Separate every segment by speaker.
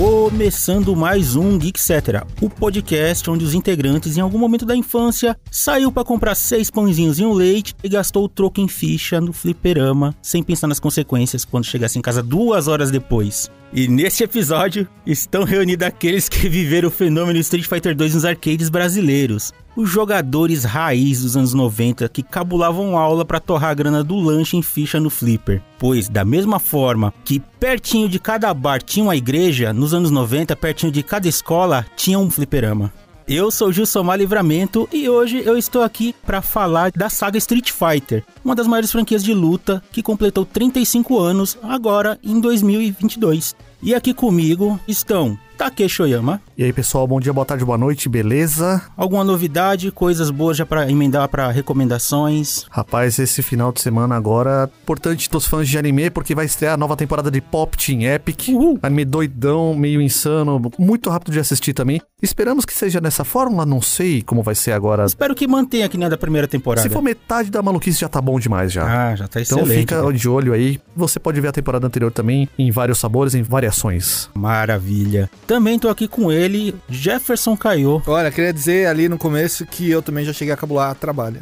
Speaker 1: começando mais um Geekcetera, o podcast onde os integrantes, em algum momento da infância, saiu para comprar seis pãezinhos e um leite e gastou o troco em ficha no fliperama, sem pensar nas consequências quando chegasse em casa duas horas depois. E neste episódio, estão reunidos aqueles que viveram o fenômeno Street Fighter 2 nos arcades brasileiros. Os jogadores raiz dos anos 90 que cabulavam aula para torrar a grana do lanche em ficha no flipper. Pois, da mesma forma que pertinho de cada bar tinha uma igreja, nos anos 90, pertinho de cada escola, tinha um fliperama. Eu sou Gilson Mar Livramento e hoje eu estou aqui para falar da saga Street Fighter, uma das maiores franquias de luta que completou 35 anos agora em 2022. E aqui comigo estão Takeshi Oyama.
Speaker 2: E aí, pessoal, bom dia, boa tarde, boa noite, beleza?
Speaker 1: Alguma novidade, coisas boas já para emendar para recomendações?
Speaker 2: Rapaz, esse final de semana agora, importante dos fãs de anime, porque vai estrear a nova temporada de Pop Team Epic.
Speaker 1: Uhul.
Speaker 2: Anime doidão, meio insano, muito rápido de assistir também. Esperamos que seja nessa fórmula, não sei como vai ser agora.
Speaker 1: Espero que mantenha aqui na da primeira temporada.
Speaker 2: Se for metade da maluquice, já tá bom demais já.
Speaker 1: Ah, já tá
Speaker 2: Então
Speaker 1: excelente.
Speaker 2: fica de olho aí. Você pode ver a temporada anterior também em vários sabores, em variações.
Speaker 1: Maravilha. Também tô aqui com ele, Jefferson Caio.
Speaker 3: Olha, queria dizer ali no começo que eu também já cheguei a cabular trabalho.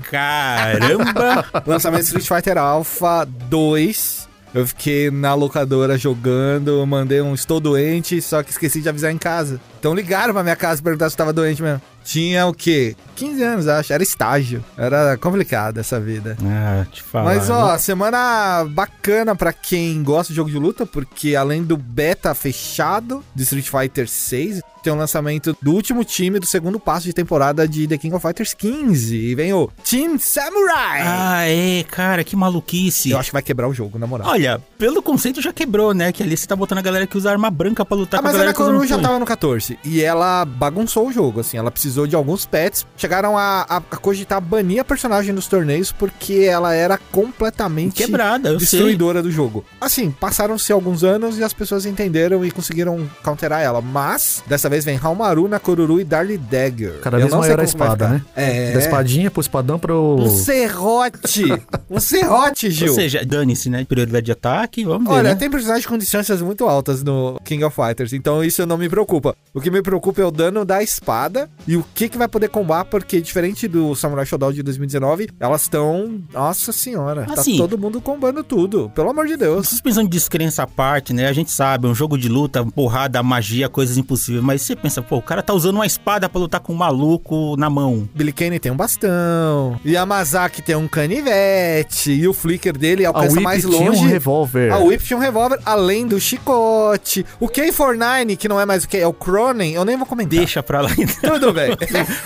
Speaker 1: Caramba!
Speaker 3: Lançamento Street Fighter Alpha 2. Eu fiquei na locadora jogando, mandei um estou doente, só que esqueci de avisar em casa. Então ligaram pra minha casa perguntar se eu tava doente mesmo. Tinha o quê? 15 anos, acho. Era estágio. Era complicada essa vida.
Speaker 1: ah, te falar.
Speaker 3: Mas ó, semana bacana pra quem gosta de jogo de luta, porque além do beta fechado de Street Fighter 6, tem o lançamento do último time do segundo passo de temporada de The King of Fighters 15. E vem o Team Samurai!
Speaker 1: Ah, é, cara, que maluquice.
Speaker 3: Eu acho que vai quebrar o jogo, na moral.
Speaker 1: Olha, pelo conceito já quebrou, né? Que ali você tá botando a galera que usa arma branca pra lutar
Speaker 3: Ah,
Speaker 1: tá com um. a
Speaker 3: mas a
Speaker 1: galera
Speaker 3: Ana
Speaker 1: que usa
Speaker 3: Coru já
Speaker 1: punho.
Speaker 3: tava no 14. E ela bagunçou o jogo, assim. Ela precisou de alguns pets. Chegaram a, a, a cogitar banir a personagem dos torneios porque ela era completamente
Speaker 1: quebrada, eu sei.
Speaker 3: destruidora do jogo. Assim, passaram-se alguns anos e as pessoas entenderam e conseguiram counterar ela. Mas, dessa vez vem Halmaru, Nakoruru e Darly Dagger.
Speaker 2: Cada
Speaker 3: Eu
Speaker 2: vez
Speaker 3: não sei
Speaker 2: maior a
Speaker 3: como vai
Speaker 2: espada, né?
Speaker 3: ficar. É.
Speaker 2: Da espadinha pro espadão pro.
Speaker 3: Um serrote. um serrote, Gil.
Speaker 1: Ou seja, dane-se, né? Prioridade de ataque, vamos ver.
Speaker 3: Olha,
Speaker 1: né?
Speaker 3: tem personagens com distâncias muito altas no King of Fighters, então isso não me preocupa. O que me preocupa é o dano da espada e o que, que vai poder combar, porque diferente do Samurai Shodown de 2019, elas estão. Nossa senhora,
Speaker 1: Assim.
Speaker 3: tá todo mundo combando tudo. Pelo amor de Deus.
Speaker 1: Suspensão de descrença à parte, né? A gente sabe, é um jogo de luta, porrada, magia, coisas impossíveis. Mas você pensa, pô, o cara tá usando uma espada pra lutar com um maluco na mão.
Speaker 3: Billy Kane tem um bastão, e a Masaki tem um canivete, e o flicker dele
Speaker 2: A
Speaker 3: alcança
Speaker 2: Whip
Speaker 3: mais
Speaker 2: tinha um
Speaker 3: longe.
Speaker 2: revólver.
Speaker 3: a Whip tinha um revólver, além do chicote. O K49, que não é mais o K, é o Cronen, eu nem vou comentar.
Speaker 1: Deixa pra lá.
Speaker 3: Tudo bem.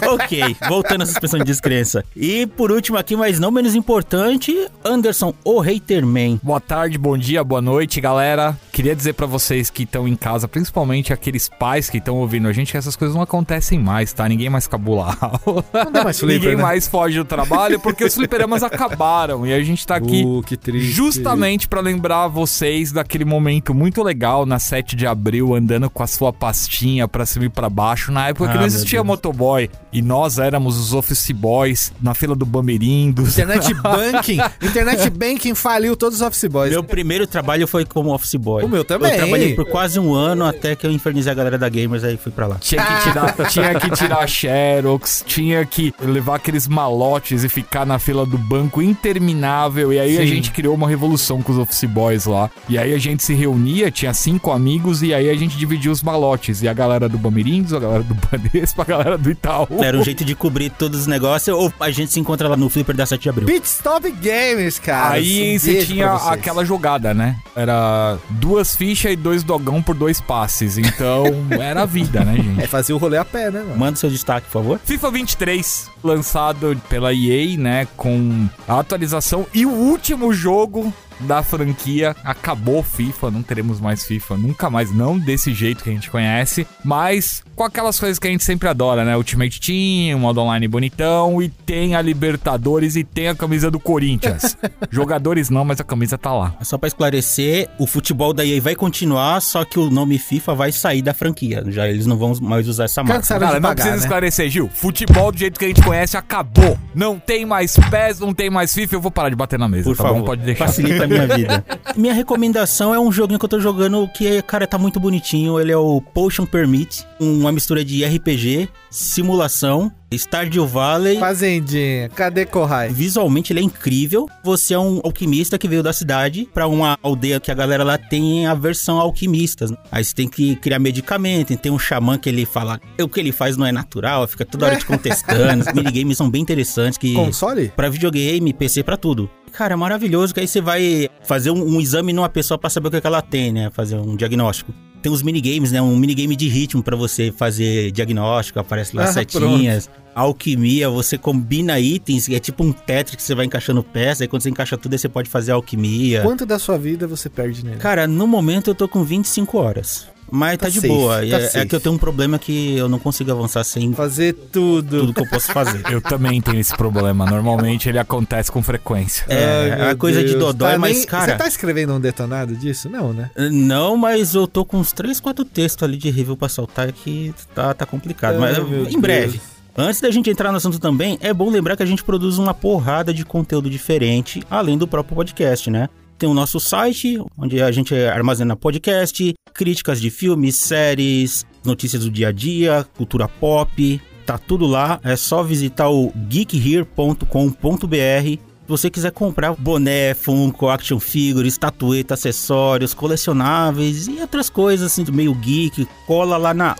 Speaker 1: ok, voltando à suspensão de descrença. E por último aqui, mas não menos importante, Anderson, o Haterman.
Speaker 4: Boa tarde, bom dia, boa noite, galera. Queria dizer pra vocês que estão em casa, principalmente aqueles pais que estão ouvindo a gente, que essas coisas não acontecem mais, tá? Ninguém mais cabula a aula.
Speaker 3: Não tem mais
Speaker 4: Ninguém
Speaker 3: flipper, né?
Speaker 4: mais foge do trabalho porque os fliperamas acabaram e a gente tá aqui
Speaker 3: Uh, que triste.
Speaker 4: Justamente pra lembrar vocês daquele momento muito legal na 7 de abril, andando com a sua pastinha pra cima e pra baixo, na época
Speaker 1: Ah,
Speaker 4: que não
Speaker 1: meu
Speaker 4: existia
Speaker 1: Deus.
Speaker 4: motoboy e nós éramos os office boys na fila do Bamirim, dos
Speaker 3: Internet banking. Internet banking faliu todos os office boys.
Speaker 1: Meu primeiro trabalho foi como office boy.
Speaker 3: O meu também.
Speaker 1: Eu trabalhei por quase um ano até que eu infernizei a galera da Gamers, aí fui pra lá.
Speaker 4: Tinha que, tirar,
Speaker 3: Ah.
Speaker 4: tinha que tirar Xerox, tinha que levar aqueles malotes e ficar na fila do banco interminável. E aí a
Speaker 1: Sim.
Speaker 4: gente criou uma revolução com os office boys lá. E aí a gente se reunia, tinha cinco amigos, e aí a gente dividia os malotes. E a galera do Bamirindos, a galera do Banespa, a galera do Itaú.
Speaker 3: É,
Speaker 1: Era um jeito de cobrir todos os negócios, ou a gente se encontra lá no Flipper da 7 de abril.
Speaker 3: Pit Stop Games, cara.
Speaker 4: Aí
Speaker 3: Um
Speaker 4: você
Speaker 3: beijo
Speaker 4: tinha
Speaker 3: pra vocês.
Speaker 4: aquela jogada, né? Era duas fichas e dois dogão por dois passes. Então era a vida, né, gente?
Speaker 3: É fazer o rolê a pé, né, mano?
Speaker 1: Manda o seu destaque, por favor.
Speaker 4: FIFA 23, lançado pela EA, né, com a atualização e o último jogo da franquia. Acabou FIFA, não teremos mais FIFA, nunca mais, não desse jeito que a gente conhece, mas com aquelas coisas que a gente sempre adora, né? Ultimate Team, modo online bonitão e tem a Libertadores e tem a camisa do Corinthians. Jogadores não, mas a camisa tá lá.
Speaker 1: É Só pra esclarecer, o futebol da EA vai continuar, só que o nome FIFA vai sair da franquia. Já eles não vão mais usar essa marca.
Speaker 3: Cansaram
Speaker 4: Cara,
Speaker 3: de
Speaker 4: não
Speaker 3: pagar,
Speaker 4: precisa
Speaker 3: né?
Speaker 4: esclarecer, Gil. Futebol do jeito que a gente conhece acabou. Não tem mais PES, não tem mais FIFA. Eu vou parar de bater na mesa,
Speaker 1: Por
Speaker 4: tá
Speaker 1: favor,
Speaker 4: bom? Pode deixar.
Speaker 1: facilita a minha vida. Minha recomendação é um joguinho que eu tô jogando que, cara, tá muito bonitinho. Ele é o Potion Permit, uma mistura de RPG, simulação, Stardew Valley.
Speaker 3: Fazendinha, cadê Corrai?
Speaker 1: Visualmente ele é incrível. Você é um alquimista que veio da cidade pra uma aldeia que a galera lá tem a versão alquimistas. né? Aí você tem que criar medicamento, e tem um xamã que ele fala, o que ele faz não é natural, fica toda hora te contestando. Os minigames são bem interessantes que
Speaker 3: Console?
Speaker 1: Pra videogame, PC, pra tudo. Cara, é maravilhoso que aí você vai fazer um, um exame numa pessoa pra saber o que, que ela tem, né? Fazer um diagnóstico. Tem uns minigames, né? Um minigame de ritmo pra você fazer diagnóstico, aparece lá
Speaker 3: Ah,
Speaker 1: setinhas. Alquimia, você combina itens, é tipo um Tetris que você vai encaixando peças, aí quando você encaixa tudo, aí você pode fazer alquimia.
Speaker 3: Quanto da sua vida você perde nele?
Speaker 1: Cara, no momento eu tô com 25 horas. Mas tá,
Speaker 3: Tá
Speaker 1: de
Speaker 3: safe,
Speaker 1: boa.
Speaker 3: tá
Speaker 1: é, é
Speaker 3: safe.
Speaker 1: que eu tenho um problema que eu não consigo avançar sem
Speaker 3: Fazer tudo.
Speaker 1: tudo que eu posso fazer.
Speaker 4: Eu também tenho esse problema. Normalmente ele acontece com frequência.
Speaker 1: É,
Speaker 3: Ai, meu
Speaker 1: a coisa de
Speaker 3: Deus.
Speaker 1: Dodói,
Speaker 3: Tá
Speaker 1: mas,
Speaker 3: nem-
Speaker 1: cara.
Speaker 3: Você tá escrevendo um detonado disso? Não, né?
Speaker 1: Não, mas eu tô com uns 3, 4 textos ali de review pra soltar que tá, tá complicado. mas
Speaker 3: Ai, meu
Speaker 1: em breve.
Speaker 3: Deus.
Speaker 1: Antes da gente entrar no assunto também, é bom lembrar que a gente produz uma porrada de conteúdo diferente, além do próprio podcast, né? Tem o nosso site, onde a gente armazena podcast, críticas de filmes, séries, notícias do dia a dia, cultura pop, tá tudo lá. É só visitar o geekhere.com.br. Se você quiser comprar boné, funko, action figure, estatueta, acessórios, colecionáveis e outras coisas assim do meio geek, cola lá na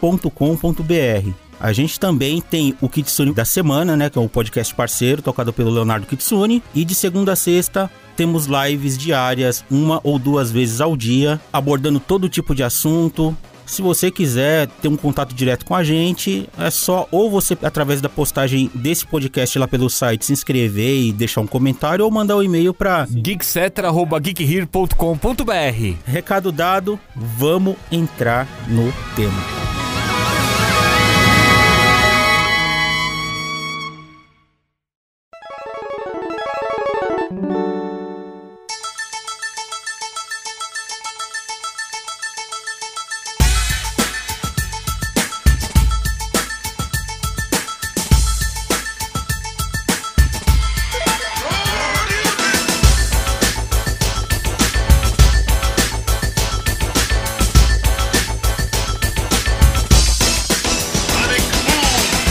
Speaker 1: loja.geekhere.com.br. A gente também tem o Kitsune da semana, né, que é o podcast parceiro tocado pelo Leonardo Kitsune, e de segunda a sexta temos lives diárias, uma ou duas vezes ao dia, abordando todo tipo de assunto, se você quiser ter um contato direto com a gente, é só ou você, através da postagem desse podcast lá pelo site, se inscrever e deixar um comentário, ou mandar um e-mail para
Speaker 4: É. geeksetra.geekhere.com.br
Speaker 1: recado dado. Vamos entrar no tema.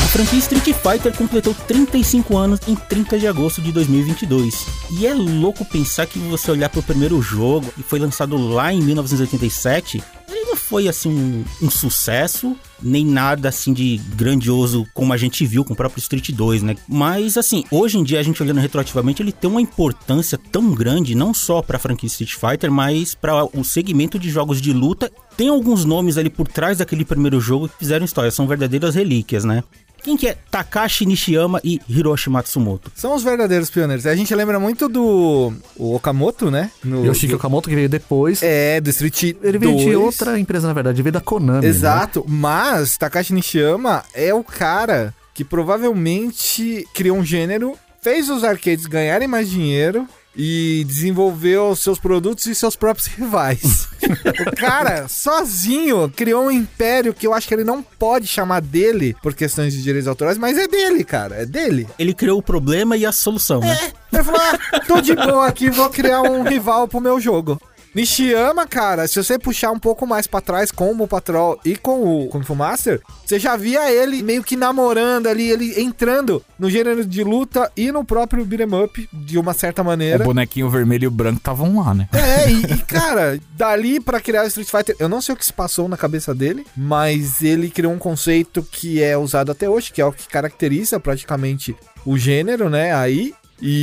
Speaker 1: A franquia Street Fighter completou 35 anos em 30 de agosto de 2022. E é louco pensar que você olhar pro primeiro jogo, que foi lançado lá em 1987, ele não foi assim um, um sucesso, nem nada assim de grandioso como a gente viu com o próprio Street 2, né? Mas assim, hoje em dia a gente olhando retroativamente, ele tem uma importância tão grande não só pra franquia Street Fighter, mas para o segmento de jogos de luta. Tem alguns nomes ali por trás daquele primeiro jogo que fizeram história, são verdadeiras relíquias, né? Quem que é Takashi Nishiyama e Hiroshi Matsumoto?
Speaker 3: São os verdadeiros pioneiros. A gente lembra muito do o Okamoto, né? No,
Speaker 2: Yoshiki
Speaker 3: do-
Speaker 2: Okamoto, que veio depois.
Speaker 3: É, do Street
Speaker 2: Ele veio de
Speaker 3: 2.
Speaker 2: outra empresa, na verdade. Ele veio da Konami. né?
Speaker 3: Exato, mas Takashi Nishiyama é o cara que provavelmente criou um gênero, fez os arcades ganharem mais dinheiro e desenvolveu seus produtos e seus próprios rivais. o cara, sozinho, criou um império que eu acho que ele não pode chamar dele por questões de direitos autorais, mas é dele, cara, é dele.
Speaker 1: Ele criou o problema e a solução, né?
Speaker 3: Ele falou, ah, tô de boa aqui, vou criar um rival pro meu jogo. Nishiyama, cara, se você puxar um pouco mais pra trás com o Mu Patrol e com o Kung Fu Master, você já via ele meio que namorando ali, ele entrando no gênero de luta e no próprio beat'em up, de uma certa
Speaker 4: O
Speaker 3: maneira.
Speaker 4: bonequinho vermelho e o branco estavam lá, né?
Speaker 3: É, e, e, cara, dali pra criar o Street Fighter, eu não sei o que se passou na cabeça dele, mas ele criou um conceito que é usado até hoje, que é o que caracteriza praticamente o gênero, né? Aí.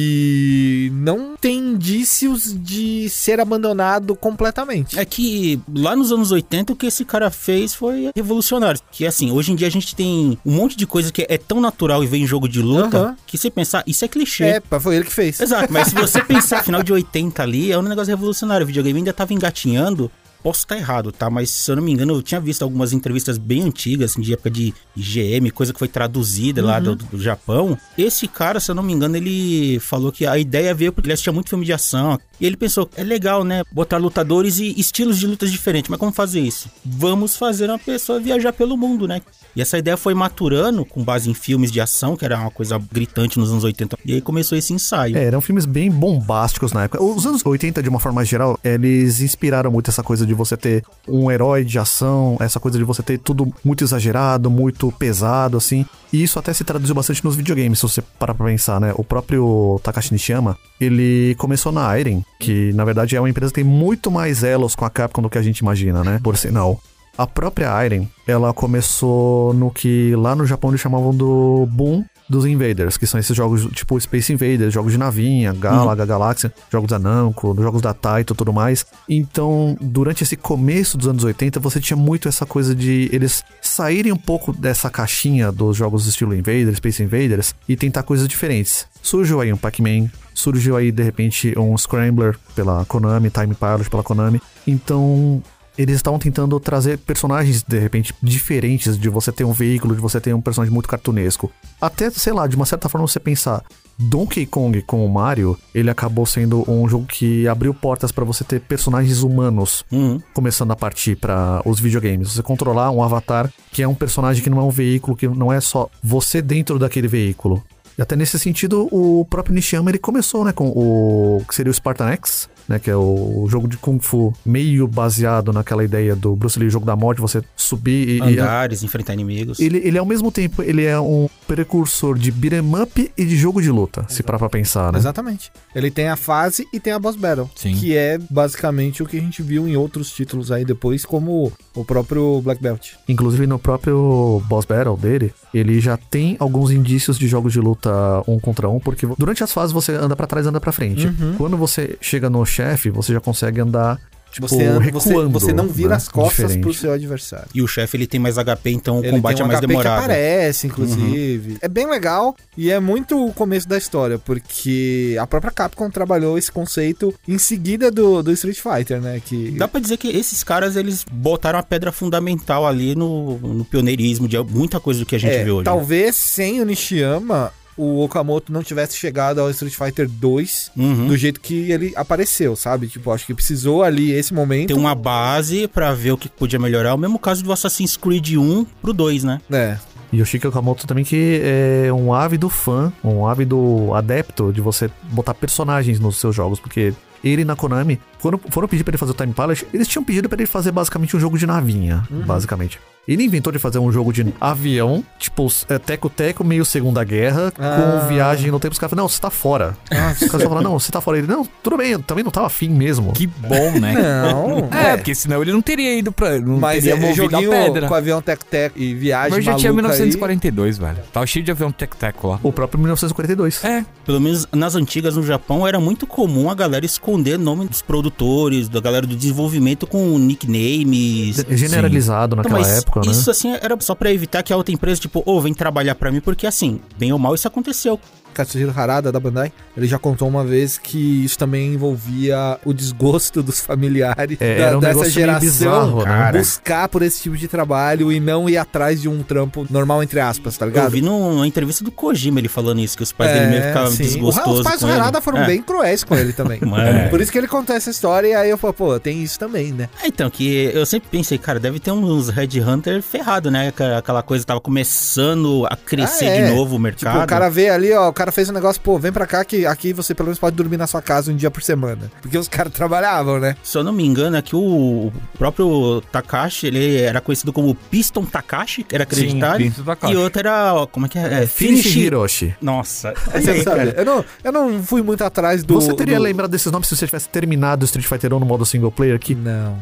Speaker 3: E não tem indícios de ser abandonado completamente.
Speaker 1: É que lá nos anos 80 o que esse cara fez foi revolucionário. Que assim, hoje em dia a gente tem um monte de coisa que é tão natural e vem em jogo de luta
Speaker 3: Aham.
Speaker 1: que você pensar, isso é clichê.
Speaker 3: É, pá, foi ele que fez.
Speaker 1: Exato, mas se você pensar final de 80 ali, é um negócio revolucionário. O videogame ainda tava engatinhando. Posso estar errado, tá? Mas se eu não me engano, eu tinha visto algumas entrevistas bem antigas, assim, de época de GM, coisa que foi traduzida lá do, do Japão. Esse cara, se eu não me engano, ele falou que a ideia veio porque ele assistia muito filme de ação. E ele pensou, é legal, né? Botar lutadores e estilos de lutas diferentes. Mas como fazer isso? Vamos fazer uma pessoa viajar pelo mundo, né? E essa ideia foi maturando com base em filmes de ação, que era uma coisa gritante nos anos 80. E aí começou esse ensaio.
Speaker 2: É, eram filmes bem bombásticos na época. Os anos 80, de uma forma mais geral, eles inspiraram muito essa coisa de você ter um herói de ação, essa coisa de você ter tudo muito exagerado, muito pesado, assim. E isso até se traduziu bastante nos videogames, se você parar pra pensar, né? O próprio Takashi Nishiyama, ele começou na Airen, que na verdade é uma empresa que tem muito mais elos com a Capcom do que a gente imagina, né? Por sinal. A própria Airen, ela começou no que lá no Japão eles chamavam do boom dos Invaders, que são esses jogos tipo Space Invaders, jogos de navinha, Galaga, Galáxia, jogos da Namco, jogos da Taito e tudo mais. Então, durante esse começo dos anos 80, você tinha muito essa coisa de eles saírem um pouco dessa caixinha dos jogos estilo Invaders, Space Invaders e tentar coisas diferentes. Surgiu aí um Pac-Man, surgiu aí de repente um Scrambler pela Konami, Time Pilot pela Konami. Então, eles estavam tentando trazer personagens, de repente, diferentes de você ter um veículo, de você ter um personagem muito cartunesco. Até, sei lá, de uma certa forma você pensar, Donkey Kong com o Mario, ele acabou sendo um jogo que abriu portas pra você ter personagens humanos
Speaker 1: Uhum.
Speaker 2: começando a partir pra os videogames. Você controlar um avatar que é um personagem que não é um veículo, que não é só você dentro daquele veículo. E até nesse sentido, o próprio Nishiyama ele começou, né, com o que seria o Spartan X, né, que é o jogo de kung fu meio baseado naquela ideia do Bruce Lee, o jogo da morte, você subir
Speaker 3: é-
Speaker 2: e- e
Speaker 1: Andares, enfrentar inimigos.
Speaker 2: ele, ele ao mesmo tempo, ele é um precursor de beat'em up e de jogo de luta, se parar pra pensar, né?
Speaker 3: Exatamente. Ele tem a fase e tem a boss battle.
Speaker 4: Sim.
Speaker 3: Que é basicamente o que a gente viu em outros títulos aí depois, como o próprio Black Belt.
Speaker 2: Inclusive no próprio boss battle dele, ele já tem alguns indícios de jogos de luta um contra um, porque durante as fases você anda pra trás, anda pra frente.
Speaker 3: Uhum.
Speaker 2: Quando você chega no chefe, você já consegue andar tipo
Speaker 3: você, anda- você-
Speaker 2: recuando.
Speaker 3: você não vira
Speaker 2: né?
Speaker 3: as costas
Speaker 2: Diferente.
Speaker 3: pro seu adversário.
Speaker 1: E o chefe, ele tem mais HP, então o
Speaker 3: Ele
Speaker 1: combate
Speaker 3: tem
Speaker 1: é
Speaker 3: um
Speaker 1: mais
Speaker 3: HP que
Speaker 1: demorado. Uhum.
Speaker 3: aparece, inclusive. É bem legal e é muito o começo da história, porque a própria Capcom trabalhou esse conceito em seguida do, do Street Fighter, né? Que
Speaker 1: Dá pra dizer que esses caras, eles botaram a pedra fundamental ali no, no pioneirismo de muita coisa do que a gente
Speaker 3: É,
Speaker 1: vê hoje. né?
Speaker 3: Talvez sem o Nishiyama, o Okamoto não tivesse chegado ao Street Fighter 2
Speaker 1: Uhum.
Speaker 3: do jeito que ele apareceu, sabe? Tipo, acho que precisou ali esse momento.
Speaker 1: Ter uma base pra ver o que podia melhorar. O mesmo caso do Assassin's Creed 1 pro 2, né?
Speaker 3: né?
Speaker 2: E o Shiki Okamoto também, que é um ávido fã, um ávido adepto de você botar personagens nos seus jogos, porque ele na Konami, quando foram pedir pra ele fazer o Time Palace, eles tinham pedido pra ele fazer basicamente um jogo de navinha, basicamente. Ele inventou de fazer um jogo de avião, tipo, é, teco-teco, meio Segunda Guerra,
Speaker 3: Ah.
Speaker 2: com viagem no tempo. Os caras falaram, não, você tá fora. Os caras falaram, não, você tá fora. Ele, não, tudo bem, eu também não tava afim mesmo.
Speaker 4: Que bom, né?
Speaker 3: Não.
Speaker 4: É, porque senão ele não teria ido pra. Não
Speaker 3: Mas
Speaker 4: teria
Speaker 3: é
Speaker 4: movido a
Speaker 3: joguinho
Speaker 4: pedra.
Speaker 3: com avião tec-tec e viagem
Speaker 4: Mas já
Speaker 3: maluca
Speaker 4: tinha
Speaker 3: aí.
Speaker 4: 1942, velho. Tava cheio de avião tec-teco lá.
Speaker 2: O próprio 1942.
Speaker 4: É,
Speaker 1: Pelo menos nas antigas no Japão era muito comum a galera esconder nome dos produtores, da galera do desenvolvimento com nicknames.
Speaker 2: Generalizado
Speaker 1: Então,
Speaker 2: naquela época, né?
Speaker 1: isso assim era só pra evitar que a outra empresa tipo, ô, vem trabalhar pra mim, porque assim, bem ou mal isso aconteceu.
Speaker 3: Katsuhiro Harada da Bandai, ele já contou uma vez que isso também envolvia o desgosto dos familiares
Speaker 2: É,
Speaker 3: da-
Speaker 2: era um
Speaker 3: dessa
Speaker 2: negócio meio
Speaker 3: geração
Speaker 2: bizarro, né? Cara.
Speaker 3: buscar por esse tipo de trabalho e não ir atrás de um trampo normal, entre aspas, tá ligado?
Speaker 1: Eu vi numa entrevista do Kojima ele falando isso, que os pais dele meio ficavam
Speaker 3: É, sim.
Speaker 1: desgostosos.
Speaker 3: Os pais
Speaker 1: com
Speaker 3: do Renata
Speaker 1: ele.
Speaker 3: foram
Speaker 1: É.
Speaker 3: bem cruéis com ele também.
Speaker 1: Mano.
Speaker 2: É.
Speaker 3: Por isso que ele contou essa história e aí eu falei, pô, tem isso também, né?
Speaker 1: É, Então, que eu sempre pensei, cara, deve ter uns Red Hunter ferrado, né? Aquela- Aquela coisa tava começando a crescer
Speaker 3: Ah, é.
Speaker 1: de novo o
Speaker 3: Tipo,
Speaker 1: mercado.
Speaker 3: o cara vê ali, ó, o cara fez um negócio, pô, vem pra cá que aqui você pelo menos pode dormir na sua casa um dia por semana. Porque os caras trabalhavam, né?
Speaker 1: Se eu não me engano, é que o próprio Takashi, ele era conhecido como Piston Takashi, que era acreditado.
Speaker 4: Sim, tá, Piston Takashi.
Speaker 1: E outro era, ó, como é que é? é
Speaker 2: Finish
Speaker 1: Finish-
Speaker 2: Hiroshi.
Speaker 1: Nossa,
Speaker 3: Você
Speaker 1: olha aí,
Speaker 3: sabe,
Speaker 1: É, cara.
Speaker 3: Eu, não, eu não fui muito atrás do.
Speaker 2: Você teria
Speaker 3: do...
Speaker 2: lembrado desses nomes se você tivesse terminado Street Fighter 1 no modo single player aqui?
Speaker 3: Não.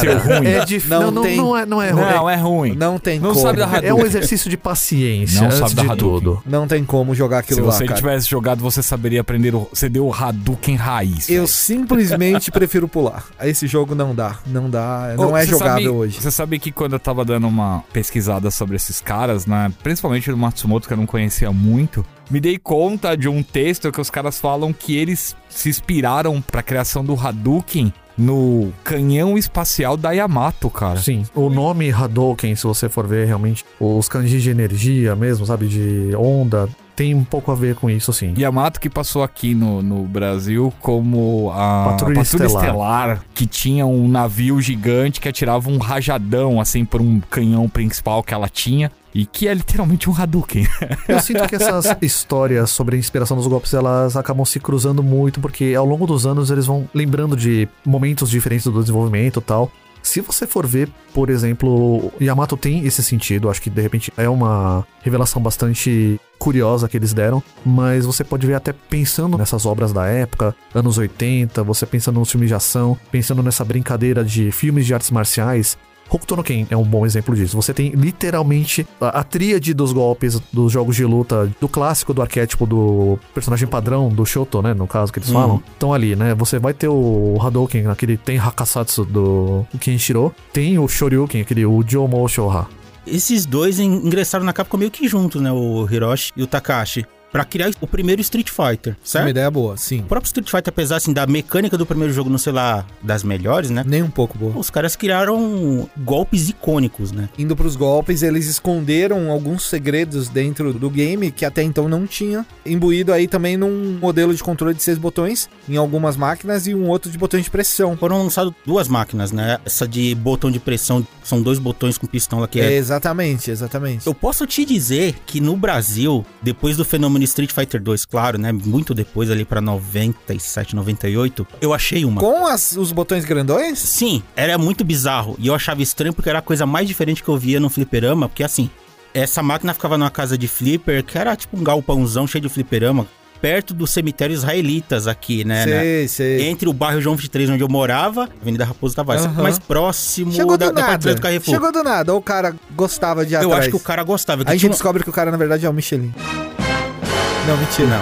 Speaker 4: Seu ruim.
Speaker 2: É difícil.
Speaker 3: Não
Speaker 2: Não, não,
Speaker 3: tem-
Speaker 2: não é, não é
Speaker 4: Não,
Speaker 2: ruim.
Speaker 4: é ruim.
Speaker 3: Não tem
Speaker 4: Não
Speaker 3: como.
Speaker 4: sabe da
Speaker 2: É, é um exercício de paciência,
Speaker 4: Não
Speaker 2: antes
Speaker 4: sabe da
Speaker 2: de
Speaker 4: Hadouken.
Speaker 2: tudo.
Speaker 3: Não tem como jogar
Speaker 4: Se
Speaker 3: aquilo lá,
Speaker 4: você
Speaker 3: cara.
Speaker 4: tivesse jogado, você saberia aprender. O... Você deu o Hadouken raiz.
Speaker 3: Eu
Speaker 4: velho.
Speaker 3: simplesmente prefiro pular. Esse jogo não dá. Não dá. Não
Speaker 4: Ô,
Speaker 3: é
Speaker 4: você
Speaker 3: jogável
Speaker 4: sabe-
Speaker 3: hoje.
Speaker 4: Você sabe que quando eu tava dando uma pesquisada sobre esses caras, né? Principalmente do Matsumoto, que eu não conhecia muito, me dei conta de um texto que os caras falam que eles se inspiraram pra criação do Hadouken no canhão espacial da Yamato, cara.
Speaker 2: Sim. O nome Hadouken, se você for ver realmente, os kanjis de energia mesmo, sabe? De onda, tem um pouco a ver com isso, sim.
Speaker 4: Yamato que passou aqui no, no Brasil como a
Speaker 2: Patrulha Estelar.
Speaker 4: que tinha um navio gigante que atirava um rajadão, assim, por um canhão principal que ela tinha, e que é literalmente um Hadouken.
Speaker 2: Eu sinto que essas histórias sobre a inspiração dos golpes, elas acabam se cruzando muito, porque ao longo dos anos eles vão lembrando de momentos diferentes do desenvolvimento e tal. Se você for ver, por exemplo, Yamato tem esse sentido, acho que de repente é uma revelação bastante curiosa que eles deram, mas você pode ver até pensando nessas obras da época, anos 80, você pensando nos filmes de ação, pensando nessa brincadeira de filmes de artes marciais, Hokuto no Ken é um bom exemplo disso. Você tem literalmente a, a tríade dos golpes dos jogos de luta, do clássico, do arquétipo do personagem padrão, do Shoto, né? No caso que
Speaker 1: Uhum.
Speaker 2: eles falam, estão ali, né? Você vai ter o Hadouken, aquele Ten Hakasatsu do Kenshiro, tem o Shoryuken, aquele Ujo Shoha.
Speaker 1: Esses dois en- ingressaram na Capcom meio que juntos, né? O Hiroshi e o Takashi. Pra criar o primeiro Street Fighter,
Speaker 3: Uma
Speaker 1: certo?
Speaker 3: ideia boa,
Speaker 1: O
Speaker 3: sim.
Speaker 1: próprio Street Fighter, apesar assim, da mecânica do primeiro jogo não sei lá das melhores, né?
Speaker 3: Nem um pouco boa.
Speaker 1: Os caras criaram golpes icônicos, né?
Speaker 3: Indo pros golpes, eles esconderam alguns segredos dentro do game que até então não tinha. Imbuído aí também num modelo de controle de seis botões em algumas máquinas e um outro de botões de pressão.
Speaker 1: Foram lançadas duas máquinas, né? Essa de botão de pressão, são dois botões com pistão lá que é.
Speaker 3: Exatamente, exatamente.
Speaker 1: Eu posso te dizer que no Brasil, depois do fenômeno Street Fighter 2, claro, né? Muito depois, ali pra 97, 98, eu achei uma.
Speaker 3: Com as- os botões grandões?
Speaker 1: Sim, era muito bizarro. E eu achava estranho porque era a coisa mais diferente que eu via no fliperama. Porque assim, essa máquina ficava numa casa de flipper, que era tipo um galpãozão cheio de fliperama, perto do cemitério israelitas aqui,
Speaker 4: É,
Speaker 1: né? né?
Speaker 3: sei, sei.
Speaker 1: Entre o bairro João 23, onde eu morava, Avenida Raposo Tavares,
Speaker 3: Aham.
Speaker 1: mais próximo
Speaker 3: Chegou
Speaker 1: da,
Speaker 3: do
Speaker 1: da prateleira
Speaker 3: nada.
Speaker 1: do Carrefour.
Speaker 3: Chegou do nada. Ou o cara gostava de ir
Speaker 1: eu
Speaker 3: atrás.
Speaker 1: acho que o cara gostava. que
Speaker 3: Aí a gente
Speaker 1: tinha um-
Speaker 3: descobre que o cara, na verdade, é o Michelin. Não, mentira.
Speaker 1: Não.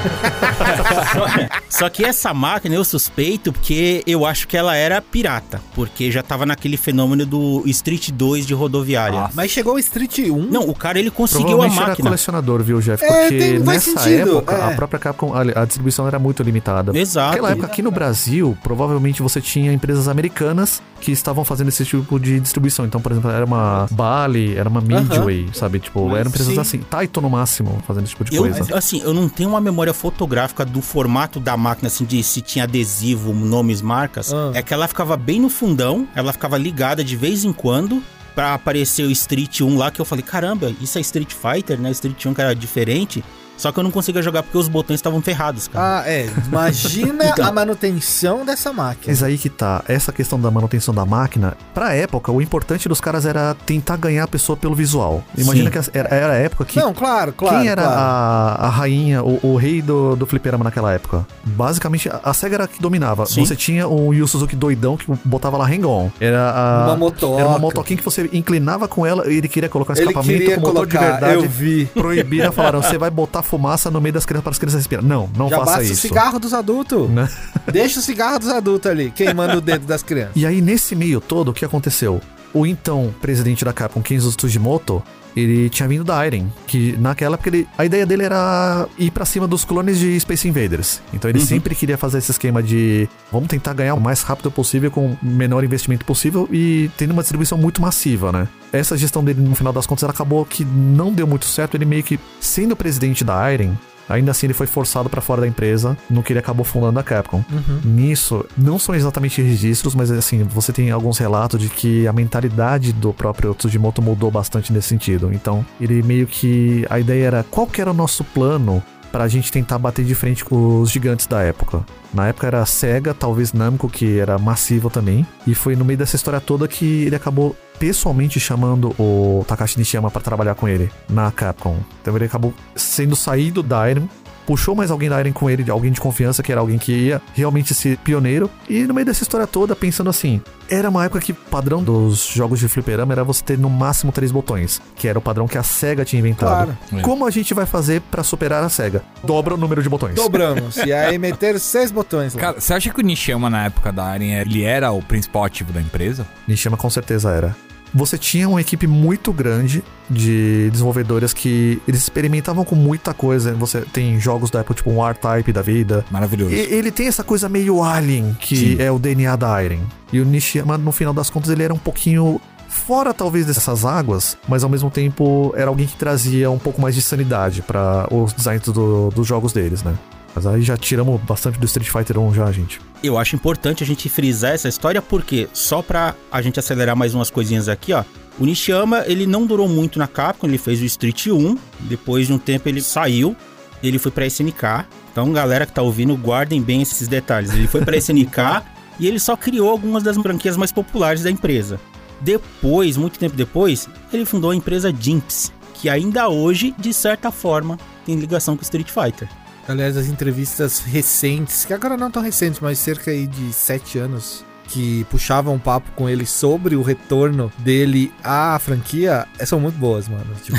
Speaker 1: um- Só que essa máquina eu suspeito porque eu acho que ela era pirata. Porque já tava naquele fenômeno do Street 2 de rodoviária.
Speaker 4: Ah,
Speaker 3: Mas chegou o Street 1.
Speaker 1: Não, o cara ele conseguiu a
Speaker 2: Provavelmente era
Speaker 1: máquina.
Speaker 2: colecionador, viu, Jeff?
Speaker 3: É,
Speaker 2: Porque
Speaker 3: tem- faz
Speaker 2: nessa
Speaker 3: sentido,
Speaker 2: época,
Speaker 3: é.
Speaker 2: a própria Capcom, a, a distribuição era muito limitada.
Speaker 3: Ah,
Speaker 1: Exato.
Speaker 3: tá.
Speaker 2: Naquela época, aqui no Brasil, provavelmente você tinha empresas americanas que estavam fazendo esse tipo de distribuição. Então, por exemplo, era uma Bali, era uma Midway, sabe? Tipo, eram empresas
Speaker 3: sim.
Speaker 2: assim, Taito no máximo, fazendo esse tipo de
Speaker 1: Eu,
Speaker 2: coisa.
Speaker 1: assim, eu não tenho uma memória fotográfica do formato da máquina, assim, de se tinha adesivo, nomes, marcas.
Speaker 3: Ah.
Speaker 1: É que ela ficava bem no fundão, ela ficava ligada de vez em quando pra aparecer o Street 1 lá, que eu falei, caramba, isso é Street Fighter, né? Street 1 que era diferente. Só que eu não conseguia jogar porque os botões estavam ferrados, cara.
Speaker 3: Ah, é. Imagina
Speaker 1: Então.
Speaker 3: a manutenção dessa máquina.
Speaker 2: Mas aí que tá, essa questão da manutenção da máquina, pra época, o importante dos caras era tentar ganhar a pessoa pelo visual. Imagina
Speaker 1: Sim.
Speaker 2: que essa- era, era a época que
Speaker 3: Não, claro, claro.
Speaker 2: Quem era
Speaker 3: claro.
Speaker 2: a, a rainha, o, o rei do, do fliperama naquela época? Basicamente, a, a SEGA era a que dominava.
Speaker 1: Sim.
Speaker 2: Você tinha um Yu Suzuki doidão que botava lá hang-on. Era a-
Speaker 3: Uma motoca.
Speaker 2: Era uma motoquinha que você inclinava com ela e ele queria colocar
Speaker 3: Ele
Speaker 2: escapamento
Speaker 3: queria
Speaker 2: com motor de
Speaker 3: colocar,
Speaker 2: verdade.
Speaker 3: eu vi.
Speaker 2: Proibiram, falaram, você vai botar fumaça no meio das crianças para as crianças respirar. Não, não
Speaker 3: Já
Speaker 2: faça
Speaker 3: basta
Speaker 2: isso.
Speaker 3: o cigarro dos adultos.
Speaker 2: Né?
Speaker 3: Deixa o cigarro dos adultos ali, queimando o dedo das crianças.
Speaker 2: E aí, nesse meio todo, o que aconteceu? O então presidente da Capcom, Kenzo Tsujimoto, ele tinha vindo da Iron, que naquela época ele, a ideia dele era ir pra cima dos clones de Space Invaders. Então ele sempre queria fazer esse esquema de vamos tentar ganhar o mais rápido possível com o menor investimento possível e tendo uma distribuição muito massiva, né? Essa gestão dele no final das contas ela acabou que não deu muito certo, ele meio que sendo presidente da Iron, ainda assim ele foi forçado pra fora da empresa, no que ele acabou fundando a Capcom. Nisso, não são exatamente registros, mas assim, você tem alguns relatos de que a mentalidade do próprio Tsujimoto mudou bastante nesse sentido. Então, ele meio que. A ideia era qual que era o nosso plano pra gente tentar bater de frente com os gigantes da época. Na época era a SEGA, talvez Namco, que era massivo também. E foi no meio dessa história toda que ele acabou pessoalmente chamando o Takashi Nishiyama pra trabalhar com ele na Capcom. Então ele acabou sendo saído da Iron puxou mais alguém da Iron com ele, de alguém de confiança, que era alguém que ia realmente ser pioneiro. E no meio dessa história toda, pensando assim, era uma época que o padrão dos jogos de fliperama era você ter no máximo três botões, que era o padrão que a SEGA tinha inventado.
Speaker 4: Claro.
Speaker 2: Como a gente vai fazer pra superar a SEGA? Dobra o número de botões.
Speaker 3: Dobramos. E aí meteram seis botões lá.
Speaker 4: Cara, você acha que o Nishiyama na época da Aren, ele era o principal ativo da empresa?
Speaker 2: Nishima com certeza era. você tinha uma equipe muito grande de desenvolvedores que eles experimentavam com muita coisa. Você tem jogos da Apple, tipo um R-Type da vida.
Speaker 4: Maravilhoso.
Speaker 2: E- ele tem essa coisa meio alien, que
Speaker 4: Sim.
Speaker 2: é o DNA da Iron. E o Nishiyama, no final das contas, ele era um pouquinho fora, talvez, dessas águas, mas ao mesmo tempo era alguém que trazia um pouco mais de sanidade pra os designs do- dos jogos deles, né? Mas aí já tiramos bastante do Street Fighter 1 já, gente.
Speaker 1: Eu acho importante a gente frisar essa história porque, só pra a gente acelerar mais umas coisinhas aqui, ó. O Nishiyama, ele não durou muito na Capcom, ele fez o Street 1, depois de um tempo ele saiu, ele foi pra SNK. Então, galera que tá ouvindo, guardem bem esses detalhes. Ele foi pra SNK e ele só criou algumas das franquias mais populares da empresa. Depois, muito tempo depois, ele fundou a empresa Jimps, que ainda hoje, de certa forma, tem ligação com Street Fighter.
Speaker 3: Aliás, as entrevistas recentes, que agora não tão recentes, mas cerca aí de sete anos, que puxavam um papo com ele sobre o retorno dele à franquia, eh, são muito boas, mano. Tipo,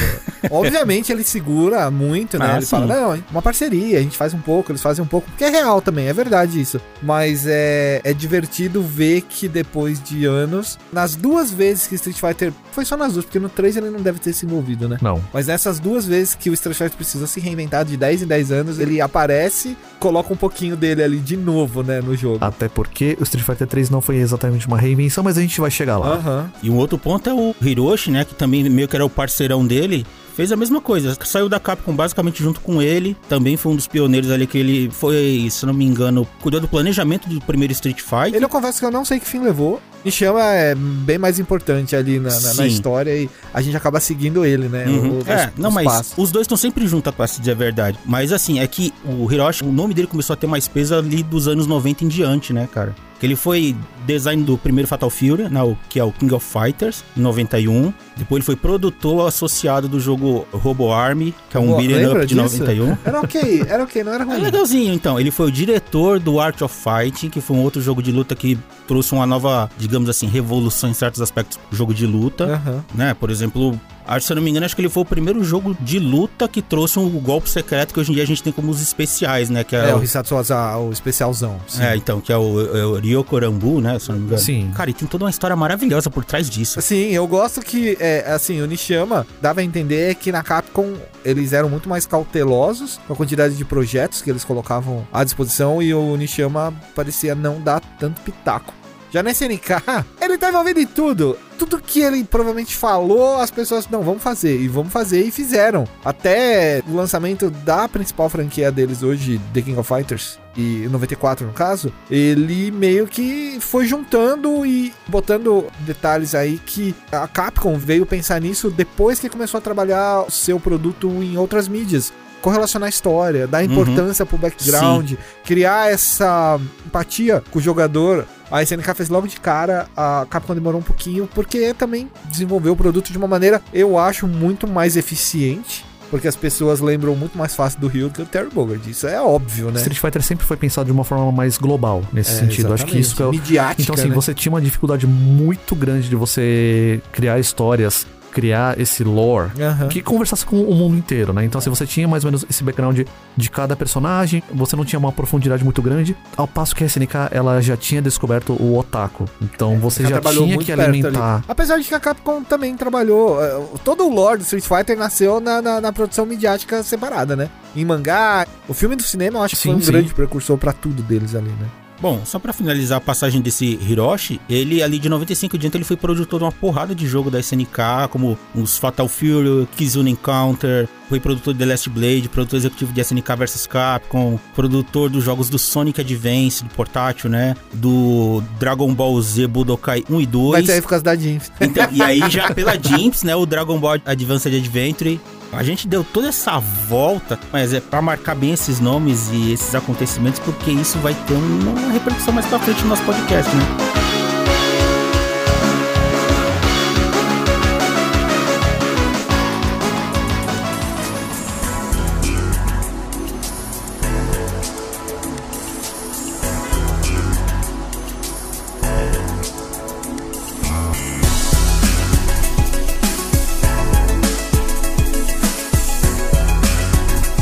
Speaker 3: obviamente ele segura muito, né?
Speaker 1: Ah,
Speaker 3: ele
Speaker 1: sim.
Speaker 3: fala, não, hein, uma parceria, a gente faz um pouco, eles fazem um pouco, porque é real também, é verdade isso. Mas é, é divertido ver que depois de anos, nas duas vezes que Street Fighter. Foi só nas duas, porque no 3 ele não deve ter se envolvido, né?
Speaker 2: Não.
Speaker 3: Mas nessas duas vezes que o Street Fighter precisa se reinventar de 10 em 10 anos, ele aparece, coloca um pouquinho dele ali de novo, né, no
Speaker 1: Ah,
Speaker 3: jogo.
Speaker 2: Até porque o Street Fighter 3 não foi exatamente uma reinvenção, mas a gente vai chegar lá.
Speaker 3: Aham.
Speaker 1: E um outro ponto é o Hiroshi, né? Que também meio que era o parceirão dele. Fez a mesma coisa, saiu da Capcom basicamente junto com ele. Também foi um dos pioneiros ali que ele foi, se não me engano, cuidou do planejamento do primeiro Street Fighter.
Speaker 3: Ele eu confesso que eu não sei que fim levou. Nishiyama é bem mais importante ali na, na- na
Speaker 1: Sim.
Speaker 3: história e a gente acaba seguindo ele, né?
Speaker 1: Uhum.
Speaker 3: o-
Speaker 1: É,
Speaker 3: os-
Speaker 1: não,
Speaker 3: os
Speaker 1: mas
Speaker 3: passos.
Speaker 1: os dois estão sempre juntos, pra se dizer a verdade. Mas assim, é que o Hiroshi, o nome dele começou a ter mais peso ali dos anos 90 em diante, né, cara? Que ele foi design do primeiro Fatal Fury, né, o- que é o King of Fighters, em 91. Depois ele foi produtor associado do jogo Robo Army, que é um
Speaker 3: Pô,
Speaker 1: beat'em
Speaker 3: lembra
Speaker 1: up de
Speaker 3: disso?
Speaker 1: 91.
Speaker 3: Era ok, era ok, não era
Speaker 1: É
Speaker 3: ruim.
Speaker 1: legalzinho, então. Ele foi o diretor do Art of Fighting, que foi um outro jogo de luta que trouxe uma nova, digamos assim, revolução em certos aspectos do jogo de luta,
Speaker 3: Aham.
Speaker 1: né? Por exemplo, acho, se eu não me engano, acho que ele foi o primeiro jogo de luta que trouxe um golpe secreto que hoje em dia a gente tem como os especiais, né? Que é,
Speaker 3: É, o
Speaker 1: o...
Speaker 3: Hisato Ozawa, o especialzão. sim.
Speaker 1: É, então, que é o, é o Ryokorambu, né? Se eu não me engano.
Speaker 2: Sim.
Speaker 1: Cara, e tem toda uma história maravilhosa por trás disso.
Speaker 3: Sim, eu gosto que, é, assim, o Nishiyama dava a entender que na Capcom eles eram muito mais cautelosos com a quantidade de projetos que eles colocavam à disposição e o Nishiyama parecia não dar tanto pitaco. Já na SNK, ele tá envolvido em tudo. Tudo que ele provavelmente falou, as pessoas, não, vamos fazer, e vamos fazer, e fizeram. Até o lançamento da principal franquia deles hoje, The King of Fighters, e 94 no caso, ele meio que foi juntando e botando detalhes aí que a Capcom veio pensar nisso depois que começou a trabalhar o seu produto em outras mídias. Correlacionar a história, dar importância pro background, criar essa empatia com o jogador. A SNK fez logo de cara, a Capcom demorou um pouquinho, porque também desenvolveu o produto de uma maneira, eu acho, muito mais eficiente. Porque as pessoas lembram muito mais fácil do Ryu que do Terry Bogard. Isso é óbvio, né?
Speaker 2: Street Fighter sempre foi pensado de uma forma mais global nesse
Speaker 3: É,
Speaker 2: sentido. Acho que isso que é o,
Speaker 3: exatamente. Midiática,
Speaker 2: Então, assim,
Speaker 3: né?
Speaker 2: você tinha uma dificuldade muito grande de você criar histórias, criar esse lore.
Speaker 3: Aham.
Speaker 2: Que conversasse com o mundo inteiro, né? Então, se você tinha mais ou menos esse background de, de cada personagem, você não tinha uma profundidade muito grande. Ao passo que a SNK, ela já tinha descoberto o otaku. Então, você
Speaker 3: Ela
Speaker 2: já
Speaker 3: É, trabalhou
Speaker 2: tinha
Speaker 3: muito
Speaker 2: que
Speaker 3: perto ali.
Speaker 2: alimentar.
Speaker 3: Apesar de que a Capcom também trabalhou. eh, Todo o lore do Street Fighter nasceu na, na, na produção midiática separada, né? Em mangá. O filme do cinema eu acho que
Speaker 2: Sim,
Speaker 3: foi um
Speaker 2: sim.
Speaker 3: grande precursor pra tudo deles ali, né?
Speaker 1: Bom, só pra finalizar a passagem desse Hiroshi, ele ali de 95 em diante ele foi produtor de uma porrada de jogo da SNK, como os Fatal Fury, Kizuna Encounter, foi produtor de The Last Blade, produtor executivo de SNK vs Capcom, produtor dos jogos do Sonic Advance, do portátil, né, do Dragon Ball Z Budokai 1 e 2.
Speaker 3: Mas aí por causa da Jeans.
Speaker 1: Então, e aí já pela Jimps, né, o Dragon Ball Advanced Adventure, a gente deu toda essa volta, mas é pra marcar bem esses nomes e esses acontecimentos, porque isso vai ter uma repercussão mais pra frente no nosso podcast, né?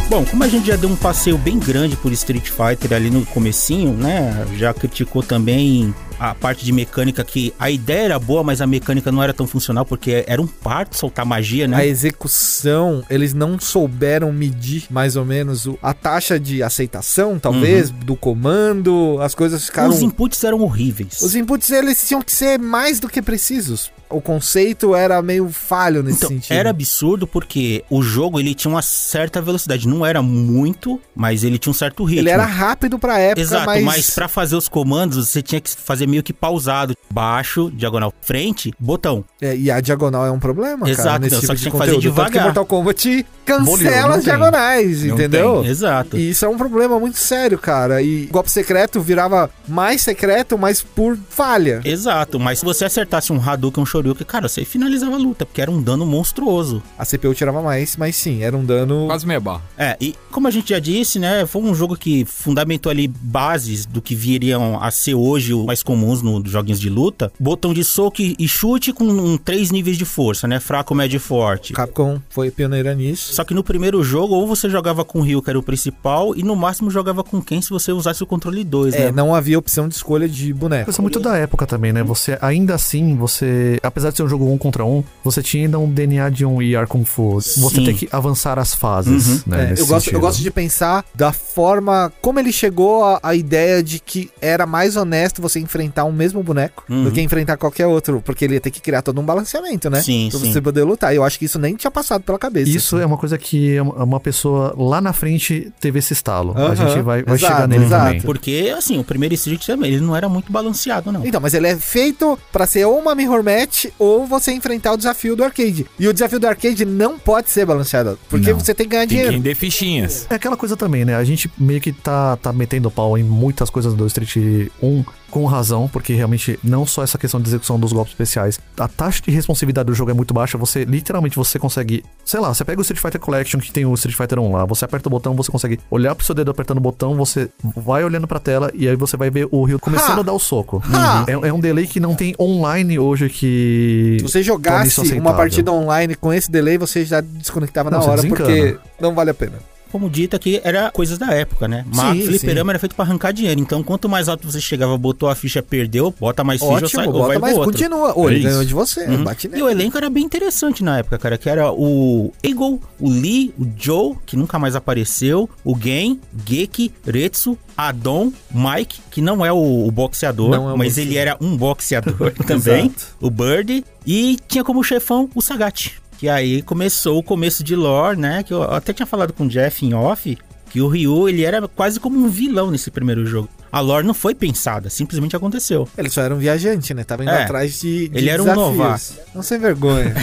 Speaker 1: Bom, como a gente já deu um passeio bem grande por Street Fighter ali no comecinho, né? Já criticou também a parte de mecânica que a ideia era boa, mas a mecânica não era tão funcional porque era um parto soltar magia, né?
Speaker 3: A execução, eles não souberam medir mais ou menos o- a taxa de aceitação, talvez, do comando, as coisas ficaram.
Speaker 1: Uhum. Os inputs eram horríveis.
Speaker 3: um Os inputs eles tinham que ser mais do que precisos. O conceito era meio falho nesse
Speaker 1: Então,
Speaker 3: sentido.
Speaker 1: era absurdo porque o jogo ele tinha uma certa velocidade, não era muito, mas ele tinha um certo ritmo.
Speaker 3: Ele era rápido pra época,
Speaker 1: Exato,
Speaker 3: mas,
Speaker 1: mas, pra fazer os comandos você tinha que fazer meio que pausado, baixo, diagonal, frente, botão.
Speaker 3: É, e a diagonal é um problema, cara,
Speaker 1: Exato,
Speaker 3: nesse
Speaker 1: não,
Speaker 3: tipo
Speaker 1: só que
Speaker 3: de
Speaker 1: tinha que fazer
Speaker 3: conteúdo. Tanto que
Speaker 1: devagar.
Speaker 3: Mortal Kombat
Speaker 4: Bolhou,
Speaker 3: cancela
Speaker 4: não
Speaker 3: as
Speaker 4: tem.
Speaker 3: diagonais,
Speaker 4: Não
Speaker 3: entendeu?
Speaker 1: Exato.
Speaker 3: E isso é um problema muito sério, cara. E golpe secreto virava mais secreto, mas por falha.
Speaker 1: Exato, mas se você acertasse um Hadouken, um Shoryuken, cara, você finalizava a luta, porque era um dano monstruoso.
Speaker 3: A CPU tirava mais, mas sim, era um dano.
Speaker 4: Quase meia barra.
Speaker 1: É, e como a gente já disse, né, foi um jogo que fundamentou ali bases do que viriam a ser hoje o mais comuns nos joguinhos de luta. Botão de soco e e chute com um, três níveis de força, né, fraco, médio e forte.
Speaker 3: Capcom foi pioneira nisso.
Speaker 1: Só que no primeiro jogo, ou você jogava com o Ryu, que era o principal, e no máximo jogava com quem se você usasse o controle 2,
Speaker 3: É,
Speaker 1: né?
Speaker 3: não havia opção de escolha de boneco.
Speaker 2: Coisa É, muito da época também,
Speaker 3: Uhum.
Speaker 2: né? Você, ainda assim, você... Apesar de ser um jogo um contra um, você tinha ainda um DNA de um ER Kung Fu. Você
Speaker 1: Sim.
Speaker 2: tem que avançar as fases, né?
Speaker 3: É,
Speaker 2: nesse
Speaker 3: eu, gosto, eu
Speaker 2: sentido.
Speaker 3: gosto de pensar da forma como ele chegou à, à ideia de que era mais honesto você enfrentar um mesmo boneco
Speaker 1: Uhum.
Speaker 3: do que enfrentar qualquer outro, porque ele ia ter que criar todo um balanceamento, né?
Speaker 1: Sim,
Speaker 3: pra
Speaker 1: sim.
Speaker 3: você poder lutar. Eu acho que isso nem tinha passado pela cabeça.
Speaker 2: Isso é uma coisa que uma uma pessoa lá na frente teve esse estalo.
Speaker 3: Aham,
Speaker 2: A gente vai, vai
Speaker 3: exato,
Speaker 2: chegar nele
Speaker 3: exato.
Speaker 2: também.
Speaker 1: Porque, assim, o primeiro Street também, ele não era muito balanceado, não.
Speaker 3: Então, mas ele é feito pra ser ou uma mirror match ou você enfrentar o desafio do arcade. E o desafio do arcade não pode ser balanceado, porque
Speaker 4: Não.
Speaker 3: você tem que ganhar
Speaker 4: Tem que
Speaker 3: é dinheiro.
Speaker 4: render fichinhas.
Speaker 2: É aquela coisa também, né? A gente meio que tá, tá metendo pau em muitas coisas do Street 1 com razão, porque realmente não só essa questão de execução dos golpes especiais, a taxa de responsividade do jogo é muito baixa, você literalmente você consegue, sei lá, você pega o Street Fighter Collection que tem o Street Fighter 1 lá, você aperta o botão, você consegue olhar pro seu dedo apertando o botão, você vai olhando pra tela e aí você vai ver o Ryu começando
Speaker 3: Ha!
Speaker 2: a dar o soco.
Speaker 3: Ha!
Speaker 2: É, é um delay que não tem online hoje que
Speaker 3: Se você
Speaker 2: torna
Speaker 3: jogasse
Speaker 2: isso
Speaker 3: uma
Speaker 2: aceitável.
Speaker 3: partida online com esse delay, você já desconectava
Speaker 2: Não,
Speaker 3: na
Speaker 2: você
Speaker 3: hora,
Speaker 2: desencana.
Speaker 3: porque não vale a pena.
Speaker 1: Como dito aqui, era coisas da época, né? Mas
Speaker 3: Sim,
Speaker 1: fliperama era feito pra arrancar dinheiro. Então, quanto mais alto você chegava, botou a ficha, perdeu, bota mais ficha, sai,
Speaker 3: Ótimo,
Speaker 1: ou vai
Speaker 3: bota, mas
Speaker 1: pro outro.
Speaker 3: continua. Ou ele
Speaker 4: É
Speaker 3: ganhou
Speaker 4: isso.
Speaker 3: de você,
Speaker 1: Uhum.
Speaker 3: bate
Speaker 1: E
Speaker 3: nele.
Speaker 1: o elenco era bem interessante na época, cara, que era o Eagle, o Lee, o Joe, que nunca mais apareceu, o Gen, Geki, Retsu, Adon, Mike, que não é o, o boxeador,
Speaker 3: Não é o
Speaker 1: mas
Speaker 3: boxeador.
Speaker 1: ele era um boxeador também, o Bird, e tinha como chefão o Sagat. Que aí começou o começo de lore, né? Que eu até tinha falado com o Jeff em off, que o Ryu, ele era quase como um vilão nesse primeiro jogo. A lore não foi pensada, simplesmente aconteceu.
Speaker 3: Ele só era um viajante, né? Tava indo
Speaker 1: É.
Speaker 3: atrás de, de
Speaker 1: Ele era um
Speaker 3: desafios.
Speaker 1: novato.
Speaker 3: Não sem vergonha.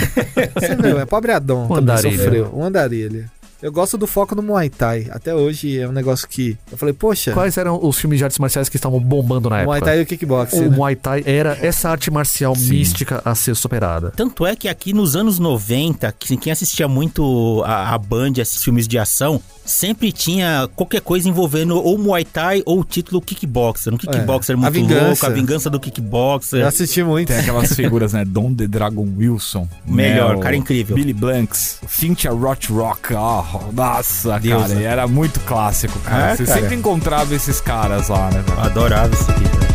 Speaker 3: sem vergonha. Pobre Adão
Speaker 2: Um
Speaker 3: também
Speaker 2: andarilho.
Speaker 3: sofreu. Um andarilha. Eu gosto do foco no Muay Thai. Até hoje é um negócio que... Eu falei, poxa,
Speaker 2: Quais eram os filmes de artes marciais que estavam bombando na é época?
Speaker 3: Muay Thai e o Kickboxing,
Speaker 2: O
Speaker 3: né?
Speaker 2: Muay Thai era essa arte marcial mística a ser superada.
Speaker 1: Tanto é que aqui nos anos 90, que- quem assistia muito a, a Band, esses filmes de ação, sempre tinha qualquer coisa envolvendo ou Muay Thai ou o título Kickboxer. Um Kickboxer
Speaker 3: É. A
Speaker 1: muito louco,
Speaker 3: vingança.
Speaker 1: a vingança do Kickboxer.
Speaker 3: Eu assisti muito.
Speaker 4: Tem aquelas figuras, né? Don the Dragon Wilson.
Speaker 1: Melhor,
Speaker 4: né, o
Speaker 1: cara incrível.
Speaker 4: Billy Blanks. Cynthia Roth Rock. Oh, nossa,
Speaker 1: Deusa.
Speaker 4: cara. e Era muito clássico, cara.
Speaker 1: É,
Speaker 4: Você
Speaker 1: cara.
Speaker 4: sempre encontrava esses caras lá, né? velho?
Speaker 1: Adorava esse aqui. cara.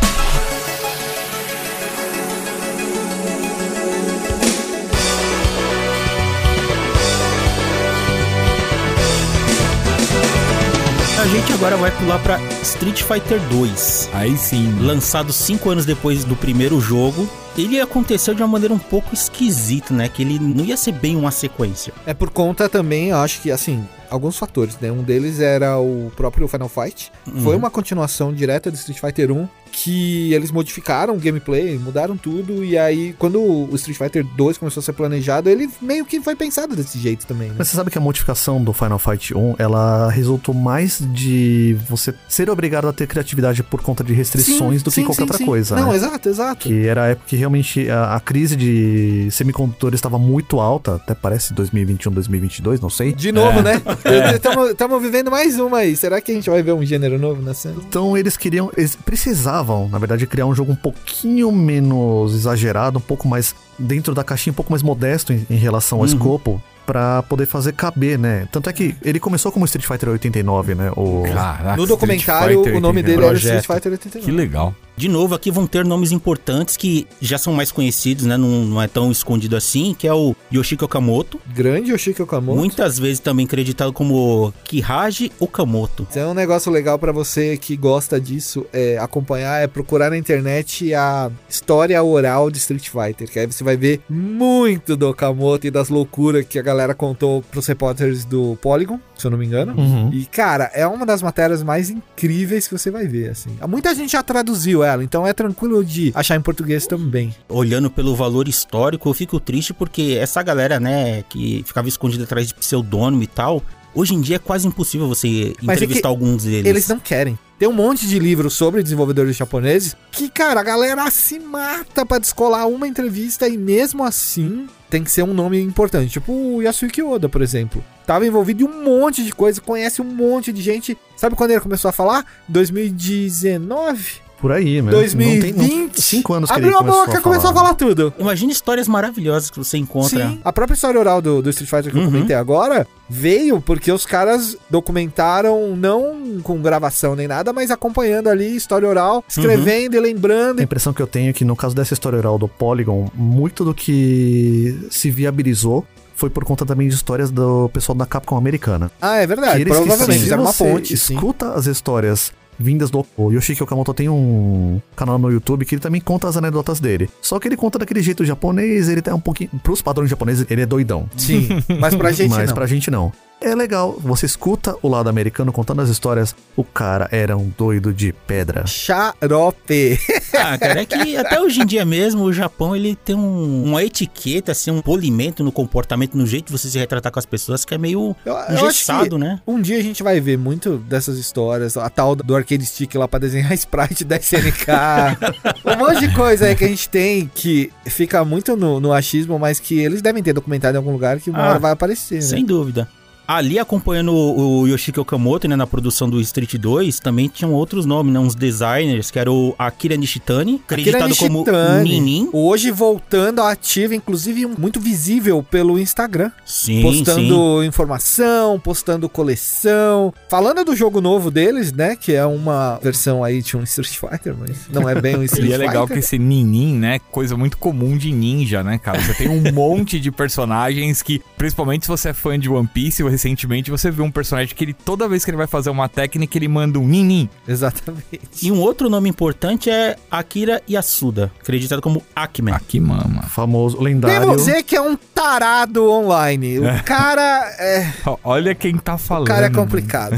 Speaker 1: A gente agora vai pular pra Street Fighter 2.
Speaker 4: Aí sim.
Speaker 1: lançado cinco anos depois do primeiro jogo, ele aconteceu de uma maneira um pouco esquisita, né? Que ele não ia ser bem uma sequência.
Speaker 3: É por conta também, eu acho que, assim, alguns fatores, né? Um deles era o próprio Final Fight.
Speaker 2: Uhum.
Speaker 3: Foi uma continuação direta do Street Fighter 1 que eles modificaram o gameplay, mudaram tudo. E aí, quando o Street Fighter 2 começou a ser planejado, ele meio que foi pensado desse jeito também, né?
Speaker 2: Mas você sabe que a modificação do Final Fight 1, ela resultou mais de você ser obrigado a ter criatividade por conta de restrições do que qualquer outra coisa,
Speaker 3: Não,
Speaker 2: né?
Speaker 3: exato, exato.
Speaker 2: Que era a época que realmente a, a crise de semicondutores estava muito alta, até parece 2021, 2022, não sei.
Speaker 3: De novo, né?
Speaker 2: É.
Speaker 3: Estamos vivendo mais uma aí. Será que a gente vai ver um gênero novo na cena?
Speaker 2: Então eles queriam, eles precisavam, na verdade, criar um jogo um pouquinho menos exagerado, um pouco mais dentro da caixinha, um pouco mais modesto em, em relação ao escopo. pra poder fazer caber, né? Tanto é que ele começou como Street Fighter 89, né? O...
Speaker 4: Caraca,
Speaker 3: no
Speaker 4: Street
Speaker 3: documentário,
Speaker 4: Fighter
Speaker 3: o nome
Speaker 4: 89.
Speaker 3: dele era
Speaker 1: Projeto.
Speaker 3: Street Fighter
Speaker 4: Que
Speaker 3: 89.
Speaker 4: legal.
Speaker 1: De novo, aqui vão ter nomes importantes que já são mais conhecidos, né? Não, não é tão escondido assim, que é o Yoshiki Okamoto.
Speaker 3: Grande Yoshiki Okamoto.
Speaker 1: Muitas vezes também creditado como Kiraji Okamoto.
Speaker 3: Então, um negócio legal pra você que gosta disso é acompanhar, é procurar na internet a história oral de Street Fighter, que aí você vai ver muito do Okamoto e das loucuras que a galera contou pros repórteres do Polygon, se eu não me engano.
Speaker 2: Uhum.
Speaker 3: E, cara, é uma das matérias mais incríveis que você vai ver, assim. Muita gente já traduziu ela, então é tranquilo de achar em português também.
Speaker 1: Olhando pelo valor histórico, eu fico triste porque essa galera, né, que ficava escondida atrás de pseudônimo e tal, hoje em dia é quase impossível você
Speaker 3: Mas é que
Speaker 1: entrevistar alguns deles.
Speaker 3: Eles não querem. Tem um monte de livros sobre desenvolvedores japoneses que, cara, a galera se mata pra descolar uma entrevista e mesmo assim tem que ser um nome importante. Tipo o Yasuki Oda, por exemplo. Tava envolvido em um monte de coisa, conhece um monte de gente. Sabe quando ele começou a falar? 2019?
Speaker 2: Por aí, né?
Speaker 3: 2020?
Speaker 2: Não tem, não, cinco anos que ele
Speaker 3: Abriu a
Speaker 2: começou
Speaker 3: boca, começou a falar tudo.
Speaker 1: Imagina histórias maravilhosas que você encontra.
Speaker 3: Sim, a própria história oral do, do Street Fighter que eu
Speaker 1: Uhum.
Speaker 3: comentei agora veio porque os caras documentaram, não com gravação nem nada, mas acompanhando ali a história
Speaker 2: Uhum.
Speaker 3: oral, escrevendo e lembrando.
Speaker 2: A impressão que eu tenho é que no caso dessa história oral do Polygon, muito do que se viabilizou foi por conta também de histórias do pessoal da Capcom americana.
Speaker 3: Ah, é
Speaker 2: Que
Speaker 3: verdade,
Speaker 2: eles que
Speaker 3: provavelmente
Speaker 2: sim,
Speaker 3: fizeram uma
Speaker 2: você
Speaker 3: ponte. sim.
Speaker 2: Escuta as histórias vindas do o Yoshiki Okamoto tem um canal no YouTube que ele também conta as anedotas dele. Só que ele conta daquele jeito japonês, ele tá um pouquinho pros padrões japoneses, ele é doidão.
Speaker 3: Sim, mas pra gente
Speaker 2: mas
Speaker 3: não.
Speaker 2: pra gente não. É legal, você escuta o lado americano contando as histórias, o cara era um doido de pedra.
Speaker 3: Xarope.
Speaker 1: Ah, cara, é que até hoje em dia mesmo o Japão ele tem um- uma etiqueta, assim, um polimento no comportamento, no jeito de você se retratar com as pessoas, que é meio
Speaker 3: Eu, eu acho que
Speaker 1: engessado, né?
Speaker 3: um dia a gente vai ver muito dessas histórias, a tal do arcade stick lá pra desenhar sprite da SNK, um monte de coisa aí que a gente tem que fica muito no, no achismo, mas que eles devem ter documentado em algum lugar que uma
Speaker 1: Ah,
Speaker 3: hora vai aparecer, né?
Speaker 1: Sem dúvida. Ali acompanhando o o Yoshiki Okamoto, né, na produção do Street 2, também tinham outros nomes, né, uns designers, que era o Akira Nishitani, acreditado como um
Speaker 3: Nishitani.
Speaker 1: Ninin.
Speaker 3: é Hoje voltando à ativa, inclusive um- muito visível pelo Instagram.
Speaker 1: Sim, sim.
Speaker 3: postando informação, postando coleção. Falando do jogo novo deles, né? Que é uma versão aí de um Street Fighter, mas não é bem um Street
Speaker 4: E é legal que
Speaker 3: Fighter.
Speaker 4: esse Ninin, né? Coisa muito comum de ninja, né, cara? Você tem um monte de personagens que, principalmente se você é fã de One Piece, recentemente você viu um personagem que ele, toda vez que ele vai fazer uma técnica, ele manda um Ninin.
Speaker 1: E
Speaker 3: Exatamente.
Speaker 1: um outro nome importante é Akira Yasuda, acreditado como Akman.
Speaker 4: Ah, que mama.
Speaker 2: Famoso, lendário.
Speaker 3: Devo dizer que é um tarado online. O cara é,
Speaker 4: Ó, Olha quem tá
Speaker 3: o
Speaker 4: falando.
Speaker 3: cara é complicado.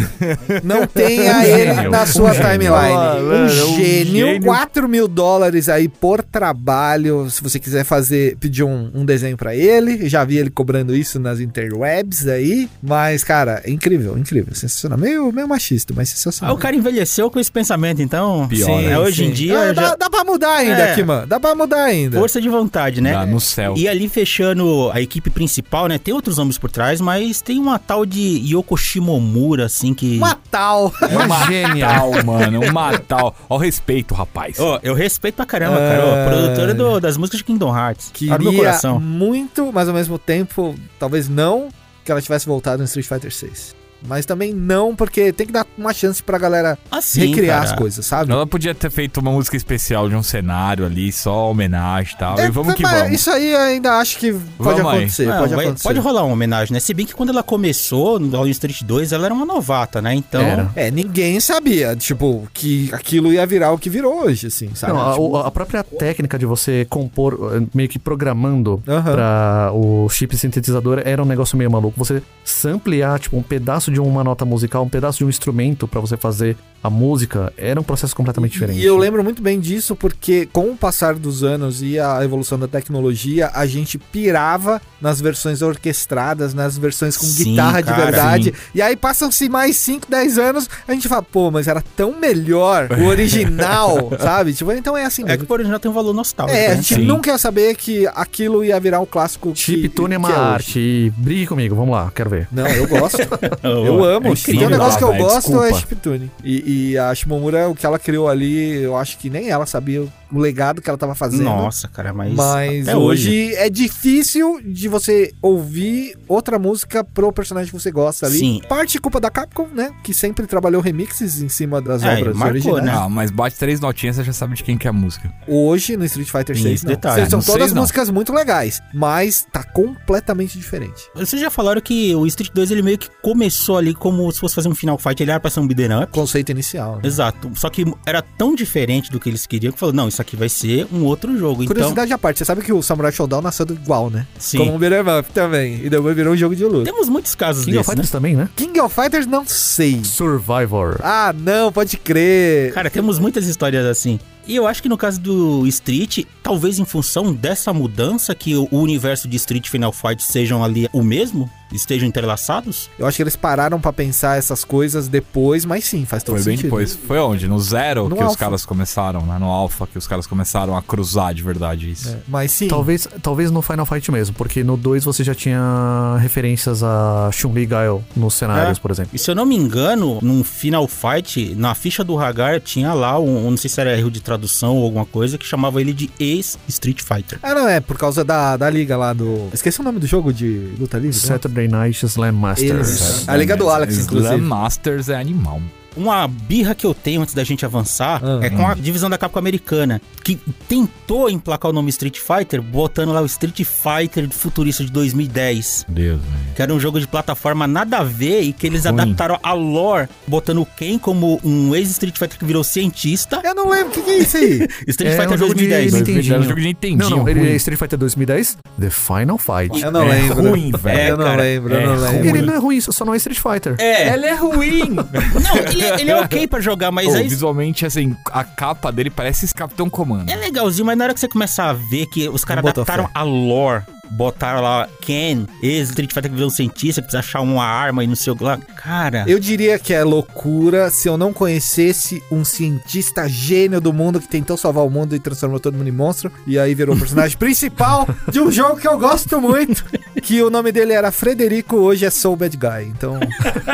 Speaker 3: Não tenha ele
Speaker 4: gênio,
Speaker 3: na
Speaker 4: um
Speaker 3: sua
Speaker 4: gênio.
Speaker 3: timeline. Um
Speaker 4: Malandro, um
Speaker 3: gênio.
Speaker 4: gênio.
Speaker 3: 4 mil dólares aí por trabalho. Se você quiser fazer, pedir um, um desenho pra ele. Já vi ele cobrando isso nas interwebs aí. Mas, cara, é incrível, incrível. Sensacional. Meio, meio machista, mas
Speaker 1: Ah,
Speaker 3: sensacional.
Speaker 1: o cara envelheceu com esse pensamento, então.
Speaker 4: Pior,
Speaker 1: sim,
Speaker 4: né?
Speaker 1: né, hoje em
Speaker 3: Sim.
Speaker 1: dia.
Speaker 3: Ah,
Speaker 1: já-
Speaker 3: dá, dá pra mudar ainda
Speaker 1: É.
Speaker 3: aqui, mano. Dá pra mudar ainda.
Speaker 1: Força de vontade, né?
Speaker 4: Tá no céu.
Speaker 1: E ali fechando a equipe principal, né? Tem outros nomes por trás, mas tem uma tal de Yoko Shimomura, assim, que.
Speaker 3: Uma tal.
Speaker 4: Uma genial, mano. Uma tal. Ó, o respeito, rapaz.
Speaker 1: Ó, eu respeito pra caramba, cara.
Speaker 3: É.
Speaker 1: Ó, produtora do- das músicas de Kingdom Hearts. Tá no meu
Speaker 3: Queria
Speaker 1: coração.
Speaker 3: muito, mas ao mesmo tempo, talvez não, que ela tivesse voltado no Street Fighter 6. Mas também não, porque tem que dar uma chance pra galera
Speaker 1: Assim,
Speaker 3: recriar
Speaker 1: cara.
Speaker 3: as coisas, sabe?
Speaker 4: Ela podia ter feito uma música especial de um cenário ali, só homenagem e tal.
Speaker 3: É,
Speaker 4: e vamos que
Speaker 3: mas
Speaker 4: vamos.
Speaker 3: Isso aí eu ainda acho que pode
Speaker 4: Vamos aí.
Speaker 3: acontecer.
Speaker 1: Não,
Speaker 3: pode
Speaker 1: vai-
Speaker 3: acontecer.
Speaker 1: pode rolar uma homenagem, né? Se bem que quando ela começou no All Street 2, ela era uma novata, né? Então.
Speaker 2: Era.
Speaker 3: É, ninguém sabia, tipo, que aquilo ia virar o que virou hoje, assim, sabe?
Speaker 2: Não, a-
Speaker 3: Tipo,
Speaker 2: o- a, própria técnica de você compor, eh, meio que programando
Speaker 3: Aham.
Speaker 2: pra o chip sintetizador era um negócio meio maluco. Você samplear, tipo, um pedaço de uma nota musical, um pedaço de um instrumento pra você fazer a música, era um processo completamente diferente.
Speaker 3: E eu lembro muito bem disso porque, com o passar dos anos e a evolução da tecnologia, a gente pirava nas versões orquestradas, nas versões com
Speaker 1: Sim,
Speaker 3: guitarra de
Speaker 1: cara,
Speaker 3: verdade. E aí passam-se mais 5, 10 anos, a gente fala, pô, mas era tão melhor o original, sabe? Tipo, então é assim
Speaker 1: É que
Speaker 3: mesmo.
Speaker 1: por original tem um valor nostálgico.
Speaker 3: É, a
Speaker 1: né?
Speaker 3: gente
Speaker 4: Sim.
Speaker 3: nunca ia saber que aquilo ia virar um clássico. que-
Speaker 2: Chip Tune é uma
Speaker 3: que hoje.
Speaker 2: arte. E brigue comigo, vamos lá, quero ver.
Speaker 3: Não, eu gosto. Eu
Speaker 1: Boa.
Speaker 3: amo.
Speaker 4: é
Speaker 3: Se tem um
Speaker 4: incrível,
Speaker 3: negócio que eu
Speaker 4: velho,
Speaker 3: gosto é
Speaker 4: desculpa.
Speaker 3: chiptune. E, e a Shimomura, o que ela criou ali, eu acho que nem ela sabia o o legado que ela tava fazendo.
Speaker 1: Nossa, cara, mas.
Speaker 3: né? Mas
Speaker 1: até
Speaker 3: hoje é difícil de você ouvir outra música pro personagem que você gosta ali.
Speaker 1: Sim.
Speaker 3: Parte culpa da Capcom, né? Que sempre trabalhou remixes em cima das
Speaker 1: É,
Speaker 3: obras
Speaker 1: marcou,
Speaker 3: originais.
Speaker 1: né?
Speaker 4: Ah, mas bate três notinhas, você já sabe de quem que é a música.
Speaker 3: Hoje, no Street Fighter
Speaker 1: Tem
Speaker 3: 6,
Speaker 1: esse detalhe.
Speaker 3: são
Speaker 4: Não sei,
Speaker 3: todas
Speaker 4: não.
Speaker 3: músicas muito legais, mas tá completamente diferente.
Speaker 1: Vocês já falaram que o Street 2 ele meio que começou ali como se fosse fazer um final fight, ele era pra ser um beat'em up.
Speaker 3: Conceito inicial. né?
Speaker 1: Exato. Só que era tão diferente do que eles queriam que falou, não, isso aqui vai ser um outro jogo. Então,
Speaker 3: Curiosidade à parte, você sabe que o Samurai Showdown nasceu do igual, né?
Speaker 1: sim. Então,
Speaker 3: Como um beat'em up também. E depois virou um jogo de luta.
Speaker 1: Temos muitos casos
Speaker 2: King of
Speaker 1: desses, né?
Speaker 2: Fighters também, né?
Speaker 3: King of Fighters não sei.
Speaker 2: Survivor.
Speaker 3: Ah, não, pode crer.
Speaker 1: Cara, temos muitas histórias assim. E eu acho que no caso do Street, talvez em função dessa mudança que o o universo de Street e Final Fight sejam ali o mesmo, estejam entrelaçados.
Speaker 3: Eu acho que eles pararam pra pensar essas coisas depois, mas sim, faz todo
Speaker 4: Foi bem
Speaker 3: sentido.
Speaker 4: depois. Foi onde? No Zero
Speaker 3: No
Speaker 4: que os
Speaker 3: Alpha.
Speaker 4: caras começaram, né? No Alpha que os caras começaram a cruzar de verdade isso.
Speaker 3: É, mas sim.
Speaker 2: Talvez, talvez no Final Fight mesmo, porque no 2 você já tinha referências a Chun-Li e Gael nos cenários,
Speaker 1: É.
Speaker 2: por exemplo.
Speaker 1: E se eu não me engano, num Final Fight, na ficha do Hagar, tinha lá um, um- não sei se era erro de tradução ou alguma coisa, que chamava ele de ex-Street Fighter.
Speaker 3: Ah, não, é por causa da, da liga lá do. Esqueci o nome do jogo de luta livre? né?
Speaker 2: Saturday Night Slam Masters.
Speaker 3: Eles- A Liga do Alex,
Speaker 4: Slam
Speaker 3: inclusive.
Speaker 4: Masters é animal.
Speaker 1: Uma birra que eu tenho antes da gente avançar
Speaker 3: Ah.
Speaker 1: é com a divisão da Capcom americana, que tentou emplacar o nome Street Fighter, botando lá o Street Fighter futurista de 2010.
Speaker 4: Deus, né?
Speaker 1: Que era um jogo de plataforma nada a ver e que eles
Speaker 4: Ruim.
Speaker 1: adaptaram a lore, botando o Ken como um ex-Street Fighter que virou cientista.
Speaker 3: Eu não lembro o que, que é isso aí.
Speaker 1: Street
Speaker 2: É,
Speaker 1: Fighter
Speaker 2: um jogo de
Speaker 1: 2010.
Speaker 2: Nintendo.
Speaker 4: Era um jogo de
Speaker 2: Não,
Speaker 4: Nintendinho.
Speaker 2: não, ele
Speaker 4: ruim.
Speaker 2: é Street Fighter 2010, The Final Fight.
Speaker 3: Eu não
Speaker 4: É
Speaker 3: lembro.
Speaker 4: ruim, velho.
Speaker 3: Eu não
Speaker 1: cara,
Speaker 3: lembro, eu
Speaker 4: é
Speaker 3: não lembro.
Speaker 2: Ele não é ruim, só não é Street Fighter.
Speaker 1: É,
Speaker 4: Ela é ruim!
Speaker 1: não, ele, ele é ok pra jogar, mas
Speaker 4: Pô,
Speaker 1: aí
Speaker 4: Visualmente, assim, a capa dele parece esse Capitão Comando.
Speaker 1: é legalzinho, mas na hora que você começa a ver que os caras
Speaker 3: Não botou
Speaker 1: adaptaram
Speaker 3: fé.
Speaker 1: a lore, botaram lá Ken, ex-Street Fighter que virou um cientista, que precisa achar uma arma e não sei o que lá. Cara,
Speaker 3: Eu diria que é loucura se eu não conhecesse um cientista gênio do mundo que tentou salvar o mundo e transformou todo mundo em monstro. E aí virou o personagem principal de um jogo que eu gosto muito. Que o nome dele era Frederico, hoje é Soul Bad Guy. Então,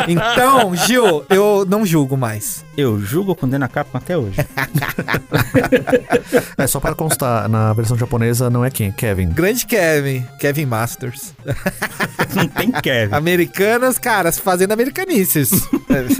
Speaker 3: então Gil, eu não julgo mais.
Speaker 1: eu julgo condeno a Capcom até hoje.
Speaker 2: É, só para constar, na versão japonesa não é quem, é Kevin.
Speaker 3: Grande Kevin, Kevin Masters.
Speaker 1: não tem Kevin.
Speaker 3: Americanas, caras, fazendo americanices.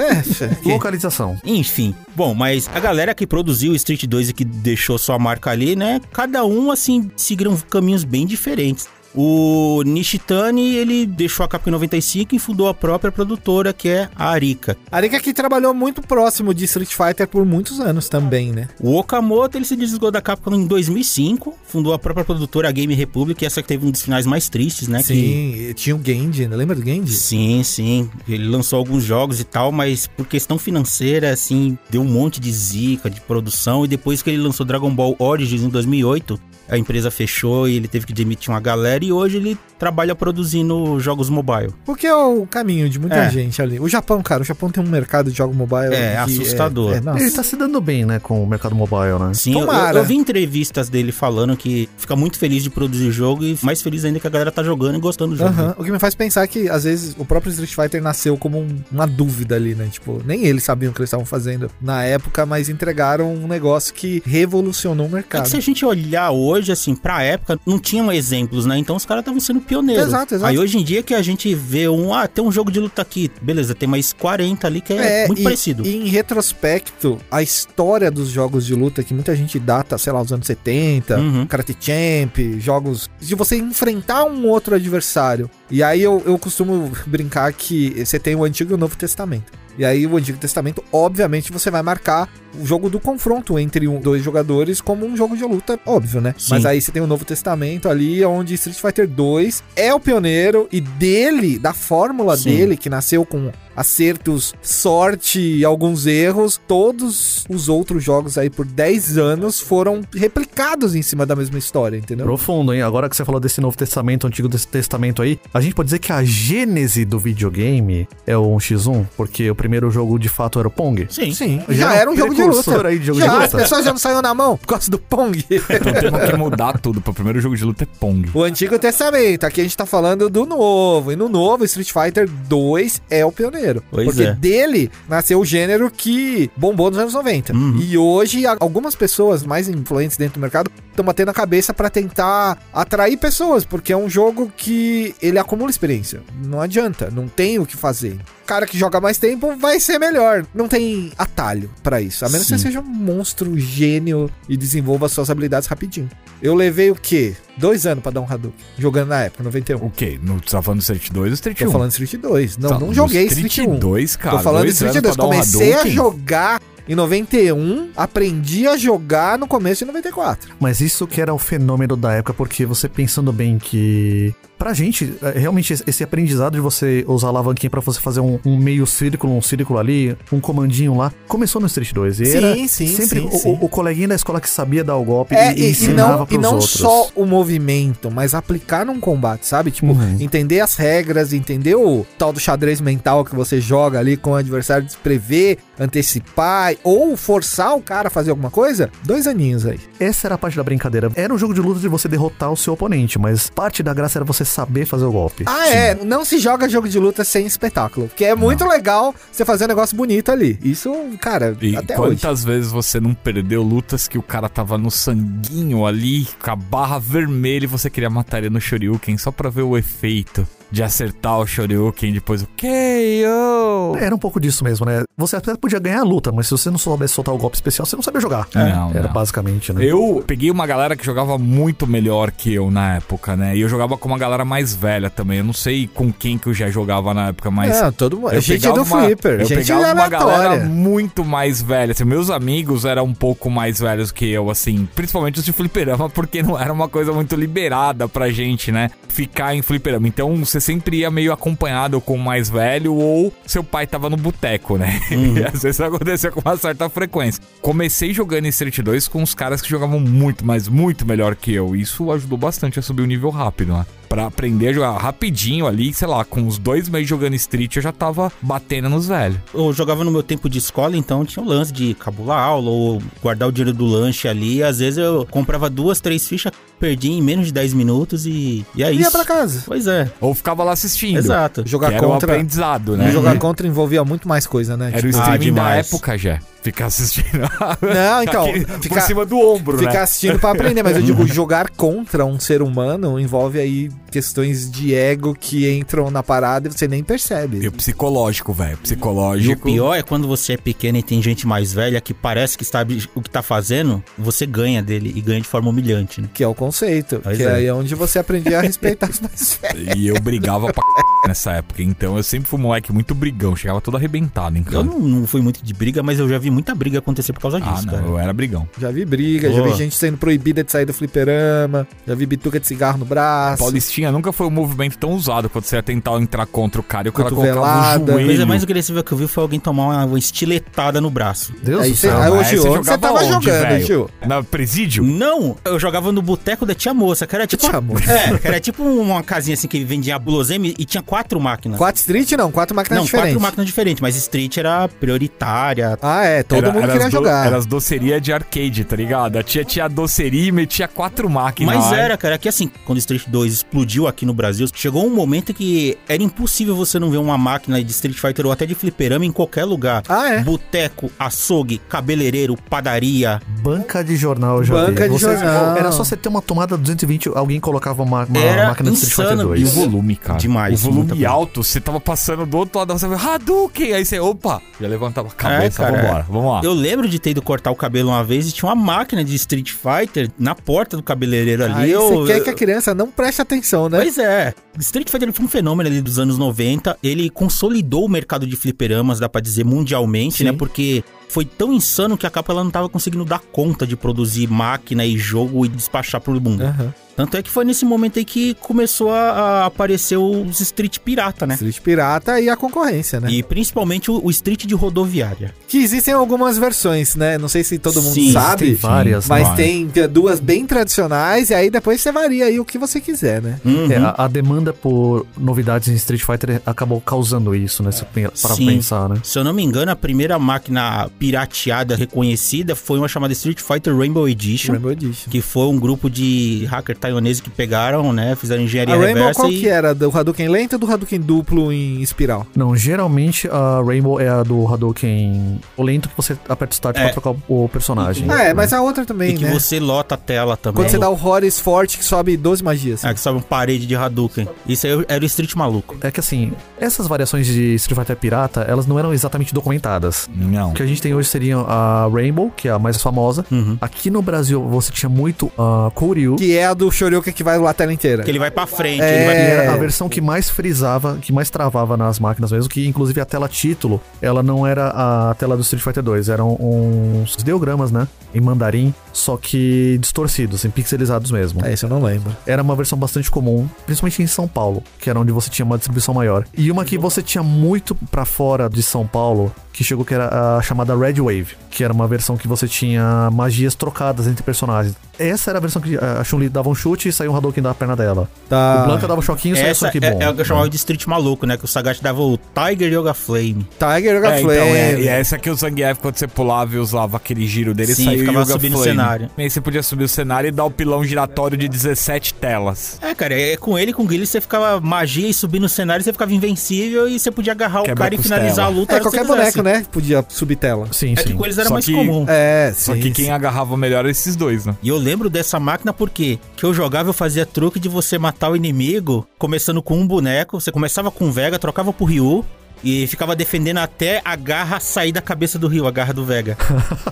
Speaker 3: É,
Speaker 2: Localização.
Speaker 1: Enfim, bom, mas a galera que produziu o Street 2 e que deixou sua marca ali, né? Cada um, assim, seguiram caminhos bem diferentes. O Nishitani, ele deixou a Capcom em 95 e fundou a própria produtora, que é a Arika.
Speaker 3: A Arika que trabalhou muito próximo de Street Fighter por muitos anos também, né?
Speaker 1: O Okamoto, ele se desligou da Capcom em 2005, fundou a própria produtora a Game Republic, e essa que teve um dos finais mais tristes, né? que-
Speaker 3: Sim, e tinha o Genji, né? lembra do Genji?
Speaker 1: Sim, sim. Ele lançou alguns jogos e tal, mas por questão financeira, assim, deu um monte de zica de produção. E depois que ele lançou Dragon Ball Origins em 2008, a empresa fechou e ele teve que demitir uma galera. E hoje ele trabalha produzindo jogos mobile.
Speaker 3: Porque é o caminho de muita
Speaker 1: É.
Speaker 3: gente ali. O Japão, cara, o Japão tem um mercado de jogo mobile.
Speaker 1: É,
Speaker 3: que
Speaker 1: assustador.
Speaker 3: É, é, nossa.
Speaker 2: Ele tá se dando bem, né, com o mercado mobile, né?
Speaker 1: Sim, eu,
Speaker 3: Tomara.
Speaker 1: eu vi entrevistas dele falando que fica muito feliz de produzir jogo e mais feliz ainda que a galera tá jogando e gostando do jogo.
Speaker 3: Aham. O que me faz pensar que, às vezes, o próprio Street Fighter nasceu como um- uma dúvida ali, né? Tipo, nem eles sabiam o que eles estavam fazendo na época, mas entregaram um negócio que revolucionou o
Speaker 1: É
Speaker 3: mercado.
Speaker 1: que se a gente olhar hoje, assim, pra época, não tinham exemplos, né? Então os caras estavam sendo pioneiros.
Speaker 3: Exato, exato.
Speaker 1: Aí hoje em dia que a gente vê um, ah, tem um jogo de luta aqui, beleza, tem mais 40 ali que é, muito
Speaker 3: e,
Speaker 1: parecido.
Speaker 3: E em retrospecto, a história dos jogos de luta que muita gente data, sei lá, os anos 70,
Speaker 1: Uhum.
Speaker 3: Karate Champ, jogos de você enfrentar um outro adversário. E aí eu, eu costumo brincar que você tem o Antigo e o Novo Testamento. E aí o Antigo Testamento, obviamente, você vai marcar o jogo do confronto entre um- dois jogadores como um jogo de luta, óbvio, né?
Speaker 1: Sim.
Speaker 3: Mas aí você tem o Novo Testamento ali, onde Street Fighter 2 é o pioneiro e dele, da fórmula
Speaker 1: Sim.
Speaker 3: dele, que nasceu com acertos, sorte e alguns erros, todos os outros jogos aí por 10 anos foram replicados em cima da mesma história, entendeu?
Speaker 2: Profundo, hein? Agora que você falou desse Novo Testamento, Antigo Tes- Testamento aí, a gente pode dizer que a gênese do videogame é o 1x1, porque o primeiro jogo de fato era o Pong.
Speaker 1: Sim.
Speaker 3: Já era um jogo de
Speaker 2: precursor
Speaker 3: luta.
Speaker 2: Aí de é jogo
Speaker 3: já,
Speaker 2: de
Speaker 3: as
Speaker 2: luta.
Speaker 3: pessoas já não saíram na mão por causa do Pong.
Speaker 4: Então temos que mudar tudo. Pro primeiro jogo de luta é Pong.
Speaker 3: tá o Antigo Testamento, aqui a gente tá falando do novo. E no novo, Street Fighter 2 é o brasileiro.
Speaker 1: Pois
Speaker 3: porque
Speaker 1: é.
Speaker 3: dele nasceu o gênero que bombou nos anos 90.
Speaker 1: Uhum.
Speaker 3: E hoje, a- algumas pessoas mais influentes dentro do mercado estão batendo a cabeça pra tentar atrair pessoas, porque é um jogo que ele acumula experiência. Não adianta, não tem o que fazer. O cara que joga mais tempo vai ser melhor. Não tem atalho pra isso. A menos que
Speaker 1: Sim.
Speaker 3: você seja um monstro, gênio e desenvolva suas habilidades rapidinho. Eu levei o quê? Dois anos pra dar um Hadouken, jogando na época, 91.
Speaker 4: O quê? No, você tá falando do Street 2 ou Street
Speaker 3: Tô
Speaker 4: 1?
Speaker 3: falando Street 2. Não,
Speaker 4: Tá,
Speaker 3: não
Speaker 4: no
Speaker 3: joguei Street,
Speaker 4: Street
Speaker 3: 1.
Speaker 4: 2, cara.
Speaker 3: Tô falando
Speaker 4: dois
Speaker 3: Street
Speaker 4: anos
Speaker 3: 2.
Speaker 4: pra dar um
Speaker 3: Comecei a
Speaker 4: Hadouken?
Speaker 3: jogar em 91, aprendi a jogar no começo de 94.
Speaker 2: Mas isso que era o fenômeno da época, porque você pensando bem que. Pra gente, é, realmente, esse- esse aprendizado de você usar a alavanquinha pra você fazer um, um meio círculo, um círculo ali, um comandinho lá, começou no Street 2. E
Speaker 3: Sim,
Speaker 2: era
Speaker 3: sim,
Speaker 2: sempre
Speaker 3: sim,
Speaker 2: o,
Speaker 3: sim.
Speaker 2: o coleguinha da escola que sabia dar o golpe
Speaker 3: É,
Speaker 2: e,
Speaker 3: e, e
Speaker 2: ensinava
Speaker 3: não, e
Speaker 2: pros
Speaker 3: não
Speaker 2: outros.
Speaker 3: só o movimento, mas aplicar num combate, sabe? Tipo,
Speaker 2: Uhum.
Speaker 3: entender as regras, entender o tal do xadrez mental que você joga ali com o adversário, desprever, antecipar ou forçar o cara a fazer alguma coisa. Dois aninhos aí.
Speaker 2: Essa era a parte da brincadeira. Era um jogo de luta de você derrotar o seu oponente, mas parte da graça era você saber fazer o golpe.
Speaker 3: Ah, é. Não se joga jogo de luta sem espetáculo. Que é muito legal você fazer um negócio bonito ali. Isso, cara,
Speaker 4: E
Speaker 3: até hoje.
Speaker 4: quantas vezes você não perdeu lutas que o cara tava no sanguinho ali, com a barra vermelha e você queria matar ele no Shoryuken só pra ver o efeito de acertar o Shoryuken depois o KO?
Speaker 3: É.
Speaker 2: Era um pouco disso mesmo, né? Você até podia ganhar a luta, mas se você não soubesse soltar o golpe especial, você não sabia jogar.
Speaker 4: Não,
Speaker 2: era
Speaker 4: não.
Speaker 2: basicamente, né?
Speaker 4: Eu peguei uma galera que jogava muito melhor que eu na época, né? E eu jogava com uma galera mais velha também. Eu não sei com quem que eu já jogava na época, mas.
Speaker 3: Não, todo mundo.
Speaker 4: Eu
Speaker 3: É, gente
Speaker 4: pegava
Speaker 3: do
Speaker 4: uma-
Speaker 3: Flipper.
Speaker 4: eu
Speaker 3: gente é
Speaker 4: pegava uma galera
Speaker 3: aleatória.
Speaker 4: muito mais velha. Assim, meus amigos eram um pouco mais velhos que eu, assim. Principalmente os de fliperama, porque não era uma coisa muito liberada pra gente, né? Ficar em fliperama. Então, você sempre ia meio acompanhado com o mais velho ou seu pai tava no boteco, né? E às vezes acontecia com uma certa frequência. Comecei jogando em Street 2 com os caras que jogavam muito, mas muito melhor que eu. Isso ajudou bastante a subir o nível rápido, né? Pra aprender a jogar rapidinho ali, sei lá, com uns dois meses jogando Street, eu já tava batendo nos velhos.
Speaker 1: Eu jogava no meu tempo de escola, então tinha o lance de cabular aula ou guardar o dinheiro do lanche ali. Às vezes eu comprava duas, três fichas, perdi em menos de 10 minutos e, e é
Speaker 3: Ia
Speaker 1: isso.
Speaker 3: pra casa.
Speaker 1: Pois é,
Speaker 4: Ou ficava lá assistindo.
Speaker 1: exato.
Speaker 4: Que
Speaker 3: Jogar
Speaker 4: era um
Speaker 3: contra.
Speaker 4: aprendizado, né?
Speaker 3: Jogar contra envolvia muito mais coisa, né?
Speaker 4: Era o
Speaker 3: Tipo,
Speaker 1: Ah,
Speaker 4: streaming da
Speaker 1: demais.
Speaker 4: época, já. Ficar assistindo.
Speaker 3: Não, então.
Speaker 4: Aqui, por
Speaker 3: Ficar,
Speaker 4: cima do ombro,
Speaker 3: ficar
Speaker 4: né?
Speaker 3: assistindo pra aprender. Mas eu digo, jogar contra um ser humano envolve aí questões de ego que entram na parada e você nem percebe.
Speaker 4: E o psicológico, velho.
Speaker 1: E o
Speaker 4: Psicológico.
Speaker 1: pior é quando você é pequeno e tem gente mais velha que parece que sabe o que tá fazendo, você ganha dele e ganha de forma humilhante, né?
Speaker 3: Que é o conceito.
Speaker 1: Pois
Speaker 3: que
Speaker 1: é.
Speaker 3: é. aí é onde você aprende a respeitar os mais velhos.
Speaker 4: E eu brigava pra c... nessa época. Então eu sempre fui um moleque muito brigão. Chegava todo arrebentado em
Speaker 1: Eu
Speaker 4: casa.
Speaker 1: não, não fui muito de briga, mas eu já vi muita briga acontecer por causa
Speaker 4: Ah,
Speaker 1: disso,
Speaker 4: não.
Speaker 1: cara.
Speaker 4: Eu era brigão.
Speaker 3: Já vi briga, já
Speaker 1: Boa.
Speaker 3: vi gente sendo proibida de sair do fliperama, já vi bituca de cigarro no
Speaker 1: Assim-
Speaker 3: braço.
Speaker 4: Paulistinha nunca foi um movimento tão usado quando você ia tentar entrar contra o cara e o cara colocava o
Speaker 3: Cotovelada.
Speaker 1: A coisa
Speaker 4: joelho.
Speaker 1: é mais agressiva que eu vi foi alguém tomar uma- uma estiletada no braço.
Speaker 2: Deus
Speaker 3: É Aí
Speaker 2: do
Speaker 3: você,
Speaker 2: céu.
Speaker 3: aí
Speaker 4: mas
Speaker 3: hoje
Speaker 4: você
Speaker 3: onde você
Speaker 4: jogava
Speaker 3: tava
Speaker 4: onde,
Speaker 3: jogando,
Speaker 4: velho?
Speaker 3: tio.
Speaker 4: Na presídio?
Speaker 1: Não, eu jogava no boteco da tia moça, que era tipo.
Speaker 3: Tipo- Tia moça.
Speaker 1: É, que era tipo uma casinha assim que vendia guloseima e tinha quatro máquinas.
Speaker 3: Quatro Street não, quatro máquinas
Speaker 1: não,
Speaker 3: diferentes.
Speaker 1: quatro máquinas diferentes, mas Street era prioritária.
Speaker 3: Ah, é, todo
Speaker 4: Era-
Speaker 3: mundo
Speaker 4: era
Speaker 3: queria
Speaker 4: as do-
Speaker 3: jogar.
Speaker 4: Era as docerias de arcade, tá ligado? A tia tinha a doceria e metia quatro máquinas.
Speaker 1: Mas
Speaker 4: lá.
Speaker 1: era, cara, que assim, quando Street 2 explodiu aqui no Brasil, chegou um momento que era impossível você não ver uma máquina de Street Fighter ou até de fliperama em qualquer lugar.
Speaker 3: Ah, é.
Speaker 1: Boteco, açougue, cabeleireiro, padaria.
Speaker 2: Banca de jornal, eu já
Speaker 3: Banca
Speaker 2: vi.
Speaker 3: de jornal.
Speaker 2: Era só você ter uma tomada 220, alguém colocava uma, uma
Speaker 1: Era
Speaker 2: máquina de Street Fighter
Speaker 1: insano.
Speaker 2: 2.
Speaker 4: E o volume, cara.
Speaker 1: Demais,
Speaker 4: O
Speaker 1: muita
Speaker 4: volume
Speaker 1: coisa.
Speaker 4: alto, você tava passando do outro lado da sala, você vai, Hadouken! Aí você, opa! Já levantava a cabeça,
Speaker 1: É, cara.
Speaker 4: vambora, vamos lá.
Speaker 1: Eu lembro de ter ido cortar o cabelo uma vez e tinha uma máquina de Street Fighter na porta do cabeleireiro ali.
Speaker 3: Aí
Speaker 1: eu,
Speaker 3: você quer que a
Speaker 1: eu-
Speaker 3: criança não preste atenção, né?
Speaker 1: Pois é, Street Fighter ele foi um fenômeno ali dos anos 90, ele consolidou o mercado de fliperamas, dá pra dizer, mundialmente,
Speaker 3: Sim.
Speaker 1: né? Porque foi tão insano que a capa ela não tava conseguindo dar conta de produzir máquina e jogo e despachar pro mundo.
Speaker 3: Aham.
Speaker 1: Tanto é que foi nesse momento aí que começou a, a aparecer os Street Pirata, né?
Speaker 3: Street Pirata e a concorrência, né?
Speaker 1: E principalmente o, o Street de rodoviária.
Speaker 3: Que existem algumas versões, né? Não sei se todo mundo
Speaker 1: Sim,
Speaker 3: sabe,
Speaker 2: Tem várias,
Speaker 3: mas
Speaker 2: né?
Speaker 3: tem duas bem tradicionais e aí depois você varia aí o que você quiser, né?
Speaker 2: É,
Speaker 1: Uhum.
Speaker 2: a, a demanda por novidades em Street Fighter acabou causando isso, né? Se pe- para
Speaker 1: Sim.
Speaker 2: pensar, né?
Speaker 1: Se eu não me engano, a primeira máquina pirateada reconhecida foi uma chamada Street Fighter Rainbow Edition.
Speaker 3: Rainbow Edition.
Speaker 1: que foi um grupo de hacker taiwaneses que pegaram, né? Fizeram engenharia
Speaker 3: a Rainbow
Speaker 1: reversa
Speaker 3: qual
Speaker 1: e...
Speaker 3: que é, era? Do Hadouken lento ou do Hadouken duplo em espiral?
Speaker 2: Não, geralmente a Rainbow é a do Hadouken. O lento que você aperta o start
Speaker 1: É.
Speaker 2: pra trocar o personagem.
Speaker 3: Ah, é,
Speaker 2: né?
Speaker 3: mas a outra também,
Speaker 1: E que
Speaker 3: né?
Speaker 1: você lota a tela também.
Speaker 3: Quando você dá o Horus forte que sobe 12 magias.
Speaker 1: Ah, que sobe uma parede de Hadouken. Isso aí era o Street maluco.
Speaker 2: É que assim, essas variações de Street Fighter Pirata, elas não eram exatamente documentadas.
Speaker 4: Não.
Speaker 2: O que a gente tem hoje seria a Rainbow, que é a mais famosa.
Speaker 1: Uhum.
Speaker 2: Aqui no Brasil você tinha muito a Koryu, que
Speaker 3: Que é a do Shoryuken que vai lá a tela inteira.
Speaker 1: Que ele vai pra frente,
Speaker 3: É.
Speaker 1: ele vai pra...
Speaker 2: era a versão que mais frisava, que mais travava nas máquinas mesmo, que inclusive a tela título, ela não era a tela do Street Fighter 2, eram uns ideogramas, né? Em mandarim, só que distorcidos, em pixelizados mesmo.
Speaker 3: É, isso eu não lembro.
Speaker 2: era uma versão bastante comum, principalmente em São Paulo, que era onde você tinha uma distribuição maior. E uma que você tinha muito pra fora de São Paulo, que chegou que era a chamada Red Wave, que era uma versão que você tinha magias trocadas entre personagens. Essa era a versão que a Chun-Li dava um chute e saiu um Hadouken da perna dela.
Speaker 3: Tá.
Speaker 2: O Blanca dava um choquinho e saiu um
Speaker 1: Ah, Essa é,
Speaker 2: Sonic Bom.
Speaker 1: é o que eu chamava de Street maluco, né? Que o Sagat dava o Tiger Yoga Flame. né?
Speaker 3: Tiger Yoga
Speaker 4: É, então,
Speaker 3: Flame.
Speaker 4: é, e essa que o Zangief, quando você pulava e usava aquele giro dele,
Speaker 1: Sim,
Speaker 4: saiu
Speaker 1: ficava
Speaker 4: Yuga
Speaker 1: subindo o
Speaker 4: Flame.
Speaker 1: cenário.
Speaker 4: E aí você podia subir o cenário e dar o pilão giratório de 17 telas.
Speaker 1: É, cara, é com ele, com o Guile, você ficava magia e subir no cenário, você ficava invencível e você podia agarrar o
Speaker 4: Quebra
Speaker 1: cara e
Speaker 4: costela.
Speaker 1: finalizar a luta.
Speaker 3: É,
Speaker 1: que você
Speaker 3: qualquer
Speaker 1: quisesse.
Speaker 3: boneco, né? Podia subir tela.
Speaker 2: Sim,
Speaker 1: É que
Speaker 2: sim.
Speaker 1: com eles era
Speaker 4: Só
Speaker 1: mais
Speaker 4: que-
Speaker 1: comum.
Speaker 3: É, sim.
Speaker 4: Só que quem
Speaker 3: sim.
Speaker 4: agarrava melhor era esses dois, né?
Speaker 1: E eu lembro dessa máquina porque que eu jogava, eu fazia truque de você matar o inimigo, começando com um boneco. Você começava com o Vega, trocava pro Ryu e ficava defendendo até a garra sair da cabeça do Ryu, a garra do Vega.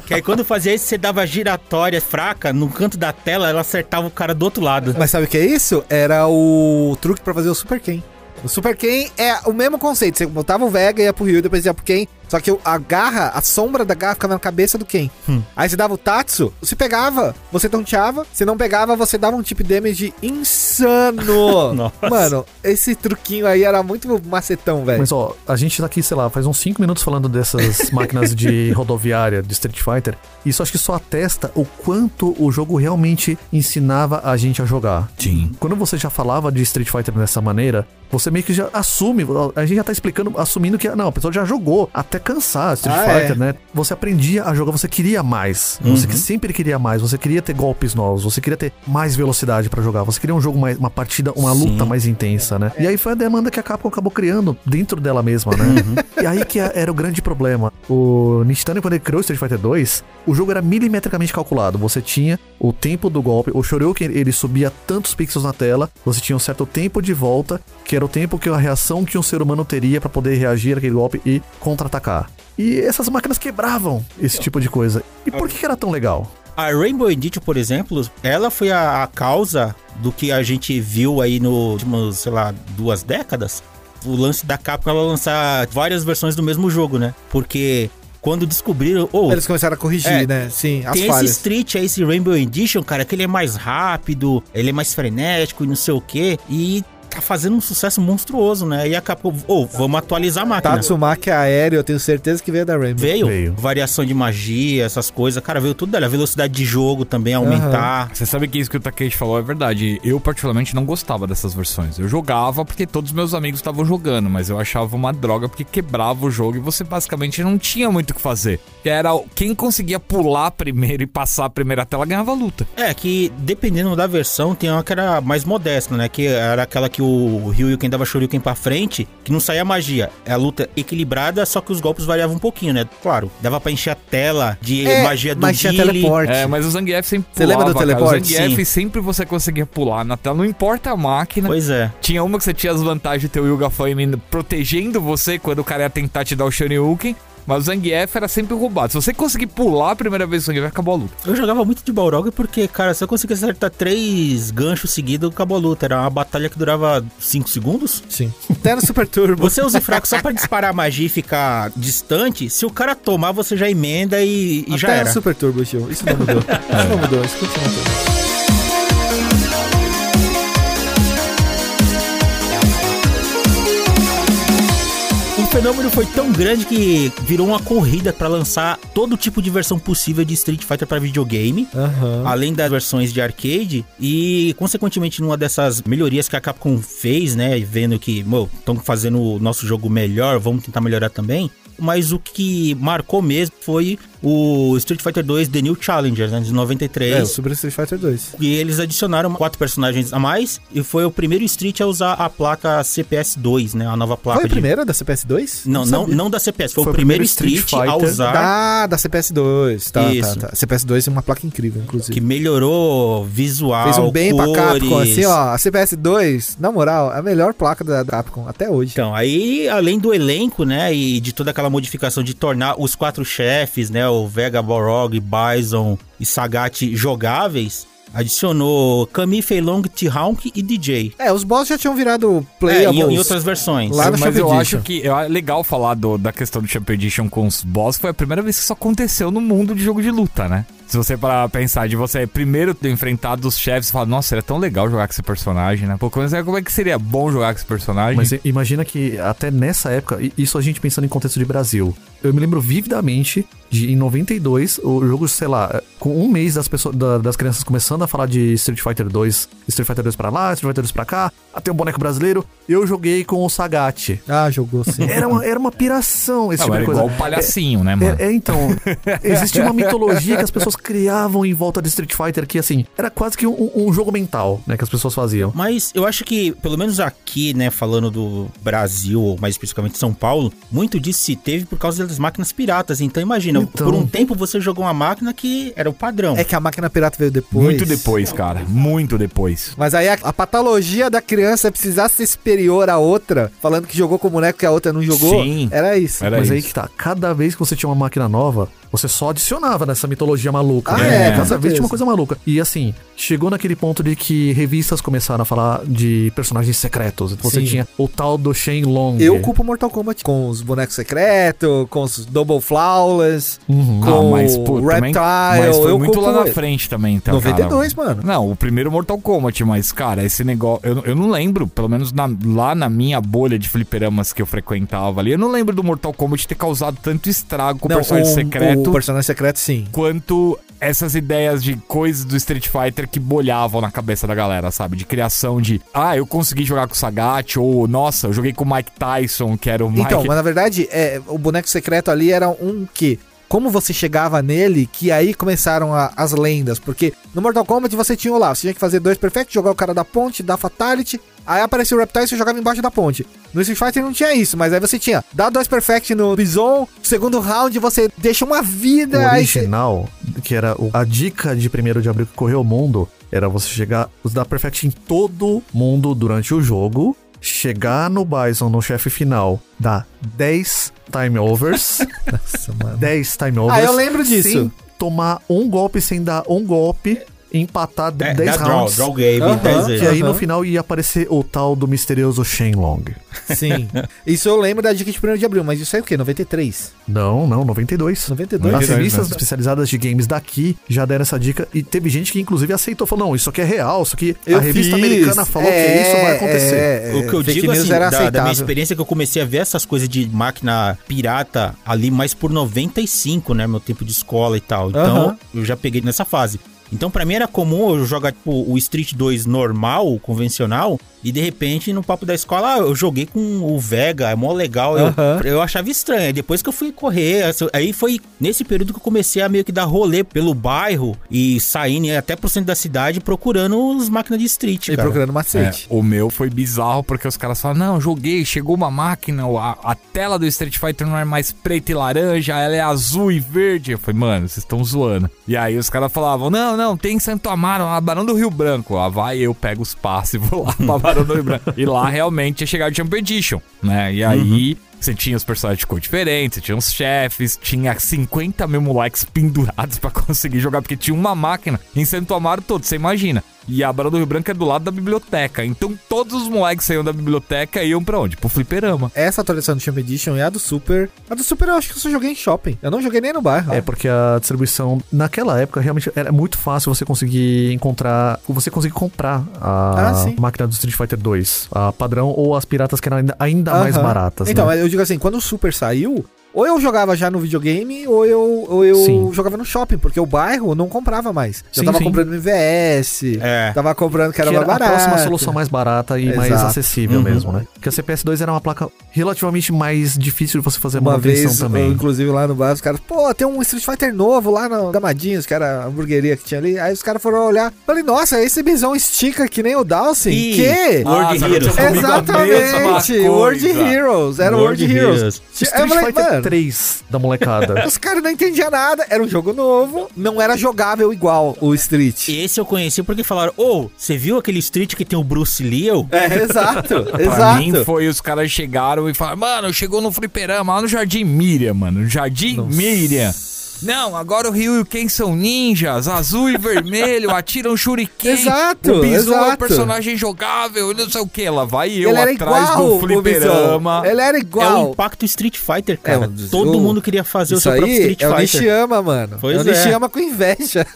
Speaker 1: que aí quando fazia isso, você dava giratória fraca no canto da tela, ela acertava o cara do outro lado.
Speaker 3: Mas sabe o que é isso? Era o truque pra fazer o Super Ken. O Super Ken é o mesmo conceito. Você botava o Vega, ia pro Ryu, depois ia pro Ken. Só que a garra, a sombra da garra ficava na cabeça do Ken.
Speaker 1: Hum.
Speaker 3: Aí você dava o Tatsu, você pegava, você tonteava. Se não pegava, você dava um tip damage insano.
Speaker 1: Nossa.
Speaker 3: Mano, esse truquinho aí era muito macetão, velho.
Speaker 2: Mas ó, a gente tá aqui, sei lá, faz uns 5 minutos falando dessas máquinas de rodoviária, de Street Fighter. Isso acho que só atesta o quanto o jogo realmente ensinava a gente a jogar.
Speaker 4: Sim.
Speaker 2: Quando você já falava de Street Fighter dessa maneira, você meio que já assume, a gente já tá explicando, assumindo que, não, a pessoa já jogou até cansar Street
Speaker 3: Ah,
Speaker 2: Fighter,
Speaker 3: é.
Speaker 2: né? Você aprendia a jogar, você queria mais. Você que sempre queria mais, você queria ter golpes novos, você queria ter mais velocidade pra jogar, você queria um jogo mais, uma partida, uma
Speaker 1: Sim.
Speaker 2: luta mais intensa, né? E aí foi a demanda que a Capcom acabou criando dentro dela mesma, né? E aí que a- era o grande problema. O Nishitani, quando ele criou o Street Fighter 2, o jogo era milimetricamente calculado. Você tinha o tempo do golpe, o Shoryuken, ele subia tantos pixels na tela, você tinha um certo tempo de volta, que era o tempo que a reação que um ser humano teria pra poder reagir àquele golpe e contra-atacar. E essas máquinas quebravam esse tipo de coisa. E por que que era tão legal?
Speaker 1: A Rainbow Edition, por exemplo, ela foi a, a causa do que a gente viu aí no último, sei lá, duas décadas. O lance da Capcom ela lançar várias versões do mesmo jogo, né? Porque quando descobriram. Oh,
Speaker 3: Eles começaram a corrigir,
Speaker 1: É,
Speaker 3: né? Sim, as
Speaker 1: tem
Speaker 3: falhas.
Speaker 1: esse Street aí, esse Rainbow Edition, cara, que ele é mais rápido, ele é mais frenético e não sei o quê. E tá fazendo um sucesso monstruoso, né? E a Capcom. Ô, vamos
Speaker 3: Tá
Speaker 1: atualizar a máquina.
Speaker 3: Tatsumaki aéreo, eu tenho certeza que veio da Rainbow.
Speaker 1: né? Veio,
Speaker 2: Veio.
Speaker 1: variação de magia, essas coisas, cara, veio tudo dela. A velocidade de jogo também aumentar.
Speaker 4: Você sabe que isso que o Takeshi falou é verdade. Eu, particularmente, não gostava dessas versões. Eu jogava porque todos os meus amigos estavam jogando, mas eu achava uma droga porque quebrava o jogo e você basicamente não tinha muito o que fazer. Era o- quem conseguia pular primeiro e passar a primeira tela ganhava a luta.
Speaker 1: É, que dependendo da versão, tem uma que era mais modesta, né? Que era aquela que o Ryuken dava Shoryuken pra frente, que não saía magia. É a luta equilibrada, só que os golpes variavam um pouquinho, né? Claro, dava pra encher a tela de
Speaker 3: É,
Speaker 1: magia do
Speaker 3: magia
Speaker 1: Guile.
Speaker 3: teleporte.
Speaker 4: É, mas o Zangief sempre
Speaker 3: Você lembra do
Speaker 4: pulava, cara.
Speaker 3: teleporte?
Speaker 4: O Zangief
Speaker 1: Sim.
Speaker 4: sempre você conseguia pular na tela, não importa a máquina.
Speaker 1: Pois é.
Speaker 4: Tinha uma que você tinha as vantagens de ter o Yuga Flame protegendo você quando o cara ia tentar te dar o Shoryuken. Mas o Zangief era sempre roubado. Se você conseguir pular a primeira vez o Zangief, acabou a luta.
Speaker 1: Eu jogava muito de Balrog porque, cara, se eu conseguisse acertar três ganchos seguidos, acabou a luta. Era uma batalha que durava cinco segundos.
Speaker 3: Sim. Até no Super Turbo.
Speaker 1: Você usa o fraco só pra disparar a magia e ficar distante. Se o cara tomar, você já emenda e, e já
Speaker 3: Até
Speaker 1: era.
Speaker 3: no Super Turbo, Gil. Isso não mudou. Isso não mudou. Isso continua mudando.
Speaker 1: O fenômeno foi tão grande que virou uma corrida pra lançar todo tipo de versão possível de Street Fighter pra videogame,
Speaker 3: Aham.
Speaker 1: além das versões de arcade e consequentemente numa dessas melhorias que a Capcom fez, né, e vendo que, estão fazendo o nosso jogo melhor, vamos tentar melhorar também. Mas o que marcou mesmo foi o Street Fighter 2 The New Challenger, né, de
Speaker 3: É,
Speaker 1: 93.
Speaker 3: sobre Street Fighter 2.
Speaker 1: E eles adicionaram quatro personagens a mais e foi o primeiro Street a usar a placa CPS2, né? A nova placa
Speaker 3: Foi a
Speaker 1: de...
Speaker 3: primeira da CPS2?
Speaker 1: Não, não,
Speaker 3: sabia.
Speaker 1: não da CPS, foi, o primeiro Street, a
Speaker 2: Fighter
Speaker 1: usar,
Speaker 3: Ah, da CPS2. Tá,
Speaker 1: Isso.
Speaker 3: tá, tá. CPS2 é uma placa incrível, inclusive.
Speaker 1: que melhorou visual,
Speaker 3: Fez um bem
Speaker 1: cores.
Speaker 3: pra Capcom, assim, ó. A CPS2, na moral, é a melhor placa da Capcom até hoje.
Speaker 1: Então, aí, além do elenco, né, e de toda aquela modificação de tornar os quatro chefes, né, o Vega, Borog, Bison e Sagat jogáveis, adicionou Kami, Feilong, T-Honk e DJ.
Speaker 3: É, os boss já tinham virado
Speaker 1: É, em,
Speaker 3: playables.
Speaker 1: em outras versões.
Speaker 3: Lá no
Speaker 4: Mas
Speaker 3: Champion
Speaker 4: eu
Speaker 3: Edition.
Speaker 4: acho que é legal falar do- da questão do Champion Edition com os boss. Foi a primeira vez que isso aconteceu no mundo de jogo de luta, né? Se você parar pra pensar de você primeiro ter enfrentado os chefes e falar, nossa, seria tão legal jogar com esse personagem, né? Pô, como é como é que seria bom jogar com esse personagem? Ah,
Speaker 2: Mas i- imagina que até nessa época, i- isso a gente pensando em contexto de Brasil. Eu me lembro vividamente de em 92, o jogo, sei lá, com um mês das pessoas da- das crianças começando a falar de Street Fighter 2, Street Fighter 2 pra lá, Street Fighter 2 pra cá, até um boneco brasileiro, eu joguei com o Sagat.
Speaker 3: Ah, jogou sim.
Speaker 1: É,
Speaker 2: Era uma, era uma piração esse
Speaker 4: Não,
Speaker 2: tipo
Speaker 4: Ah, era
Speaker 2: de coisa.
Speaker 4: é igual o palhacinho, né, mano?
Speaker 2: É, é, então, existia uma mitologia que as pessoas criavam em volta de Street Fighter que, assim, era quase que um, um jogo mental, né, que as pessoas faziam.
Speaker 1: Mas eu acho que, pelo menos aqui, né, falando do Brasil, ou mais especificamente São Paulo, muito disso se teve por causa das máquinas piratas. Então imagina,
Speaker 2: Então.
Speaker 1: por um tempo você jogou uma máquina que era o padrão.
Speaker 3: É que a máquina pirata veio depois.
Speaker 4: Muito depois, cara. Muito depois.
Speaker 3: Mas aí a, a patologia da criança é precisar ser superior à outra, falando que jogou com o boneco que a outra não jogou.
Speaker 4: Sim.
Speaker 3: Era isso.
Speaker 4: Era
Speaker 2: Mas aí
Speaker 4: isso.
Speaker 2: que tá, cada vez que você tinha uma máquina nova, você só adicionava nessa mitologia maluca. né?
Speaker 3: Ah,
Speaker 4: é,
Speaker 2: cada
Speaker 4: com
Speaker 2: vez
Speaker 3: certeza.
Speaker 2: tinha uma coisa maluca. E assim, chegou naquele ponto de que revistas começaram a falar de personagens secretos. Então você
Speaker 3: Sim.
Speaker 2: tinha o tal do Shenlong.
Speaker 3: Eu culpo Mortal Kombat com os bonecos secretos, com os Double Flowers,
Speaker 2: Uhum.
Speaker 3: com
Speaker 4: Ah, mas, pô,
Speaker 3: o
Speaker 4: também-
Speaker 3: Reptile.
Speaker 4: Mas foi
Speaker 3: eu
Speaker 4: muito
Speaker 3: culpo
Speaker 4: lá na frente também, então, cara.
Speaker 3: 92, mano.
Speaker 4: Não, o primeiro Mortal Kombat, mas, cara, esse negócio. Eu, eu não lembro, pelo menos na- lá na minha bolha de fliperamas que eu frequentava ali, eu não lembro do Mortal Kombat ter causado tanto estrago com o personagem
Speaker 3: o-
Speaker 4: secreto
Speaker 3: O personagem secreto, sim.
Speaker 4: quanto essas ideias de coisas do Street Fighter que bolhavam na cabeça da galera, sabe? De criação de, ah, eu consegui jogar com o Sagat, ou, nossa, eu joguei com o Mike Tyson, que era o Mike.
Speaker 3: Então, mas na verdade, é, o boneco secreto ali era um que. Como você chegava nele, que aí começaram a- as lendas. Porque no Mortal Kombat você tinha lá, você tinha que fazer dois perfectos, jogar o cara da ponte, dar fatality. Aí aparecia o Reptile e você jogava embaixo da ponte. No Street Fighter não tinha isso, mas aí você tinha, dá dois perfect no Bison, segundo round você deixa uma
Speaker 2: O
Speaker 3: vida. aí você-
Speaker 2: original, que era o- a dica de 1 de abril que correu o mundo, era você chegar, dar perfect em todo mundo durante o jogo, chegar no Bison, no chefe final, dar 10 time overs,
Speaker 3: Nossa, mano.
Speaker 2: 10 time overs.
Speaker 3: Ah, eu lembro disso.
Speaker 2: Sem tomar um golpe, sem dar um golpe, empatar
Speaker 1: É,
Speaker 2: 10
Speaker 1: dá
Speaker 2: rounds.
Speaker 1: draw, draw game,
Speaker 3: Aham.
Speaker 1: 10
Speaker 2: E
Speaker 1: vezes.
Speaker 2: aí no
Speaker 3: Aham.
Speaker 2: final ia aparecer o tal do misterioso Shenlong.
Speaker 3: Sim. Isso eu lembro da dica de 1 de abril, mas isso aí o quê? 93?
Speaker 2: Não, não, 92.
Speaker 3: 92?
Speaker 2: As
Speaker 4: 92,
Speaker 2: revistas
Speaker 4: né?
Speaker 2: especializadas de games daqui já deram essa dica e teve gente que inclusive aceitou, falou, não, isso aqui é real, isso aqui...
Speaker 3: Eu
Speaker 2: a revista
Speaker 3: fiz.
Speaker 2: americana falou que isso vai acontecer.
Speaker 3: é, é.
Speaker 1: O que eu
Speaker 3: Fake
Speaker 1: digo
Speaker 3: news
Speaker 1: assim,
Speaker 3: era
Speaker 1: da, da minha
Speaker 3: aceitável.
Speaker 1: experiência que eu comecei a ver essas coisas de máquina pirata ali mais por 95, né? Meu tempo de escola e tal. Então,
Speaker 3: Aham.
Speaker 1: eu já peguei nessa fase. Então, pra mim era comum eu jogar, tipo, o Street 2 normal, convencional, e de repente, no papo da escola, ah, eu joguei com o Vega, é mó legal. Eu-
Speaker 3: Aham.
Speaker 1: Eu, achava estranho. Aí Depois que eu fui correr, assim, aí foi nesse período que eu comecei a meio que dar rolê pelo bairro e saindo né, até pro centro da cidade procurando as máquinas de Street,
Speaker 3: E
Speaker 1: cara.
Speaker 3: procurando macete.
Speaker 4: É, o meu foi bizarro porque os caras falam: não, joguei, chegou uma máquina, a, a tela do Street Fighter não é mais preta e laranja, ela é azul e verde. Eu falei, mano, vocês estão zoando. E aí os caras falavam: não, não, tem em Santo Amaro, lá, Barão do Rio Branco. Lá vai eu, pego os passes e vou lá pra Barão do Rio Branco. E lá realmente ia chegar o Champion Edition, né? E aí. Você tinha os personagens de cor diferente, você tinha os chefes, tinha 50 mil moleques pendurados pra conseguir jogar, porque tinha uma máquina em Santo Amaro todo, você imagina. E a Barão do Rio Branco é do lado da biblioteca. Então todos os moleques saíam da biblioteca e iam pra onde? Pro fliperama.
Speaker 3: Essa atualização do Champion Edition e a do Super. A do Super eu acho que eu só joguei em shopping. Eu não joguei nem no bairro.
Speaker 2: É porque a distribuição naquela época realmente era muito fácil você conseguir encontrar, você conseguir comprar a
Speaker 3: Ah, sim.
Speaker 2: máquina do Street Fighter 2, a padrão ou as piratas que eram ainda, ainda tá mais
Speaker 3: Aham.
Speaker 2: baratas.
Speaker 3: Então,
Speaker 2: né?
Speaker 3: eu digo assim, quando o Super saiu, ou eu jogava já no videogame, ou eu, ou eu
Speaker 2: Sim.
Speaker 3: jogava no shopping, porque o bairro não comprava mais. Eu
Speaker 2: Sim,
Speaker 3: tava
Speaker 2: sim.
Speaker 3: comprando no MVS,
Speaker 4: É.
Speaker 3: tava comprando que era
Speaker 2: que
Speaker 3: mais
Speaker 2: era a
Speaker 3: barato.
Speaker 2: próxima solução mais barata e mais
Speaker 3: Exato.
Speaker 2: acessível
Speaker 1: Uhum.
Speaker 2: mesmo, né? Porque a CPS2 era uma placa relativamente mais difícil de você fazer
Speaker 3: Uma
Speaker 2: manutenção
Speaker 3: vez, eu,
Speaker 2: também.
Speaker 3: inclusive lá no bar, os caras, pô, tem um Street Fighter novo lá na Gamadinhos, que era a hamburgueria que tinha ali. Aí os caras foram olhar. Falei, nossa, esse bisão estica que nem o Dawson.
Speaker 1: Ih.
Speaker 3: Que?
Speaker 2: ah,
Speaker 1: World
Speaker 4: Ah, sabe,
Speaker 1: Heroes.
Speaker 4: tinha comigo a mesma
Speaker 3: Exatamente,
Speaker 4: coisa.
Speaker 3: World Heroes. Era World, Heroes. É,
Speaker 2: Street
Speaker 3: eu falei,
Speaker 2: Fighter
Speaker 3: mano,
Speaker 2: 3 da molecada.
Speaker 3: os caras não entendiam nada. Era um jogo novo, não era jogável igual o Street.
Speaker 1: Esse eu conheci porque falaram, ô, você viu aquele street que tem o Bruce Lee? Eu,
Speaker 3: É, exato,
Speaker 4: Pra mim
Speaker 3: exato.
Speaker 4: foi os caras chegaram e falaram, mano, chegou no fliperama, lá no Jardim Miriam, mano. Jardim Miriam. Não, agora o Ryu e o Ken são ninjas, azul e vermelho, atiram shuriken.
Speaker 3: Exato,
Speaker 4: o Bizu é
Speaker 3: exato.
Speaker 4: um personagem jogável, e não sei o que. Lá vai eu
Speaker 3: Ele era
Speaker 4: atrás
Speaker 3: igual
Speaker 4: do
Speaker 3: o Bison.
Speaker 4: fliperama.
Speaker 3: Ele era
Speaker 1: É o
Speaker 3: igual.
Speaker 1: impacto Street Fighter, cara.
Speaker 3: É, o-
Speaker 1: Todo
Speaker 3: o-
Speaker 1: mundo queria fazer o
Speaker 3: Isso
Speaker 1: seu próprio
Speaker 3: aí
Speaker 1: Street
Speaker 3: é o
Speaker 1: Fighter.
Speaker 3: Nishiyama, mano.
Speaker 1: Pois
Speaker 3: é o
Speaker 1: é.
Speaker 3: Nishiyama com inveja.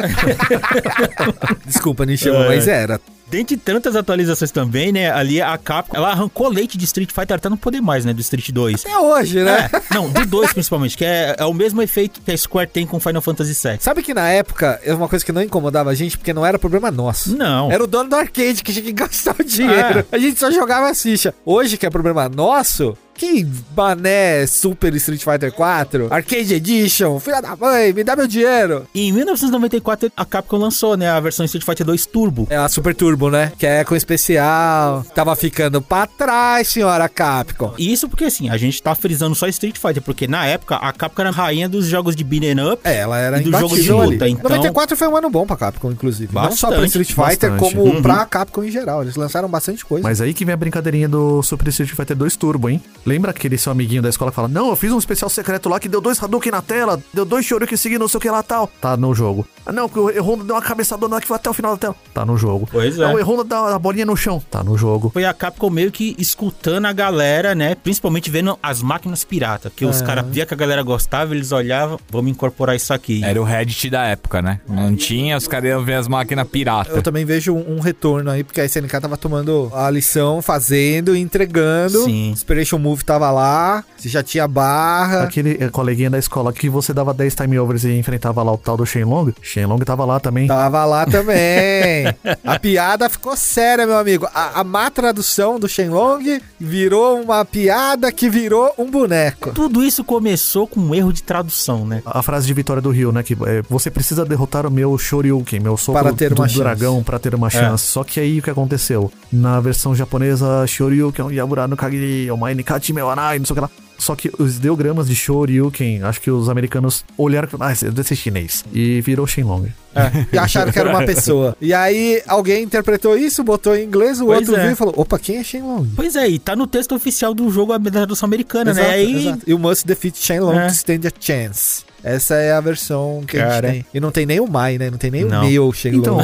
Speaker 3: Desculpa, Nishiyama,
Speaker 1: É.
Speaker 3: mas era.
Speaker 1: Dentre tantas atualizações também, né? Ali a Capcom, ela arrancou leite de Street Fighter até não poder mais, né? Do Street 2.
Speaker 3: Até hoje, né?
Speaker 1: É, não, do 2 principalmente, que é, é o mesmo efeito que a Square tem com Final Fantasy VII.
Speaker 3: Sabe que na época é uma coisa que não incomodava a gente, porque não era problema nosso.
Speaker 1: Não. É.
Speaker 3: Era o dono do arcade que tinha que gastar o dinheiro. A gente só jogava as fichas. Hoje, que é problema nosso, que bané Super Street Fighter 4, Arcade Edition, filha da mãe, me dá meu dinheiro.
Speaker 1: Em 1994, a Capcom lançou, né? A versão Street Fighter 2 Turbo.
Speaker 3: É a Super Turbo, né? Que é com especial. Tava ficando pra trás, senhora Capcom.
Speaker 1: E isso porque, assim, a gente tá frisando só Street Fighter, porque na época a Capcom era a rainha dos jogos de beaten up.
Speaker 3: É, ela era
Speaker 1: E do jogo de
Speaker 3: imbatível ali.
Speaker 1: luta, então-
Speaker 3: 94 foi um ano bom pra Capcom, inclusive. não só pra
Speaker 1: Bastante, Uhum.
Speaker 3: Street Fighter,
Speaker 2: bastante.
Speaker 3: como pra Capcom em geral. Eles lançaram bastante coisa.
Speaker 2: Mas aí que vem a brincadeirinha do Super Street Fighter 2 Turbo, hein? Lembra aquele seu amiguinho da escola que fala: Não, eu fiz um especial secreto lá que deu dois Hadouken na tela, deu dois Shoryuken seguindo, não sei o que lá tal. Tá no jogo. Ah, não, que o Honda deu uma cabeçadona lá que foi até o final da tela. Tá no jogo.
Speaker 1: Pois
Speaker 2: Ah,
Speaker 1: é.
Speaker 2: O Honda dá a bolinha no chão. Tá no jogo.
Speaker 1: Foi a Capcom meio que escutando a galera, né? Principalmente vendo as máquinas pirata, que
Speaker 3: É.
Speaker 1: os caras via que a galera gostava, eles olhavam, vamos incorporar isso aqui.
Speaker 4: Era o Reddit da época, né? Não tinha, os caras iam ver as
Speaker 3: É.
Speaker 4: máquinas
Speaker 3: Eu
Speaker 4: pirata.
Speaker 3: também vejo um, um retorno aí, porque a SNK tava tomando a lição, fazendo, e entregando.
Speaker 1: Sim.
Speaker 3: Inspiration Move tava lá, você já tinha
Speaker 1: É.
Speaker 3: barra.
Speaker 2: Aquele eh, coleguinha da escola que você dava 10 time overs e enfrentava lá o tal do Shenlong. Shenlong tava lá também.
Speaker 3: Tava lá também. a piada ficou séria, meu amigo. A, a má tradução do Shenlong virou uma piada que virou um boneco.
Speaker 1: Tudo isso começou com um erro de tradução, né?
Speaker 2: A frase de vitória do Rio, né? Que eh, você precisa derrotar o meu Shoryuken, meu soco
Speaker 3: Para ter
Speaker 2: do
Speaker 3: uma chance. É.
Speaker 2: dragão, para ter uma chance. Só que aí o que aconteceu? Na versão japonesa, Shoryuken, Yabura no Kagiri, Omae Nikachi, meu Anai, não sei o que lá. Só que os ideogramas de Shoryuken, acho que os americanos olharam e falaram, ah, esse deve ser chinês. E virou Shenlong.
Speaker 1: É.
Speaker 3: E acharam que era uma pessoa. E aí alguém interpretou isso, botou em inglês, o
Speaker 1: Pois
Speaker 3: outro
Speaker 1: é.
Speaker 3: viu e falou: opa, quem é Shenlong?
Speaker 1: Pois é, e tá no texto oficial do jogo a tradução americana, né? Aí
Speaker 3: exato. You must defeat Shenlong
Speaker 1: É.
Speaker 3: to stand a chance. Essa é a versão que
Speaker 1: Cara.
Speaker 3: a gente tem. E não tem nem o Mai, né? Não tem nem
Speaker 1: Não.
Speaker 3: o meu Shenlong.
Speaker 2: Então,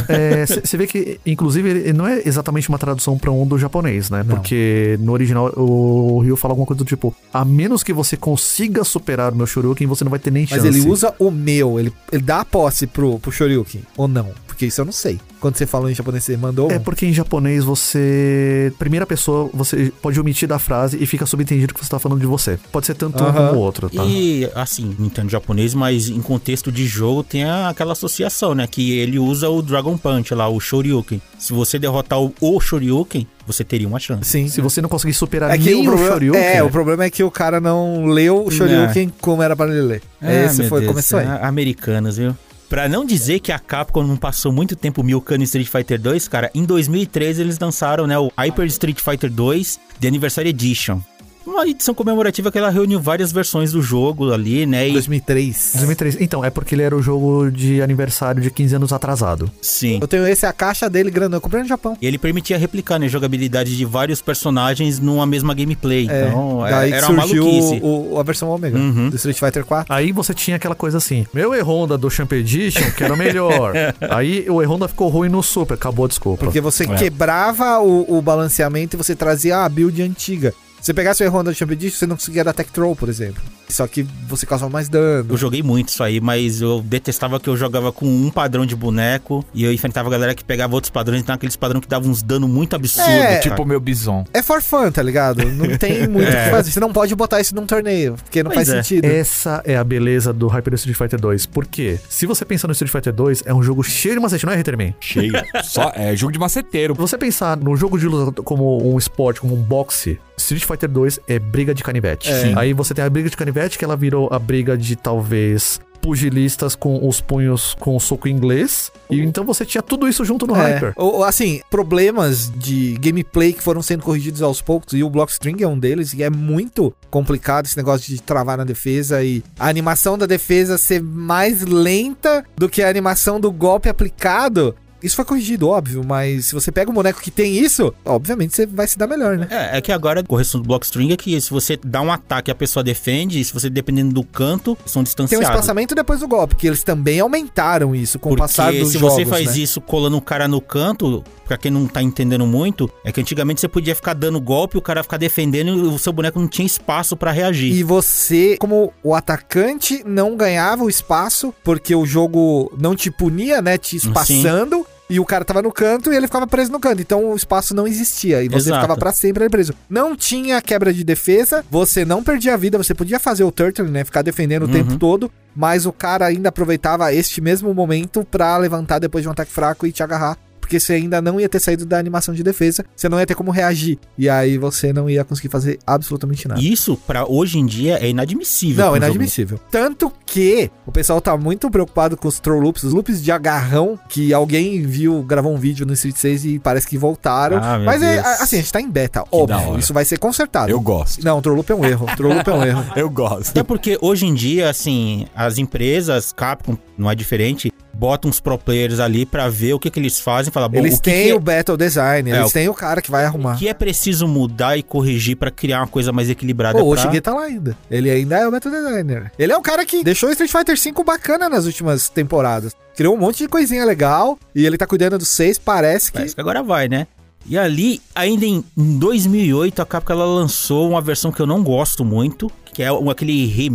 Speaker 2: você vê que, inclusive, ele não é exatamente uma tradução para um do japonês, né? Porque no original o Ryu fala alguma coisa do tipo: a menos que você consiga superar o meu Shoryuken, você não vai ter nem
Speaker 3: Mas
Speaker 2: chance.
Speaker 3: ele usa o meu, ele, ele dá a posse pro, pro Shoryuken, ou não? Porque isso eu não sei. Quando você falou em japonês, você mandou
Speaker 2: É
Speaker 3: um?
Speaker 2: porque em japonês você. Primeira pessoa, você pode omitir da frase e fica subentendido que você tá falando de você. Pode ser tanto um
Speaker 3: Aham.
Speaker 2: como o outro, tá?
Speaker 1: E, assim, Nintendo japonês, mas em contexto de jogo tem a- aquela associação, né? Que ele usa o Dragon Punch lá, o Shoryuken. Se você derrotar o, o Shoryuken, você teria uma chance.
Speaker 3: Sim.
Speaker 2: Se você não conseguir superar
Speaker 3: É que
Speaker 2: nem
Speaker 3: o
Speaker 2: o
Speaker 3: problema,
Speaker 2: Shoryuken.
Speaker 3: é, o problema é que o cara não leu o Shoryuken como era pra ele ler.
Speaker 1: Ah,
Speaker 3: É, Esse
Speaker 1: meu
Speaker 3: foi,
Speaker 1: Deus,
Speaker 3: começou aí.
Speaker 1: ah, Americanas, viu? Pra não dizer que a Capcom não passou muito tempo milcando Street Fighter 2, cara, em 2013 eles lançaram, né, o Hyper Street Fighter 2 The Anniversary Edition. Uma edição comemorativa que ela reuniu várias versões do jogo ali, né? E,
Speaker 3: 2003.
Speaker 2: 2003. Então, é porque ele era o jogo de aniversário de 15 anos atrasado.
Speaker 1: sim.
Speaker 3: Eu tenho esse, a caixa dele grandão. Eu comprei no Japão.
Speaker 1: E ele permitia replicar né, a jogabilidade de vários personagens numa mesma gameplay.
Speaker 3: É,
Speaker 1: então, é-
Speaker 3: daí que
Speaker 1: era uma
Speaker 3: surgiu
Speaker 1: maluquice.
Speaker 3: o- o- a versão Omega
Speaker 1: Uhum.
Speaker 3: do Street Fighter 4.
Speaker 2: Aí você tinha aquela coisa assim: meu E-Honda do Champ Edition, que era o melhor. Aí o E-Honda ficou ruim no Super, acabou a desculpa.
Speaker 3: Porque você
Speaker 1: é.
Speaker 3: quebrava o, o balanceamento e você trazia a build antiga. Se você pegasse o E-Honda do Champion Edition, você não conseguia dar Tech Troll, por exemplo. Só que você causa mais dano.
Speaker 1: Eu joguei muito isso aí, mas eu detestava que eu jogava com um padrão de boneco e eu enfrentava a galera que pegava outros padrões, então aqueles padrões que davam uns dano muito absurdo.
Speaker 3: É,
Speaker 1: cara.
Speaker 4: Tipo o meu bison.
Speaker 3: É for fun, tá ligado? Não tem muito o que fazer. Você não pode botar isso num torneio, porque não
Speaker 1: É. Pois
Speaker 3: faz
Speaker 1: é.
Speaker 3: sentido.
Speaker 2: Essa é a beleza do Hyper Street Fighter 2. Por quê? Se você pensar no Street Fighter 2, é um jogo cheio de macete, não é, Haterman?
Speaker 4: Cheio. Só, é jogo de maceteiro.
Speaker 2: Se você pensar no jogo de luta como um esporte, como um boxe, Street Fighter 2 é briga de canivete.
Speaker 4: É. Sim.
Speaker 2: Aí você tem a briga de canivete, que ela virou a briga de talvez pugilistas com os punhos com soco inglês. E então você tinha tudo isso junto no
Speaker 3: Uhum. É.
Speaker 2: Hyper.
Speaker 3: Ou, ou, assim, problemas de gameplay que foram sendo corrigidos aos poucos, e o Block String é um deles, e é muito complicado esse negócio de travar na defesa e a animação da defesa ser mais lenta do que a animação do golpe aplicado. Isso foi corrigido, óbvio, mas se você pega um boneco que tem isso, obviamente você vai se dar melhor, né?
Speaker 1: É, é que agora a correção do block string é que se você dá um ataque e a pessoa defende, e se você dependendo do canto, são
Speaker 3: Tem um
Speaker 1: distanciados.
Speaker 3: espaçamento depois do golpe, que eles também aumentaram isso com o passar
Speaker 1: Porque
Speaker 3: dos
Speaker 1: se
Speaker 3: jogos,
Speaker 1: você faz
Speaker 3: né?
Speaker 1: isso colando o cara no canto, pra quem não tá entendendo muito, é que antigamente você podia ficar dando golpe, o cara ficar defendendo e o seu boneco não tinha espaço pra reagir.
Speaker 3: E você, como o atacante, não ganhava o espaço, porque o jogo não te punia, né? Te espaçando. E o cara tava no canto e ele ficava preso no canto. Então o espaço não existia. E você
Speaker 1: Exato.
Speaker 3: ficava pra sempre ali preso. Não tinha quebra de defesa. Você não perdia a vida. Você podia fazer o turtle, né? Ficar defendendo o
Speaker 1: Uhum.
Speaker 3: tempo todo. Mas o cara ainda aproveitava este mesmo momento pra levantar depois de um ataque fraco e te agarrar. Porque você ainda não ia ter saído da animação de defesa. Você não ia ter como reagir. E aí você não ia conseguir fazer absolutamente nada.
Speaker 1: E Isso, pra hoje em dia, é inadmissível. pra
Speaker 3: Não,
Speaker 1: um
Speaker 3: inadmissível. Tanto que o pessoal tá muito preocupado com os troll loops, os loops de agarrão, que alguém viu, gravou um vídeo no Street 6 e parece que voltaram.
Speaker 1: Ah, meu
Speaker 3: Mas é,
Speaker 1: Deus.
Speaker 3: a- assim, a gente tá em beta,
Speaker 4: da
Speaker 3: óbvio.
Speaker 4: hora.
Speaker 3: Isso vai ser consertado.
Speaker 4: Eu gosto.
Speaker 3: Não, troll loop é um erro. Troll loop é um erro.
Speaker 4: Eu gosto.
Speaker 1: Até porque hoje em dia, assim, as empresas, Capcom não é diferente, botam os pro players ali pra ver o que, que eles fazem, fala, bom,
Speaker 3: Eles
Speaker 1: o que,
Speaker 3: têm
Speaker 1: que,
Speaker 3: o battle design,
Speaker 1: É,
Speaker 3: eles
Speaker 1: o-
Speaker 3: têm o cara que vai
Speaker 1: é,
Speaker 3: arrumar.
Speaker 1: que é preciso mudar e corrigir pra criar uma coisa mais equilibrada
Speaker 3: Pô, o
Speaker 1: é pra...
Speaker 3: Oshige tá lá ainda. Ele ainda é o Battle Designer. Ele é o cara que deixou o Street Fighter V bacana nas últimas temporadas. Criou um monte de coisinha legal e ele tá cuidando dos seis, parece que.
Speaker 1: Parece que agora vai, né? E ali, ainda em em 2008, a Capcom ela lançou uma versão que eu não gosto muito, que é um- aquele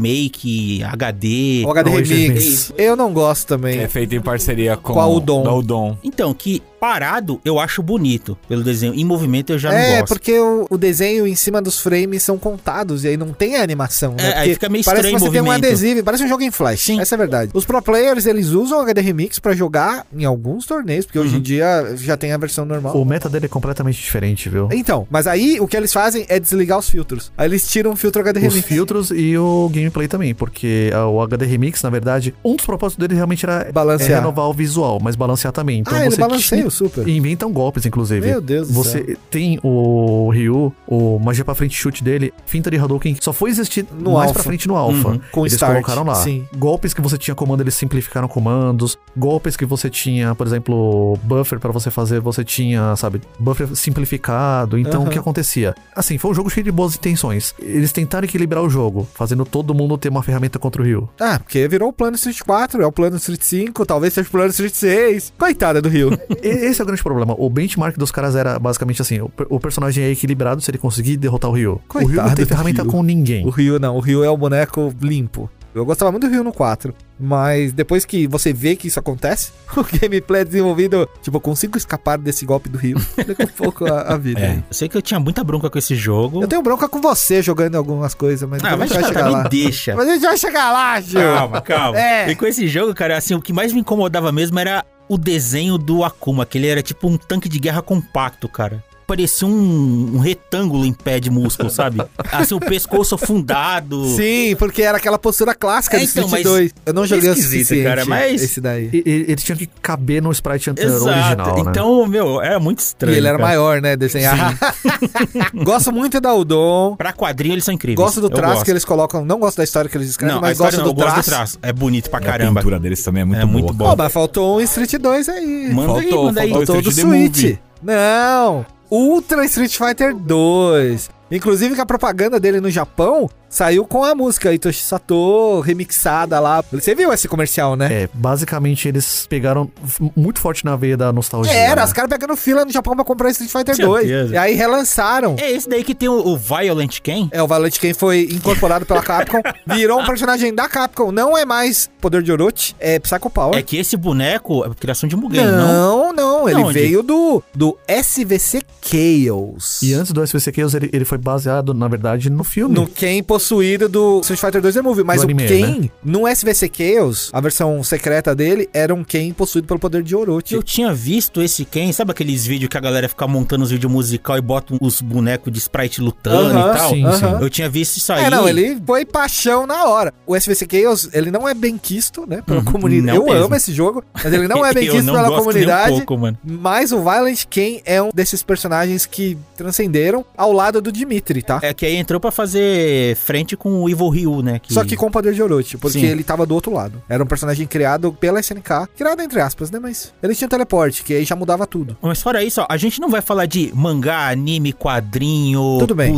Speaker 1: remake HD.
Speaker 3: O HD
Speaker 2: Hoje
Speaker 3: Remix.
Speaker 2: mesmo.
Speaker 3: Eu não gosto também.
Speaker 4: É feito em parceria com,
Speaker 3: Com a Udon.
Speaker 4: da Udon.
Speaker 1: Então, que parado eu acho bonito pelo desenho. Em movimento eu já não
Speaker 3: é,
Speaker 1: gosto.
Speaker 3: porque o, o desenho em cima dos frames são contados e aí não tem a animação, né?
Speaker 1: É,
Speaker 3: Porque
Speaker 1: aí fica meio
Speaker 3: parece que
Speaker 1: estranho
Speaker 3: você
Speaker 1: o
Speaker 3: tem um
Speaker 1: movimento.
Speaker 3: adesivo, parece um jogo em flash.
Speaker 1: Sim.
Speaker 3: Essa é a verdade. Os pro players, eles usam o HD Remix pra jogar em alguns torneios, porque
Speaker 2: Uhum.
Speaker 3: hoje em dia já tem a versão normal.
Speaker 2: O meta dele é completamente diferente, viu?
Speaker 3: Então, mas aí o que eles fazem é desligar os filtros. Aí eles tiram o filtro HD
Speaker 2: Os
Speaker 3: Remix.
Speaker 2: filtros e o gameplay também, porque ah, o HD Remix, na verdade, um dos propósitos dele realmente era
Speaker 3: Balancear.
Speaker 2: é renovar o visual, mas balancear também. Então
Speaker 3: ah, ele
Speaker 2: você
Speaker 3: balanceia o super.
Speaker 2: ti- inventam golpes, inclusive.
Speaker 3: Meu Deus do céu.
Speaker 2: Você tem o Ryu, o magia pra frente chute dele, finta de Hadouken, só foi existir
Speaker 3: No
Speaker 2: mais
Speaker 3: Alpha.
Speaker 2: pra frente no Alpha.
Speaker 1: Uhum.
Speaker 3: Com
Speaker 2: eles
Speaker 3: start,
Speaker 2: colocaram lá.
Speaker 3: sim.
Speaker 2: Golpes que você tinha comando, eles simplificaram comandos. Golpes que você tinha, por exemplo, buffer pra você fazer, você tinha, sabe, buffer simplificado. Então,
Speaker 3: Aham.
Speaker 2: o que acontecia? Assim, foi um jogo cheio de boas intenções. Eles tentaram equilibrar o jogo, fazendo todo mundo ter uma ferramenta contra o Ryu.
Speaker 3: Ah, porque virou o plano Street 4, é o plano Street 5, talvez seja o plano Street 6. Coitada do Rio.
Speaker 2: E- Esse é o grande problema. O benchmark dos caras era basicamente assim: o, per- o personagem é equilibrado se ele conseguir derrotar o Ryu. o Ryu não
Speaker 3: Coitado
Speaker 2: tem
Speaker 3: do
Speaker 2: ferramenta
Speaker 3: Ryu.
Speaker 2: com ninguém.
Speaker 3: O Ryu não, o Ryu é o boneco limpo. Eu gostava muito do Ryu no 4, mas depois que você vê que isso acontece, o gameplay é desenvolvido, tipo, eu consigo escapar desse golpe do Ryu. Daqui a pouco a, a vida.
Speaker 4: É.
Speaker 1: Eu sei que eu tinha muita bronca com esse jogo.
Speaker 3: Eu tenho bronca com você jogando algumas coisas, mas
Speaker 1: Ah,
Speaker 3: a
Speaker 1: mas
Speaker 3: gente vai
Speaker 1: cara,
Speaker 3: chegar lá.
Speaker 1: também deixa.
Speaker 3: Mas a gente vai chegar lá, Gil.
Speaker 1: Calma, calma.
Speaker 3: É.
Speaker 1: E com esse jogo, cara, assim, o que mais me incomodava mesmo era o desenho do Akuma, que ele era tipo um tanque de guerra compacto, cara. Parecia um, um retângulo em pé de músculo, sabe? Assim, o pescoço afundado.
Speaker 3: Sim, porque era aquela postura clássica
Speaker 1: É,
Speaker 3: do
Speaker 1: então,
Speaker 3: Street
Speaker 1: mas
Speaker 3: 2. Eu não joguei o
Speaker 1: esquisito,
Speaker 3: suficiente,
Speaker 1: cara, mas-
Speaker 3: esse daí.
Speaker 2: E- e- Ele tinha que caber no sprite anterior
Speaker 1: Exato.
Speaker 2: original. né?
Speaker 1: então, meu, era muito
Speaker 3: E
Speaker 1: estranho.
Speaker 3: ele era
Speaker 1: cara.
Speaker 3: maior, né, desenhar. gosto muito da Udon.
Speaker 1: Pra quadrinho, eles são incríveis.
Speaker 3: Gosto do
Speaker 1: Eu
Speaker 3: traço
Speaker 1: gosto.
Speaker 3: que eles colocam. Não gosto da história que eles escrevem,
Speaker 1: Não, a
Speaker 3: mas
Speaker 1: história
Speaker 3: gosto
Speaker 1: não,
Speaker 3: do
Speaker 1: eu gosto
Speaker 3: traço.
Speaker 1: do traço. É bonito pra
Speaker 4: A
Speaker 1: caramba.
Speaker 4: pintura deles também é muito
Speaker 1: É muito
Speaker 4: boa.
Speaker 1: bom.
Speaker 3: Ó, mas faltou um Street 2 aí.
Speaker 1: Manda aí,
Speaker 4: Faltou,
Speaker 1: manda aí.
Speaker 4: faltou.
Speaker 3: Faltou
Speaker 4: Street
Speaker 3: do
Speaker 4: The
Speaker 3: Switch.
Speaker 4: Movie.
Speaker 3: Não! Ultra Street Fighter 2. Inclusive que a propaganda dele no Japão saiu com a música Itoshi Sato remixada lá. Você viu esse comercial, né?
Speaker 2: É, basicamente eles pegaram f- muito forte na veia da nostalgia.
Speaker 3: Era,
Speaker 2: né?
Speaker 3: os caras pegando fila no Japão pra comprar Street Fighter
Speaker 1: Certeza.
Speaker 3: 2. E aí relançaram.
Speaker 1: É esse daí que tem o, o Violent Ken?
Speaker 3: É, o Valente Ken foi incorporado pela Capcom, virou um personagem da Capcom. Não é mais Poder de Orochi, é Psycho Power.
Speaker 1: É que esse boneco é criação de Mugen, não?
Speaker 3: não, não, ele
Speaker 1: onde?
Speaker 3: veio do, do SVC Chaos.
Speaker 2: E antes do SVC Chaos, ele, ele foi baseado, na verdade, no filme.
Speaker 3: No Ken possuído do Street Fighter 2 The Movie.
Speaker 2: Do
Speaker 3: Mas o
Speaker 2: anime,
Speaker 3: Ken,
Speaker 1: né?
Speaker 3: no SVC Chaos, a versão secreta dele, era um Ken possuído pelo poder de Orochi.
Speaker 1: Eu tinha visto esse Ken, sabe aqueles vídeos que a galera fica montando os vídeos musical e bota um, os bonecos de sprite lutando
Speaker 3: Aham,
Speaker 1: Uhum, e tal?
Speaker 2: sim, sim.
Speaker 1: Eu tinha visto isso aí.
Speaker 3: É, não, ele foi paixão na hora. O SVC Chaos, ele não é bem quisto, né, pela
Speaker 1: Uhum,
Speaker 3: comunidade.
Speaker 1: não
Speaker 3: Eu
Speaker 1: mesmo.
Speaker 3: amo esse jogo, mas ele não é bem
Speaker 1: Eu
Speaker 3: quisto
Speaker 1: não
Speaker 3: pela
Speaker 1: gosto nem Um
Speaker 3: comunidade.
Speaker 1: pouco, mano.
Speaker 3: Mas o Violent Ken é um desses personagens que transcenderam ao lado do Dimitri, tá?
Speaker 1: É que aí entrou pra fazer frente com o Evil Ryu, né?
Speaker 3: Só que com o poder de Orochi, porque
Speaker 1: Sim.
Speaker 3: ele tava do outro lado. Era um personagem criado pela SNK, criado entre aspas, né? Mas ele tinha teleporte, que aí já mudava tudo.
Speaker 1: Mas fora isso, ó, a gente não vai falar de mangá, anime, quadrinho,
Speaker 3: Tudo bem.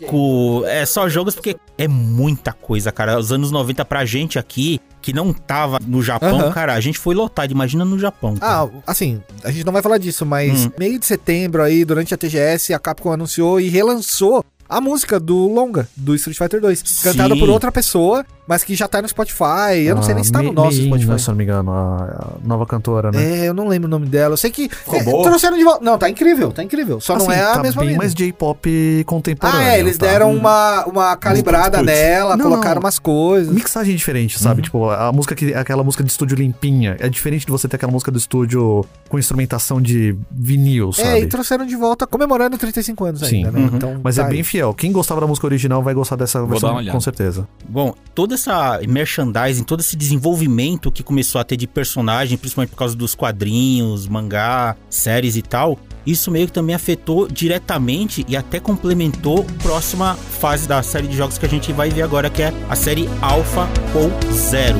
Speaker 1: boneco, é só jogos, porque é muita coisa, cara. Os anos 90 pra gente aqui, que não tava no Japão,
Speaker 3: Aham.
Speaker 1: cara, a gente foi lotado, imagina no Japão. cara.
Speaker 3: Ah, assim, a gente não vai falar disso, mas
Speaker 1: Hum.
Speaker 3: meio de setembro aí, durante a TGS, a Capcom anunciou e relançou a música do Longa, do Street Fighter 2. Cantada
Speaker 1: Sim.
Speaker 3: por outra pessoa, mas que já tá no Spotify. Eu não sei nem se tá no nosso
Speaker 2: Mei,
Speaker 3: Spotify.
Speaker 2: Ah, Se eu não me engano, a, a nova cantora, né?
Speaker 3: É, eu não lembro o nome dela. Eu sei que. é,
Speaker 4: boa?
Speaker 3: trouxeram de volta. Não, tá incrível, tá incrível. Só não
Speaker 2: Assim,
Speaker 3: é a
Speaker 2: tá
Speaker 3: mesma
Speaker 2: bem
Speaker 3: mina.
Speaker 2: mais J-pop
Speaker 3: Ah,
Speaker 2: contemporâneo.
Speaker 3: é, eles
Speaker 2: tá?
Speaker 3: deram uma, uma calibrada
Speaker 1: Outras coisas.
Speaker 3: nela,
Speaker 2: Não,
Speaker 3: colocaram
Speaker 2: não.
Speaker 3: umas coisas.
Speaker 2: Mixagem diferente, sabe?
Speaker 3: Uhum.
Speaker 2: Tipo, a música que, aquela música de estúdio limpinha. É diferente de você ter aquela música do estúdio com instrumentação de vinil,
Speaker 3: É, e
Speaker 2: sabe?
Speaker 3: trouxeram de volta, comemorando 35 anos
Speaker 2: Sim.
Speaker 3: ainda, né?
Speaker 1: Uhum.
Speaker 3: Então,
Speaker 2: Mas
Speaker 3: tá
Speaker 2: é
Speaker 3: aí.
Speaker 2: bem fiel. Quem gostava da música original vai gostar dessa
Speaker 4: dar uma
Speaker 2: versão,
Speaker 4: olhada.
Speaker 2: com certeza.
Speaker 1: Bom, toda essa merchandising, todo esse desenvolvimento que começou a ter de personagem, principalmente por causa dos quadrinhos, mangá, séries e tal, isso meio que também afetou diretamente e até complementou a próxima fase da série de jogos que a gente vai ver agora, que é a série Alpha ou Zero.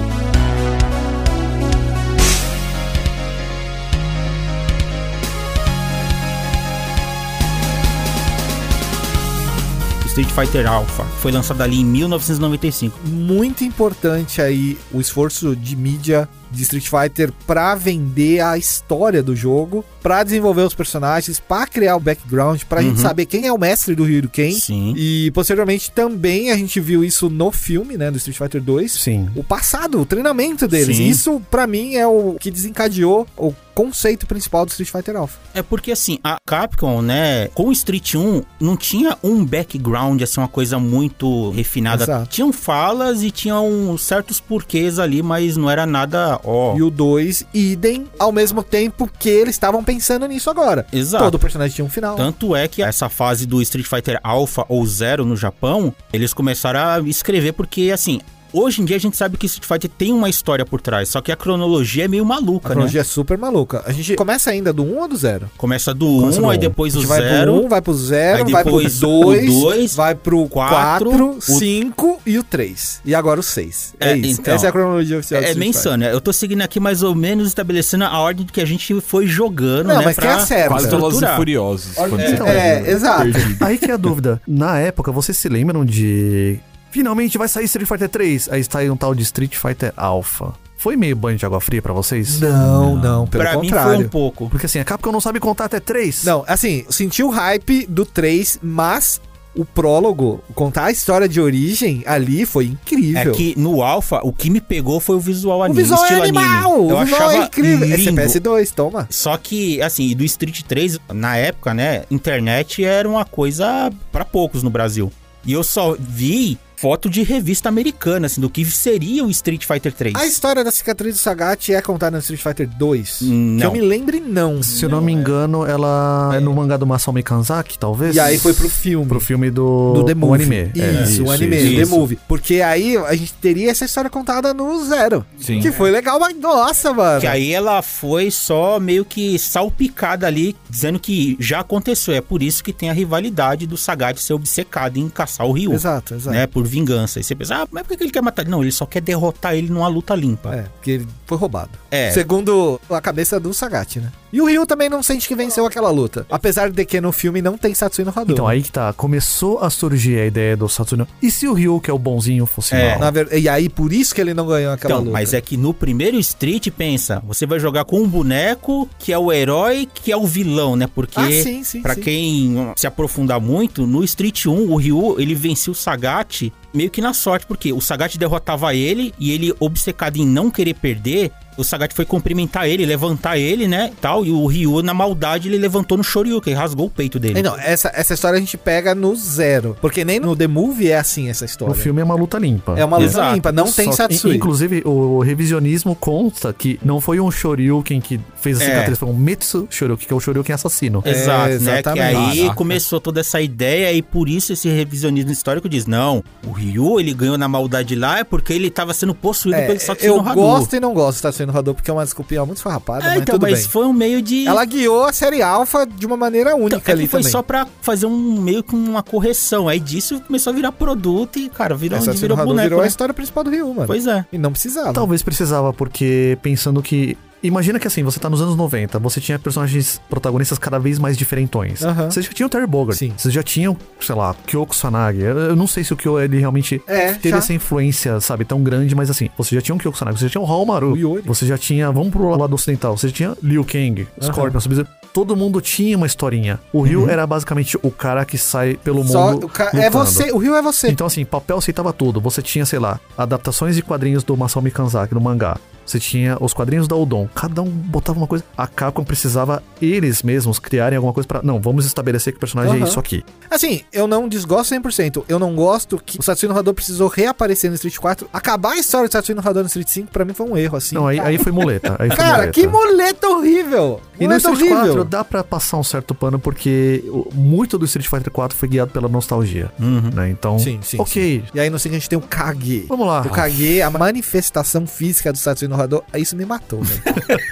Speaker 1: Street Fighter Alpha foi lançado ali em 1995.
Speaker 3: muito importante aí o esforço de mídia de Street Fighter pra vender a história do jogo, pra desenvolver os personagens, pra criar o background, pra gente
Speaker 1: Uhum.
Speaker 3: saber quem é o mestre do Ryu do Ken.
Speaker 1: Sim.
Speaker 3: E posteriormente também a gente viu isso no filme, né, do Street Fighter 2.
Speaker 2: Sim.
Speaker 3: o passado, o treinamento deles.
Speaker 1: Sim.
Speaker 3: Isso, pra mim, é o que desencadeou o conceito principal do Street Fighter Alpha.
Speaker 1: É porque assim, a Capcom, né, com o Street 1, não tinha um background, assim, uma coisa muito refinada.
Speaker 3: Exato.
Speaker 1: Tinham falas e tinham certos porquês ali, mas não era nada, ó.
Speaker 3: E o 2, idem, ao mesmo tempo que eles estavam pensando nisso agora.
Speaker 1: Exato.
Speaker 3: Todo personagem tinha um final.
Speaker 1: Tanto é que essa fase do Street Fighter Alpha ou Zero no Japão, eles começaram a escrever porque, assim, hoje em dia a gente sabe que Street Fighter tem uma história por trás, só que a cronologia é meio
Speaker 3: A
Speaker 1: maluca, né?
Speaker 3: cronologia é super maluca. A gente começa ainda do 1 um ou do 0?
Speaker 1: Começa do
Speaker 2: Começa
Speaker 1: 1,
Speaker 2: do
Speaker 1: aí
Speaker 2: um.
Speaker 1: depois
Speaker 3: A
Speaker 1: o
Speaker 3: gente vai
Speaker 1: 0.
Speaker 3: pro 1, vai pro 0,
Speaker 1: aí
Speaker 3: vai pro
Speaker 1: depois o
Speaker 3: 2,
Speaker 1: dois,
Speaker 3: vai pro
Speaker 1: quatro,
Speaker 3: 4,
Speaker 1: o-
Speaker 3: 5 e o 3. E agora o 6. É,
Speaker 1: É,
Speaker 3: isso.
Speaker 1: então,
Speaker 3: Essa é a cronologia oficial do
Speaker 1: É
Speaker 3: Street
Speaker 1: bem
Speaker 3: Fighter.
Speaker 1: insano, né? Eu tô seguindo aqui mais ou menos estabelecendo a ordem que a gente foi jogando,
Speaker 3: Não,
Speaker 1: né?
Speaker 3: mas tem a certa.
Speaker 4: Quase Velozes e
Speaker 1: Estruturar.
Speaker 4: Furiosos. quando
Speaker 3: É,
Speaker 4: você
Speaker 2: Então,
Speaker 3: é, exato.
Speaker 4: perdido.
Speaker 2: Aí que é a dúvida. Na época, vocês se lembram de. Finalmente vai sair Street Fighter 3. Aí sai um tal de Street Fighter Alpha. Foi meio banho de água fria pra vocês?
Speaker 3: Não, não, pelo
Speaker 1: pra
Speaker 3: contrário.
Speaker 1: mim foi um pouco.
Speaker 2: Porque assim, a Capcom não sabe contar até 3.
Speaker 3: Não, assim, senti o hype do 3, mas o prólogo, contar a história de origem ali foi
Speaker 1: É
Speaker 3: incrível.
Speaker 1: que no Alpha, o que me pegou foi o visual
Speaker 3: o
Speaker 1: anime,
Speaker 3: visual é
Speaker 1: estilo
Speaker 3: animal,
Speaker 1: anime. Eu
Speaker 3: o visual
Speaker 1: achava
Speaker 3: é incrível. Esse é
Speaker 1: lindo.
Speaker 3: PS2, toma.
Speaker 1: Só que, assim, e do Street 3, na época, né, internet era uma coisa pra poucos no Brasil. E eu só vi foto de revista americana, assim, do que seria o Street Fighter 3.
Speaker 3: A história da cicatriz do Sagat é contada no Street Fighter 2? Que eu
Speaker 1: Não.
Speaker 3: me lembre, não.
Speaker 2: Se eu não, me engano, ela é no mangá do Masao Kanzaki, talvez.
Speaker 3: E aí foi pro filme.
Speaker 2: pro filme do,
Speaker 3: do The
Speaker 2: o
Speaker 3: Movie.
Speaker 2: anime.
Speaker 3: Isso,
Speaker 2: É,
Speaker 3: o anime,
Speaker 1: isso,
Speaker 3: The
Speaker 1: isso.
Speaker 3: Movie. Porque aí a gente teria essa história contada no zero.
Speaker 4: Sim.
Speaker 3: Que foi legal, mas nossa, mano.
Speaker 1: Que aí ela foi só meio que salpicada ali, dizendo que já aconteceu. É por isso que tem a rivalidade do Sagat ser obcecado em caçar o Ryu.
Speaker 3: Exato, exato.
Speaker 1: Né, por vingança. E você pensa, ah, mas por que que ele quer matar ele? Não, ele só quer derrotar ele numa luta limpa.
Speaker 3: É, porque É, foi roubado.
Speaker 1: É.
Speaker 3: Segundo a cabeça do Sagat, né? E o Ryu também não sente que venceu aquela luta. Apesar de que no filme não tem Satsui no Hadouken.
Speaker 2: Então aí que tá, começou a surgir a ideia do Saturno. E se o Ryu, que é o bonzinho, fosse
Speaker 3: É,
Speaker 2: mal?
Speaker 3: na ver- E aí, por isso que ele não ganhou aquela
Speaker 1: Então,
Speaker 3: luta.
Speaker 1: mas é que no primeiro Street, pensa, você vai jogar com um boneco que é o herói, que é o vilão, né? Porque
Speaker 3: Ah, sim, sim,
Speaker 1: Pra
Speaker 3: sim.
Speaker 1: quem hum, se aprofundar muito, no Street 1, o Ryu, ele venceu o Sagat meio que na sorte, porque o Sagat derrotava ele e ele, obcecado em não querer perder, o Sagat foi cumprimentar ele, levantar ele, né, e tal, e o Ryu, na maldade, ele levantou no Shoryuken, rasgou o peito dele.
Speaker 3: Então, essa, essa história a gente pega no zero. Porque nem no The Movie é assim essa história.
Speaker 2: No filme é uma luta limpa.
Speaker 3: É uma luta
Speaker 1: Exato.
Speaker 3: limpa, não tem
Speaker 2: Só que,
Speaker 3: Satsui.
Speaker 2: Inclusive, o revisionismo consta que não foi um Shoryuken que fez a
Speaker 1: É.
Speaker 2: cicatriz, foi um Metsu Shoryuken, que é o Shoryuken assassino.
Speaker 1: Exato, né? Que
Speaker 3: exatamente.
Speaker 1: aí
Speaker 4: Caraca.
Speaker 1: começou toda essa ideia e por isso esse revisionismo histórico diz, não, o Ryu, ele ganhou na maldade lá é porque ele tava sendo possuído
Speaker 3: É,
Speaker 1: pelo Satsuki
Speaker 3: eu
Speaker 1: no Hadouken.
Speaker 3: gosto e não gosto de Satsui no Hadouken, porque é uma desculpinha muito farrapada,
Speaker 1: É,
Speaker 3: mas
Speaker 1: então,
Speaker 3: tudo
Speaker 1: mas
Speaker 3: bem. É
Speaker 1: foi um meio de...
Speaker 3: Ela guiou a série Alpha de uma maneira única
Speaker 1: Então, é
Speaker 3: ali
Speaker 1: que foi
Speaker 3: também.
Speaker 1: só pra fazer um meio que uma correção. Aí disso começou a virar produto e, cara, virou,
Speaker 3: Essa
Speaker 1: virou
Speaker 3: virou,
Speaker 1: boneco.
Speaker 3: virou a
Speaker 1: né?
Speaker 3: história principal do Ryu, mano.
Speaker 1: Pois é.
Speaker 3: E não precisava.
Speaker 2: Talvez precisava, porque pensando que. Imagina que assim, você tá nos anos 90, você tinha personagens protagonistas cada vez mais diferentões.
Speaker 3: Aham.
Speaker 2: Você já tinha o Terry Bogard,
Speaker 3: Sim.
Speaker 2: você já tinha, o, sei lá, Kyoko Sanagi. Eu- Eu não sei se o Kyo ele realmente
Speaker 3: É,
Speaker 2: teve
Speaker 3: já.
Speaker 2: essa influência, sabe, tão grande, mas assim, você já tinha um Kyoko Sanagi, você já tinha o Hallmaru,
Speaker 3: O Yori.
Speaker 2: você já tinha, vamos pro lado ocidental, você já tinha Liu Kang, Scorpion, Sub-Zero. Todo mundo tinha uma historinha. O Ryu era basicamente o cara que sai pelo mundo.
Speaker 3: Uhum. Só o ca- é
Speaker 2: lutando.
Speaker 3: você, o Ryu é você.
Speaker 2: Então, assim, papel aceitava tudo. Você tinha, sei lá, adaptações de quadrinhos do Masao Mikanzaki, no mangá. Você tinha os quadrinhos da Odon. Cada um botava uma coisa. A Capcom precisava eles mesmos criarem alguma coisa pra. Não, vamos estabelecer que o personagem
Speaker 3: Aham.
Speaker 2: é isso aqui.
Speaker 3: Assim, eu não desgosto 100%. Eu não gosto que o Satsui no Hadouken precisou reaparecer no Street 4. Acabar a história do Satsui no Hadouken no Street 5 pra mim foi um erro, assim.
Speaker 2: Não, aí, aí foi muleta. Aí foi
Speaker 3: Cara,
Speaker 2: muleta.
Speaker 3: que moleta horrível!
Speaker 2: E no
Speaker 3: Moleta
Speaker 2: Street
Speaker 3: horrível!
Speaker 2: 4 dá pra passar um certo pano, porque o- muito do Street Fighter 4 foi guiado pela nostalgia.
Speaker 3: Uhum.
Speaker 2: Né? Então.
Speaker 3: Hum. Sim, sim,
Speaker 2: Ok.
Speaker 3: E aí no 5 a gente tem o Kage.
Speaker 2: Vamos lá.
Speaker 3: O Kage, a manifestação física do Satsui no Hadouken, isso me matou, velho.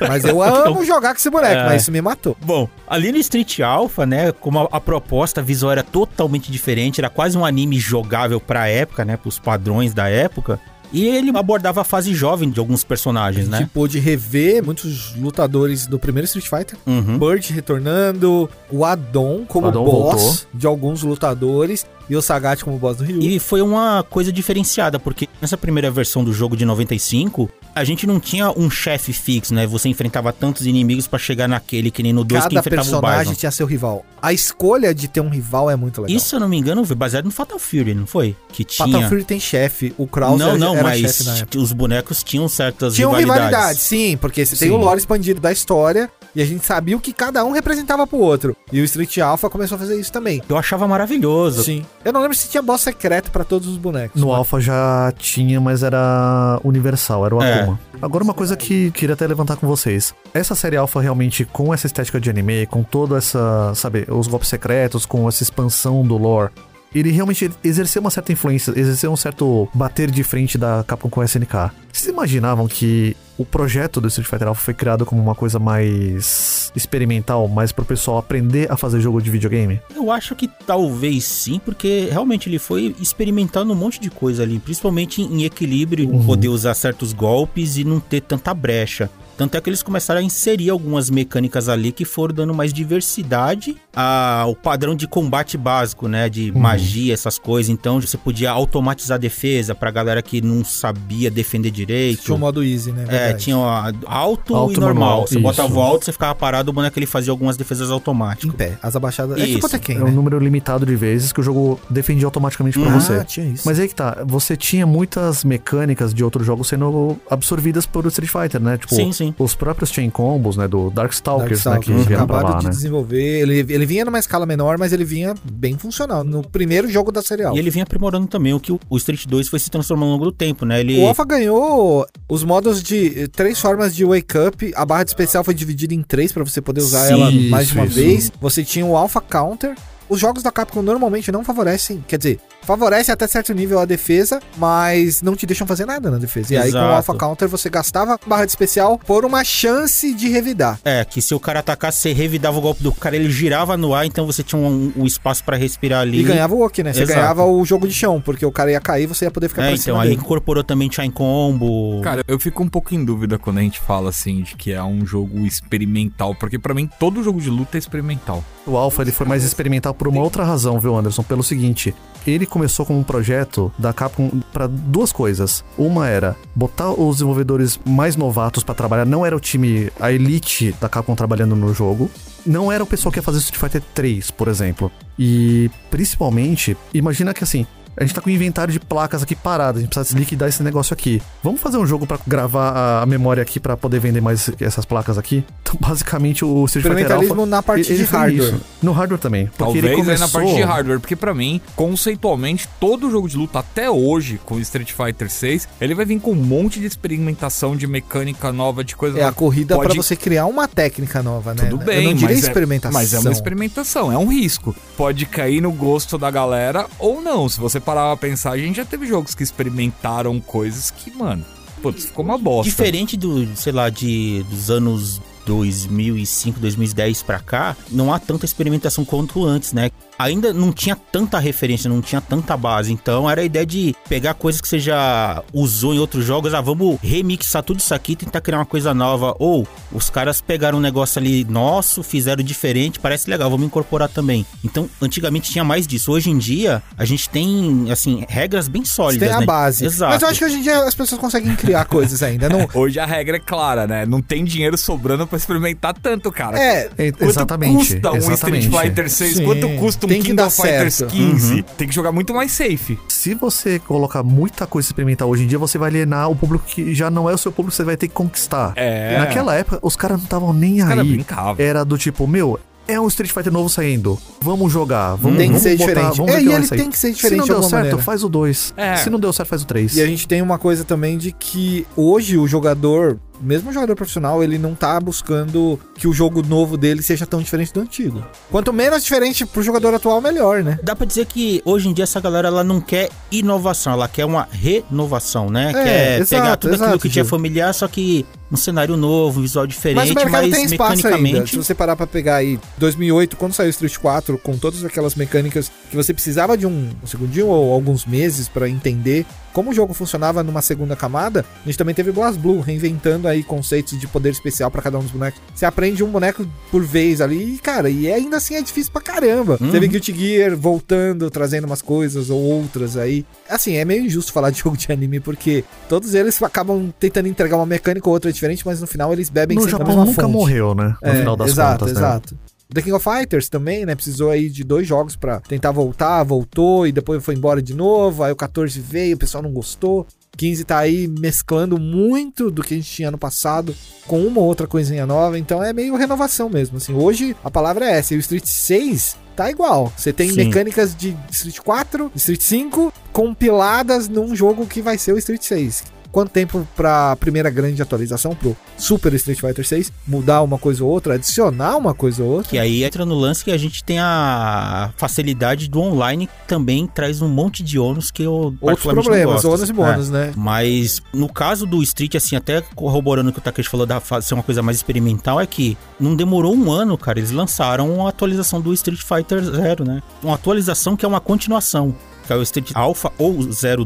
Speaker 3: mas eu
Speaker 2: Então,
Speaker 3: amo jogar com esse boneco,
Speaker 1: É.
Speaker 3: mas isso me matou.
Speaker 1: Bom, ali no Street Alpha, né, como a, a proposta visual era totalmente diferente, era quase um anime jogável pra época, né, pros padrões da época, e ele abordava a fase jovem de alguns personagens,
Speaker 3: A gente
Speaker 1: né?
Speaker 3: pôde Tipo, rever muitos lutadores do primeiro Street Fighter.
Speaker 1: Uhum.
Speaker 3: Bird retornando, o Adon como
Speaker 2: O Adon
Speaker 3: boss
Speaker 2: voltou.
Speaker 3: de alguns lutadores e o Sagat como boss do Ryu.
Speaker 1: E foi uma coisa diferenciada, porque nessa primeira versão do jogo de 95, a gente não tinha um chefe fixo, né? Você enfrentava tantos inimigos pra chegar naquele que nem no 2 que
Speaker 3: Cada
Speaker 1: enfrentava o Bison.
Speaker 3: personagem tinha seu rival. A escolha de ter um rival é muito legal.
Speaker 1: Isso, se eu não me engano, foi baseado no Fatal Fury, não foi? Que tinha.
Speaker 3: Fatal Fury tem chefe, o Krause
Speaker 1: não,
Speaker 3: era-
Speaker 1: não,
Speaker 3: era
Speaker 1: mas
Speaker 3: chefe na época.
Speaker 1: os bonecos tinham certas
Speaker 3: Tinham
Speaker 1: rivalidades.
Speaker 3: rivalidade, sim, porque você tem
Speaker 1: Sim.
Speaker 3: o lore expandido da história e a gente sabia o que cada um representava pro outro. E o Street Alpha começou a fazer isso também.
Speaker 1: Eu achava maravilhoso.
Speaker 3: Sim. Eu não lembro se tinha boss secreto pra todos os bonecos.
Speaker 2: No
Speaker 3: mas-
Speaker 2: Alpha já tinha, mas era universal, era o
Speaker 1: É.
Speaker 2: Akuma. Agora, uma coisa que queria até levantar com vocês. Essa série Alpha, realmente, com essa estética de anime, com toda essa, sabe, os golpes secretos, com essa expansão do lore, ele realmente exerceu uma certa influência, exerceu um certo bater de frente da Capcom com a SNK. Vocês imaginavam que o projeto do Street Fighter Alpha foi criado como uma coisa mais experimental, mais pro pessoal aprender a fazer jogo de videogame?
Speaker 1: Eu acho que talvez sim, porque realmente ele foi experimentando um monte de coisa ali, principalmente em equilíbrio,
Speaker 2: Uhum.
Speaker 1: poder usar certos golpes e não ter tanta brecha. Tanto é que eles começaram a inserir algumas mecânicas ali que foram dando mais diversidade ao padrão de combate básico, né? De
Speaker 2: Uhum.
Speaker 1: magia, essas coisas. Então você podia automatizar a defesa pra galera que não sabia defender direito.
Speaker 3: Tinha o modo easy, né?
Speaker 1: É,
Speaker 3: verdade.
Speaker 1: tinha ó, alto,
Speaker 2: Alto
Speaker 1: e normal.
Speaker 2: normal,
Speaker 1: Você botava
Speaker 2: isso.
Speaker 1: o alto, você ficava parado, o boneco ele fazia algumas defesas
Speaker 3: Em
Speaker 1: automáticas.
Speaker 3: pé, as abaixadas. É
Speaker 1: Isso.
Speaker 3: tipo Tekken,
Speaker 2: É um
Speaker 3: né?
Speaker 2: número limitado de vezes que o jogo defendia automaticamente pra você.
Speaker 3: Ah, tinha isso.
Speaker 2: Mas aí que tá, você tinha muitas mecânicas de outros jogos sendo absorvidas pelo Street Fighter, né? Tipo,
Speaker 1: Sim, sim.
Speaker 2: os próprios chain combos, né? Do Darkstalkers, né? Que
Speaker 3: Darkstalkers, uhum.
Speaker 2: vieram pra
Speaker 3: acabado
Speaker 2: lá,
Speaker 3: de
Speaker 2: né?
Speaker 3: desenvolver. Ele, ele vinha numa escala menor, mas ele vinha bem funcional. No primeiro jogo da serial.
Speaker 1: E ele vinha aprimorando também o que o o Street 2 foi se transformando ao longo do tempo, né? Ele
Speaker 3: O Alpha ganhou os modos de eh, três formas de Wake Up. A barra de especial foi dividida em três pra você poder usar
Speaker 1: Sim,
Speaker 3: ela mais de
Speaker 2: isso,
Speaker 3: uma
Speaker 2: isso.
Speaker 3: vez. Você tinha o Alpha Counter, Os jogos da Capcom normalmente não favorecem, quer dizer, favorecem até certo nível a defesa, mas não te deixam fazer nada na defesa. E aí com o
Speaker 1: Exato.
Speaker 3: Alpha Counter você gastava barra de especial por uma chance de revidar.
Speaker 1: É, que se o cara atacasse, você revidava o golpe do cara, ele girava no ar, então você tinha um, um espaço pra respirar ali.
Speaker 3: E, ganhava o Oki, né? Você
Speaker 1: Exato.
Speaker 3: ganhava o jogo de chão, porque o cara ia cair e você ia poder ficar
Speaker 1: É,
Speaker 3: pra
Speaker 1: então,
Speaker 3: cima
Speaker 1: aí
Speaker 3: dele.
Speaker 1: incorporou também Chain Combo.
Speaker 4: Cara, eu fico um pouco em dúvida quando a gente fala assim de que é um jogo experimental, porque pra mim todo jogo de luta é experimental.
Speaker 2: O Alpha ele foi mais experimental por uma outra razão, viu, Anderson? Pelo seguinte, ele começou como um projeto da Capcom para duas coisas. Uma era botar os desenvolvedores mais novatos para trabalhar, não era o time, a elite da Capcom trabalhando no jogo. Não era o pessoal que ia fazer Street Fighter 3, por exemplo. E principalmente, imagina que assim, a gente tá com o inventário de placas aqui parado, a gente precisa liquidar esse negócio aqui. Vamos fazer um jogo pra gravar a- a memória aqui pra poder vender mais essas placas aqui? Então, basicamente, o Street Fighter Alpha
Speaker 3: Experimentalismo na parte
Speaker 2: ele
Speaker 3: de
Speaker 2: foi
Speaker 3: hardware.
Speaker 2: isso. No hardware também. Porque
Speaker 4: Talvez
Speaker 2: ele
Speaker 4: aí
Speaker 2: começou...
Speaker 4: na parte de hardware, porque pra mim, conceitualmente, todo jogo de luta até hoje com Street Fighter 6, ele vai vir com um monte de experimentação de mecânica nova, de coisa
Speaker 3: É a corrida
Speaker 4: Pode-
Speaker 3: pra você criar uma técnica nova, né?
Speaker 4: Tudo bem,
Speaker 3: Eu não diria
Speaker 4: mas,
Speaker 3: experimentação.
Speaker 4: É, mas é uma experimentação, é um risco. Pode cair no gosto da galera ou não. Se você parar pra pensar, a gente já teve jogos que experimentaram coisas que, mano, putz, ficou uma bosta.
Speaker 1: Diferente do, sei lá, de, dos anos 2005, 2010 pra cá, não há tanta experimentação quanto antes, né? Ainda não tinha tanta referência, não tinha tanta base. Então era a ideia de pegar coisas que você já usou em outros jogos, ah, vamos remixar tudo isso aqui, tentar criar uma coisa nova. Ou os caras pegaram um negócio ali nosso, fizeram diferente, parece legal, vamos incorporar também. Então antigamente tinha mais disso. Hoje em dia, a gente tem, assim, regras bem
Speaker 3: Você
Speaker 1: sólidas.
Speaker 3: tem a
Speaker 1: né?
Speaker 3: base.
Speaker 1: Exato.
Speaker 3: Mas eu acho que hoje em dia as pessoas conseguem criar coisas ainda. Não,
Speaker 4: Hoje a regra é clara, né? Não tem dinheiro sobrando pra experimentar tanto, cara.
Speaker 3: é,
Speaker 2: É,
Speaker 4: Quanto
Speaker 2: exatamente.
Speaker 4: custa um
Speaker 2: exatamente.
Speaker 4: Street Fighter 6?
Speaker 3: Sim,
Speaker 4: Quanto custa um
Speaker 3: tem que
Speaker 4: Kingdom
Speaker 3: dar
Speaker 4: Fighters
Speaker 3: certo. Uhum.
Speaker 4: 15? Tem que jogar muito mais safe.
Speaker 2: Se você colocar muita coisa experimental hoje em dia, você vai alienar o público que já não é o seu público, você vai ter que conquistar.
Speaker 4: É.
Speaker 2: Naquela época, os caras não estavam nem
Speaker 4: Os caras
Speaker 2: aí.
Speaker 4: brincavam.
Speaker 2: Era do tipo, meu, é um Street Fighter novo saindo. Vamos jogar. Vamos,
Speaker 3: Tem que
Speaker 2: vamos
Speaker 3: ser
Speaker 2: botar,
Speaker 3: diferente.
Speaker 2: Vamos
Speaker 3: É,
Speaker 2: ver
Speaker 3: e
Speaker 2: que vai
Speaker 3: ele
Speaker 2: sair.
Speaker 3: tem que ser diferente
Speaker 2: Se
Speaker 3: de
Speaker 2: não deu
Speaker 3: alguma
Speaker 2: certo,
Speaker 3: maneira.
Speaker 2: faz o 2.
Speaker 4: É.
Speaker 2: Se não deu certo, faz o 3.
Speaker 3: E a gente tem uma coisa também de que hoje o jogador, mesmo o jogador profissional, ele não tá buscando que o jogo novo dele seja tão diferente do antigo. Quanto menos diferente pro jogador atual, melhor, né?
Speaker 1: Dá pra dizer que hoje em dia essa galera ela não quer inovação, ela quer uma renovação, né?
Speaker 3: É,
Speaker 1: quer
Speaker 3: exato,
Speaker 1: pegar tudo
Speaker 3: exato,
Speaker 1: aquilo que tinha
Speaker 3: Gil.
Speaker 1: familiar, só que um cenário novo, um visual
Speaker 3: Mas
Speaker 1: diferente,
Speaker 3: o
Speaker 1: mas,
Speaker 3: mercado tem espaço ainda. Se
Speaker 1: mecanicamente.
Speaker 3: você parar pra pegar aí 2008, quando saiu o Street 4, com todas aquelas mecânicas que você precisava de um, um segundinho ou alguns meses pra entender como o jogo funcionava numa segunda camada, a gente também teve Blast Blue reinventando aí conceitos de poder especial pra cada um dos bonecos. Você aprende um boneco por vez ali, e cara, e ainda assim é difícil pra caramba.
Speaker 1: Uhum.
Speaker 3: Teve Guilty Gear voltando, trazendo umas coisas ou outras aí. Assim, é meio injusto falar de jogo de anime porque todos eles acabam tentando entregar uma mecânica ou outra diferente, mas no final eles bebem
Speaker 2: No
Speaker 3: sempre da
Speaker 2: Japão
Speaker 3: mesma
Speaker 2: nunca
Speaker 3: fonte.
Speaker 2: morreu, né? No
Speaker 3: É,
Speaker 2: final das
Speaker 3: exato,
Speaker 2: contas, né?
Speaker 3: Exato, The King of Fighters também, né? Precisou aí de dois jogos pra tentar voltar, voltou e depois foi embora de novo. Aí o 14 veio, o pessoal não gostou. 15 tá aí mesclando muito do que a gente tinha no passado com uma ou outra coisinha nova, então é meio renovação mesmo. Assim, hoje a palavra é essa, e o Street 6 tá igual. Você tem
Speaker 1: Sim.
Speaker 3: mecânicas de Street 4, Street 5 compiladas num jogo que vai ser o Street 6. Quanto tempo pra primeira grande atualização pro Super Street Fighter 6 mudar uma coisa ou outra, adicionar uma coisa ou outra?
Speaker 1: Que aí entra no lance que a gente tem a facilidade do online, que também traz um monte de ônus que eu
Speaker 3: Outros
Speaker 1: particularmente
Speaker 3: problemas,
Speaker 1: não gosto. É.
Speaker 3: ônus e bônus, né?
Speaker 1: Mas no caso do Street, assim, até corroborando o que o Takeshi falou da fase ser uma coisa mais experimental, é que não demorou um ano, cara. Eles lançaram a atualização do Street Fighter Zero, né? Uma atualização que é uma continuação, que é o Street Alpha ou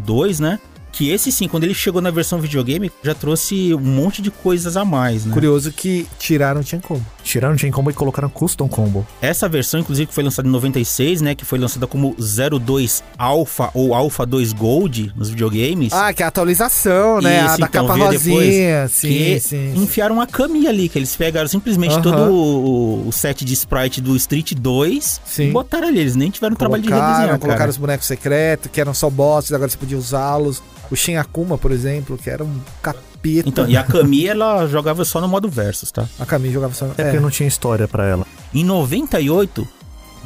Speaker 1: 02, né? Que esse sim, quando ele chegou na versão videogame, já trouxe um monte de coisas a mais, né?
Speaker 3: Curioso que tiraram o Combo.
Speaker 2: Tiraram o Chain Combo e colocaram Custom Combo.
Speaker 1: Essa versão, inclusive, que foi lançada em 96, né? Que foi lançada como 02 Alpha ou Alpha 2 Gold nos videogames.
Speaker 3: Ah, que é a atualização, né?
Speaker 1: Isso,
Speaker 3: a da
Speaker 1: então,
Speaker 3: capa
Speaker 1: veio
Speaker 3: rosinha. Sim,
Speaker 1: que um
Speaker 3: sim. sim.
Speaker 1: enfiaram uma caminha ali, que eles pegaram simplesmente
Speaker 3: Aham.
Speaker 1: todo o, o set de sprite do Street 2
Speaker 3: Sim.
Speaker 1: e botaram ali. Eles nem tiveram trabalho de
Speaker 3: Colocaram,
Speaker 1: redesenhar,
Speaker 3: colocaram
Speaker 1: cara.
Speaker 3: os bonecos secretos, que eram só bosses, agora você podia usá-los. O Shin Akuma, por exemplo, que era um capeta.
Speaker 1: Então, e a Camille, ela jogava só no modo versus, tá?
Speaker 3: A Camille jogava só...
Speaker 2: É, porque não tinha história pra ela.
Speaker 1: Em 98,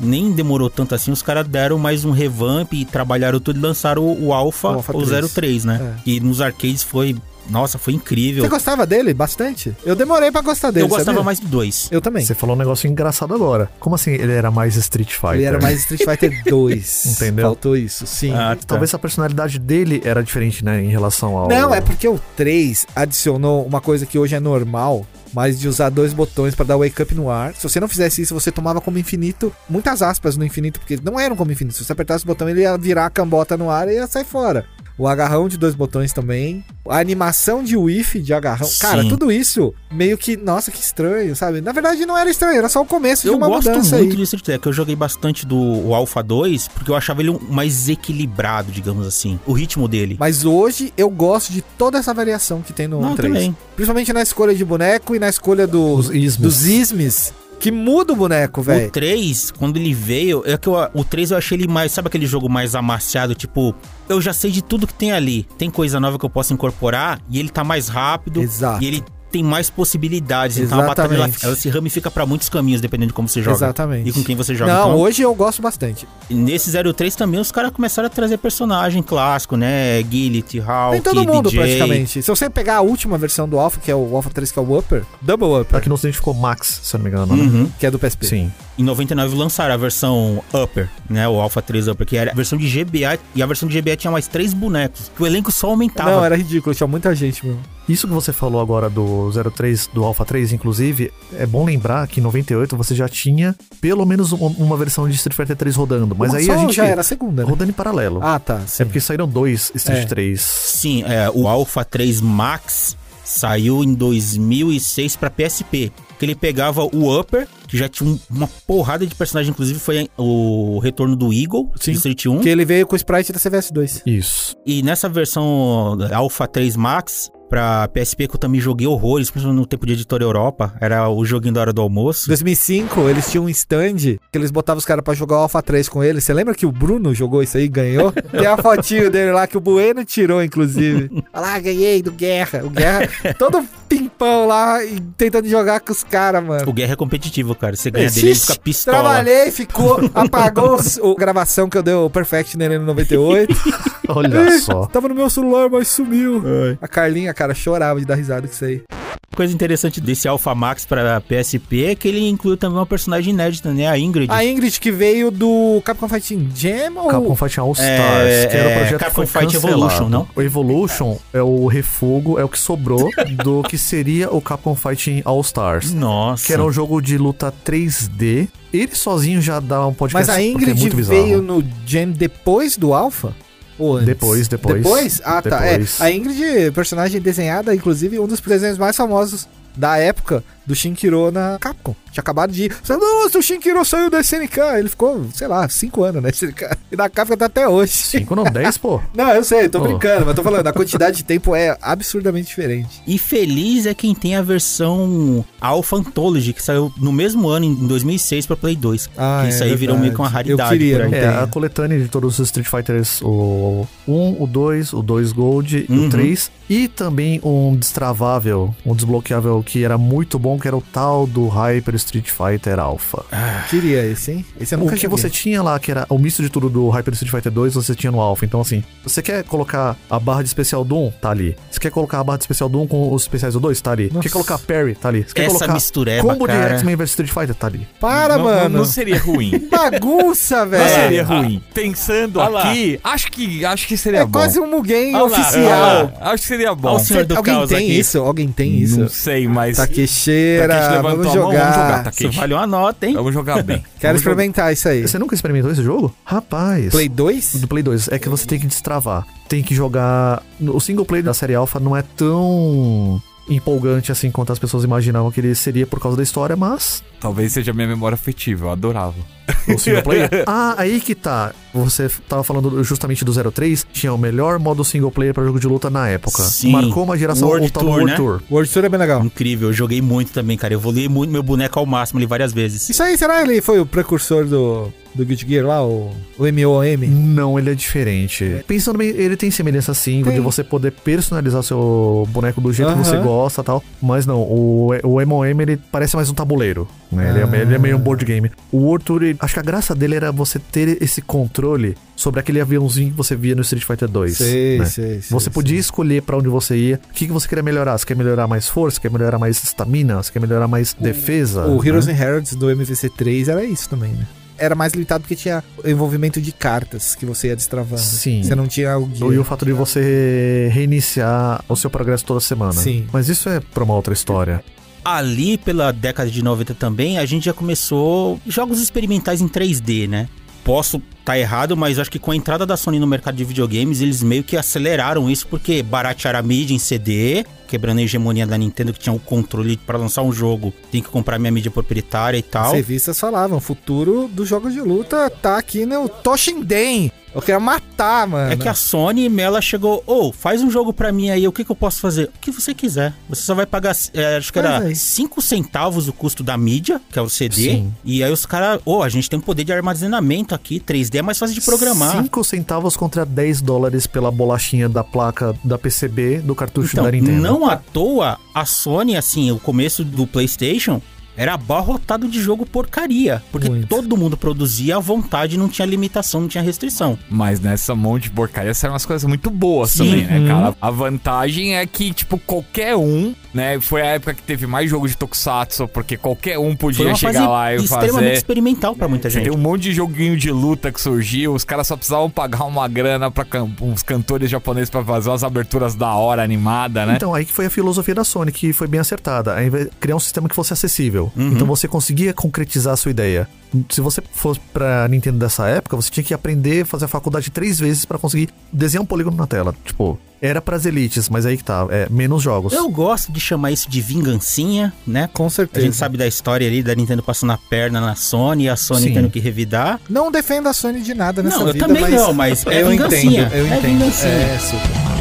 Speaker 1: nem demorou tanto assim, os caras deram mais um revamp e trabalharam tudo e lançaram o, o Alpha,
Speaker 3: O Alpha
Speaker 1: ou
Speaker 3: 3.
Speaker 1: 03, né? Que nos arcades foi Nossa, foi incrível.
Speaker 3: Você gostava dele bastante? Eu demorei pra gostar dele,
Speaker 1: Eu gostava
Speaker 3: sabia?
Speaker 1: mais do 2.
Speaker 3: Eu também.
Speaker 2: Você falou um negócio engraçado agora. Como assim ele era mais Street Fighter?
Speaker 3: Ele era mais Street Fighter 2.
Speaker 2: Entendeu?
Speaker 3: Faltou isso, sim.
Speaker 1: Ah, tá.
Speaker 2: Talvez a personalidade dele era diferente, né, em relação ao...
Speaker 3: Não, é porque o 3 adicionou uma coisa que hoje é normal, mas de usar dois botões pra dar wake up no ar. Se você não fizesse isso, você tomava como infinito, muitas aspas no infinito, porque não eram como infinito. Se você apertasse o botão, ele ia virar a cambota no ar e ia sair fora. O agarrão de dois botões também. A animação de whiff de agarrão. Cara,
Speaker 1: Sim.
Speaker 3: tudo isso meio que. Nossa, que estranho, sabe? Na verdade, não era estranho, era só o começo de
Speaker 1: Eu
Speaker 3: uma
Speaker 1: gosto muito
Speaker 3: mudança aí.
Speaker 1: de Street Fighter, que eu joguei bastante do o Alpha 2, porque eu achava ele um- mais equilibrado, digamos assim. O ritmo dele.
Speaker 3: Mas hoje eu gosto de toda essa variação que tem no
Speaker 1: Não,
Speaker 3: 3.
Speaker 1: também.
Speaker 3: Principalmente na escolha de boneco e na escolha dos,
Speaker 2: Os ismos.
Speaker 3: dos ismes. Que muda o boneco,
Speaker 1: O
Speaker 3: velho.
Speaker 1: 3, quando ele veio, é que eu- o 3 eu achei ele mais. Sabe aquele jogo mais amaciado? Tipo, eu já sei de tudo que tem ali. Tem coisa nova que eu posso incorporar e ele tá mais rápido.
Speaker 3: Exato.
Speaker 1: E ele tem mais possibilidades. Então a batalha ela,
Speaker 3: Exatamente.
Speaker 1: ela se ramifica pra muitos caminhos, dependendo de como você joga.
Speaker 3: Exatamente.
Speaker 1: E com quem você joga.
Speaker 3: Não,
Speaker 1: Então,
Speaker 3: hoje eu gosto bastante.
Speaker 1: Nesse 03 também os caras começaram a trazer personagem clássico, né? Gillet, Hulk,
Speaker 3: Tem todo mundo,
Speaker 1: DJ.
Speaker 3: praticamente. Se você pegar a última versão do Alpha, que é o Alpha 3, que é o Upper, Double Upper,
Speaker 2: Aqui no ocidente ficou Max, se eu não me engano, né?
Speaker 1: Uhum.
Speaker 3: que é do PSP.
Speaker 2: Sim.
Speaker 1: Em 99 lançaram a versão Upper, né? O Alpha 3 Upper, que era a versão de GBA. E a versão de GBA tinha mais três bonecos. que O elenco só aumentava.
Speaker 3: Não, era ridículo, tinha muita gente mesmo.
Speaker 2: Isso que você falou agora do 03, do Alpha 3, inclusive, é bom lembrar que em 98 você já tinha pelo menos um- uma versão de Street Fighter 3 rodando, mas aí
Speaker 3: Só
Speaker 2: a gente
Speaker 3: já era a segunda, né?
Speaker 2: rodando em paralelo.
Speaker 3: Ah, tá. sim.
Speaker 2: é porque saíram dois Street
Speaker 3: É.
Speaker 2: 3.
Speaker 1: Sim, é, o Alpha 3 Max saiu em 2006 pra PSP. Que ele pegava o Upper, que já tinha um- uma porrada de personagem, inclusive foi o retorno do Eagle, um.
Speaker 3: Sim.
Speaker 1: do Street 1.
Speaker 3: Porque ele veio com o Sprite da CVS 2.
Speaker 2: Isso.
Speaker 1: E nessa versão Alpha 3 Max pra PSP, que eu também joguei horrores, principalmente no tempo de editora Europa, era o joguinho da hora do almoço.
Speaker 3: 2005, eles tinham um stand que eles botavam os caras pra jogar o Alpha 3 com ele. Você lembra que o Bruno jogou isso aí e ganhou? Tem a fotinho dele lá que o Bueno tirou, inclusive. Olha lá, ganhei do Guerra. O Guerra, todo pimpão lá e tentando jogar com os caras, mano.
Speaker 1: O Guerra é competitivo, cara. Você ganha dele, ele
Speaker 3: Existe.
Speaker 1: fica pistola.
Speaker 3: Trabalhei, ficou, apagou os- o gravação que eu dei o Perfect nele no 98.
Speaker 2: Olha só.
Speaker 3: Tava no meu celular, mas sumiu. A Carlinha, cara, chorava de dar risada com isso aí.
Speaker 1: Coisa interessante desse Alpha Max pra PSP é que ele incluiu também uma personagem inédita, né? A Ingrid.
Speaker 3: A Ingrid que veio do Capcom Fighting Jam ou...
Speaker 2: Capcom Fight All Stars,
Speaker 1: É,
Speaker 2: que era o
Speaker 1: é,
Speaker 2: projeto
Speaker 1: Capcom
Speaker 2: que foi
Speaker 1: Fight
Speaker 2: cancelado.
Speaker 1: Evolution, não?
Speaker 2: O Evolution é o refugo, é o que sobrou do que seria o Capcom Fighting All Stars.
Speaker 1: Nossa.
Speaker 2: Que era um jogo de luta 3D. Ele sozinho já dá um podcast.
Speaker 3: Mas a
Speaker 2: porque
Speaker 3: Ingrid
Speaker 2: bizarro.
Speaker 3: veio no Jam depois do Alpha? Ou antes?
Speaker 2: Depois, depois.
Speaker 3: Depois? Ah, tá. É,
Speaker 2: Depois.
Speaker 3: a Ingrid, personagem desenhada, inclusive, um dos desenhos mais famosos da época do Shinkiro na Capcom. Tinha acabado de ir. Nossa, o Shinkiro saiu da SNK. Ele ficou, sei lá, 5 anos na SNK. E na Capcom tá até hoje.
Speaker 2: 5 não, 10, pô.
Speaker 3: Não, eu sei, tô
Speaker 2: Oh.
Speaker 3: brincando, mas tô falando, a quantidade de tempo é absurdamente diferente.
Speaker 1: E feliz é quem tem a versão Alpha Anthology, que saiu no mesmo ano, em 2006, pra Play 2.
Speaker 3: Ah,
Speaker 1: Que isso aí virou meio que uma raridade
Speaker 3: Eu queria, né?
Speaker 1: por aí.
Speaker 3: não
Speaker 2: É,
Speaker 3: tem.
Speaker 2: a coletânea de todos os Street Fighters, o 1, o 2, o 2 Gold e
Speaker 1: Uhum.
Speaker 2: o 3. E também um destravável, um desbloqueável que era muito bom, que era o tal do Hyper Street Fighter Alpha.
Speaker 3: É, Queria esse, hein? Esse eu
Speaker 2: o
Speaker 3: nunca
Speaker 2: que
Speaker 3: joguei.
Speaker 2: você tinha lá, que era o misto de tudo do Hyper Street Fighter 2, você tinha no Alpha. Então, assim, você quer colocar a barra de especial do 1? Tá ali. Você quer colocar a barra de especial do 1 com os especiais do 2? Tá ali.
Speaker 3: Nossa.
Speaker 2: Quer colocar parry? Tá ali. Você quer
Speaker 1: Essa
Speaker 2: colocar
Speaker 1: mistureba,
Speaker 2: combo de
Speaker 1: cara.
Speaker 2: X-Men vs Street Fighter? Tá ali.
Speaker 3: Para,
Speaker 4: não,
Speaker 3: mano. é
Speaker 4: Não, não seria ruim.
Speaker 3: Bagunça,
Speaker 4: Não
Speaker 1: É,
Speaker 4: seria
Speaker 1: ah,
Speaker 3: velho.
Speaker 4: ruim. Pensando
Speaker 1: ah lá.
Speaker 4: aqui, acho que acho que seria
Speaker 3: É
Speaker 4: bom.
Speaker 3: quase um Mugen
Speaker 4: Ah lá,
Speaker 3: oficial.
Speaker 4: ah lá. Acho que seria bom.
Speaker 1: Ah, o senhor do
Speaker 3: Alguém
Speaker 1: caos
Speaker 3: tem
Speaker 1: aqui.
Speaker 3: isso? Alguém tem é isso? Tá
Speaker 4: Não sei, mas Takeshi
Speaker 3: Taqueixeira, vamos
Speaker 4: levantou a mão, vamos jogar,
Speaker 3: jogar.
Speaker 4: Takeshi.
Speaker 1: Isso vale uma nota, hein?
Speaker 4: vamos jogar bem.
Speaker 3: Quero
Speaker 4: Vamos jogar-
Speaker 3: experimentar isso aí.
Speaker 2: Você nunca experimentou esse jogo? Rapaz.
Speaker 3: Play 2?
Speaker 2: Do Play 2. É que você tem que destravar. Tem que jogar. O single player da série Alpha não é tão empolgante assim quanto as pessoas imaginavam que ele seria por causa da história, mas.
Speaker 4: Talvez seja minha memória afetiva, eu adorava.
Speaker 2: O single player. ah, aí que tá. Você tava falando justamente do 03, tinha o melhor modo single player pra jogo de luta na época.
Speaker 1: Sim.
Speaker 2: Marcou uma geração
Speaker 1: World
Speaker 2: o tal do
Speaker 1: Tour,
Speaker 2: World
Speaker 1: né?
Speaker 2: Tour.
Speaker 3: World Tour é bem legal.
Speaker 1: Incrível, eu joguei muito também, cara. Eu evoluí muito meu boneco ao máximo ali várias vezes.
Speaker 3: Isso aí, será que ele foi o precursor do, do Guilty Gear lá, o, o MOM?
Speaker 2: Não, ele é diferente. Pensando bem, ele tem semelhança sim,
Speaker 3: Tem.
Speaker 2: de você poder personalizar seu boneco do jeito que você
Speaker 3: Aham.
Speaker 2: gosta e tal. Mas não, o, o MOM ele parece mais um tabuleiro, né? Ele, é, ele é meio um board game. O World Tour, ele- acho que a graça dele era você ter esse controle sobre aquele aviãozinho que você via no Street Fighter 2.
Speaker 3: Sei,
Speaker 2: né?
Speaker 3: sei, sei,
Speaker 2: Você podia escolher pra onde você ia. O que, que você queria melhorar? Você quer melhorar mais força? Quer melhorar mais estamina? Você quer melhorar mais defesa?
Speaker 3: O
Speaker 2: né?
Speaker 3: Heroes and Heralds do MVC 3 era isso também, né? Era mais limitado porque tinha envolvimento de cartas que você ia destravando.
Speaker 2: Sim.
Speaker 3: Você não tinha o guia.
Speaker 2: E o fato de você reiniciar o seu progresso toda semana.
Speaker 3: Sim.
Speaker 2: Mas isso é pra uma outra história.
Speaker 1: Ali pela década de 90 também, a gente já começou jogos experimentais em 3D, né? Posso estar errado, mas acho que com a entrada da Sony no mercado de videogames, eles meio que aceleraram isso, porque baratearam a mídia em CD, quebrando a hegemonia da Nintendo, que tinha o controle pra lançar um jogo, tem que comprar minha mídia proprietária e
Speaker 3: As
Speaker 1: tal.
Speaker 3: revistas falavam, o futuro dos jogos de luta tá aqui no Toshinden. Eu queria matar, mano.
Speaker 1: É que a Sony, ela chegou, ô, faz um jogo pra mim aí, o que que eu posso fazer? O que você quiser. Você só vai pagar, é, acho que
Speaker 3: Pois
Speaker 1: era
Speaker 3: é.
Speaker 1: 5 centavos o custo da mídia, que é o CD.
Speaker 2: Sim.
Speaker 1: E aí os caras, ô, a gente tem um poder de armazenamento aqui, 3D é mais fácil de programar.
Speaker 2: 5 centavos contra 10 dólares pela bolachinha da placa da PCB do cartucho
Speaker 1: Então,
Speaker 2: da Nintendo.
Speaker 1: não à toa, a Sony, assim, o começo do PlayStation era abarrotado de jogo porcaria. Porque
Speaker 3: Muito.
Speaker 1: todo mundo produzia à vontade, não tinha limitação, não tinha restrição.
Speaker 4: Mas nessa monte de porcaria saíram umas coisas muito boas
Speaker 1: Sim.
Speaker 4: também, né, cara? A vantagem é que, tipo, qualquer um, né? Foi a época que teve mais jogo de Tokusatsu, porque qualquer um
Speaker 1: Foi
Speaker 4: podia
Speaker 1: uma fase
Speaker 4: chegar lá e
Speaker 1: extremamente
Speaker 4: fazer.
Speaker 1: experimental pra muita gente.
Speaker 4: Tem um monte de joguinho de luta que surgiu, os caras só precisavam pagar uma grana pra can- uns cantores japoneses pra fazer umas aberturas da hora animada, né?
Speaker 2: Então, aí que foi a filosofia da Sony, que foi bem acertada. Aí vai criar um sistema que fosse acessível. Então você conseguia concretizar a sua ideia. Se você fosse pra Nintendo dessa época, você tinha que aprender a fazer a faculdade três vezes pra conseguir desenhar um polígono na tela. Tipo, era pras elites, mas aí que tá, é, menos jogos.
Speaker 1: Eu gosto de chamar isso de vingancinha, né?
Speaker 3: Com
Speaker 1: A
Speaker 3: certeza.
Speaker 1: gente sabe da história ali da Nintendo passando a perna na Sony e a Sony
Speaker 2: Sim.
Speaker 1: tendo que revidar.
Speaker 3: Não defendo a Sony de nada nessa
Speaker 1: Não, eu
Speaker 3: vida,
Speaker 1: também
Speaker 3: mas...
Speaker 1: não, mas é
Speaker 3: eu entendo,
Speaker 1: vingancinha.
Speaker 3: eu
Speaker 1: é
Speaker 3: entendo.
Speaker 1: vingancinha.
Speaker 3: É, super.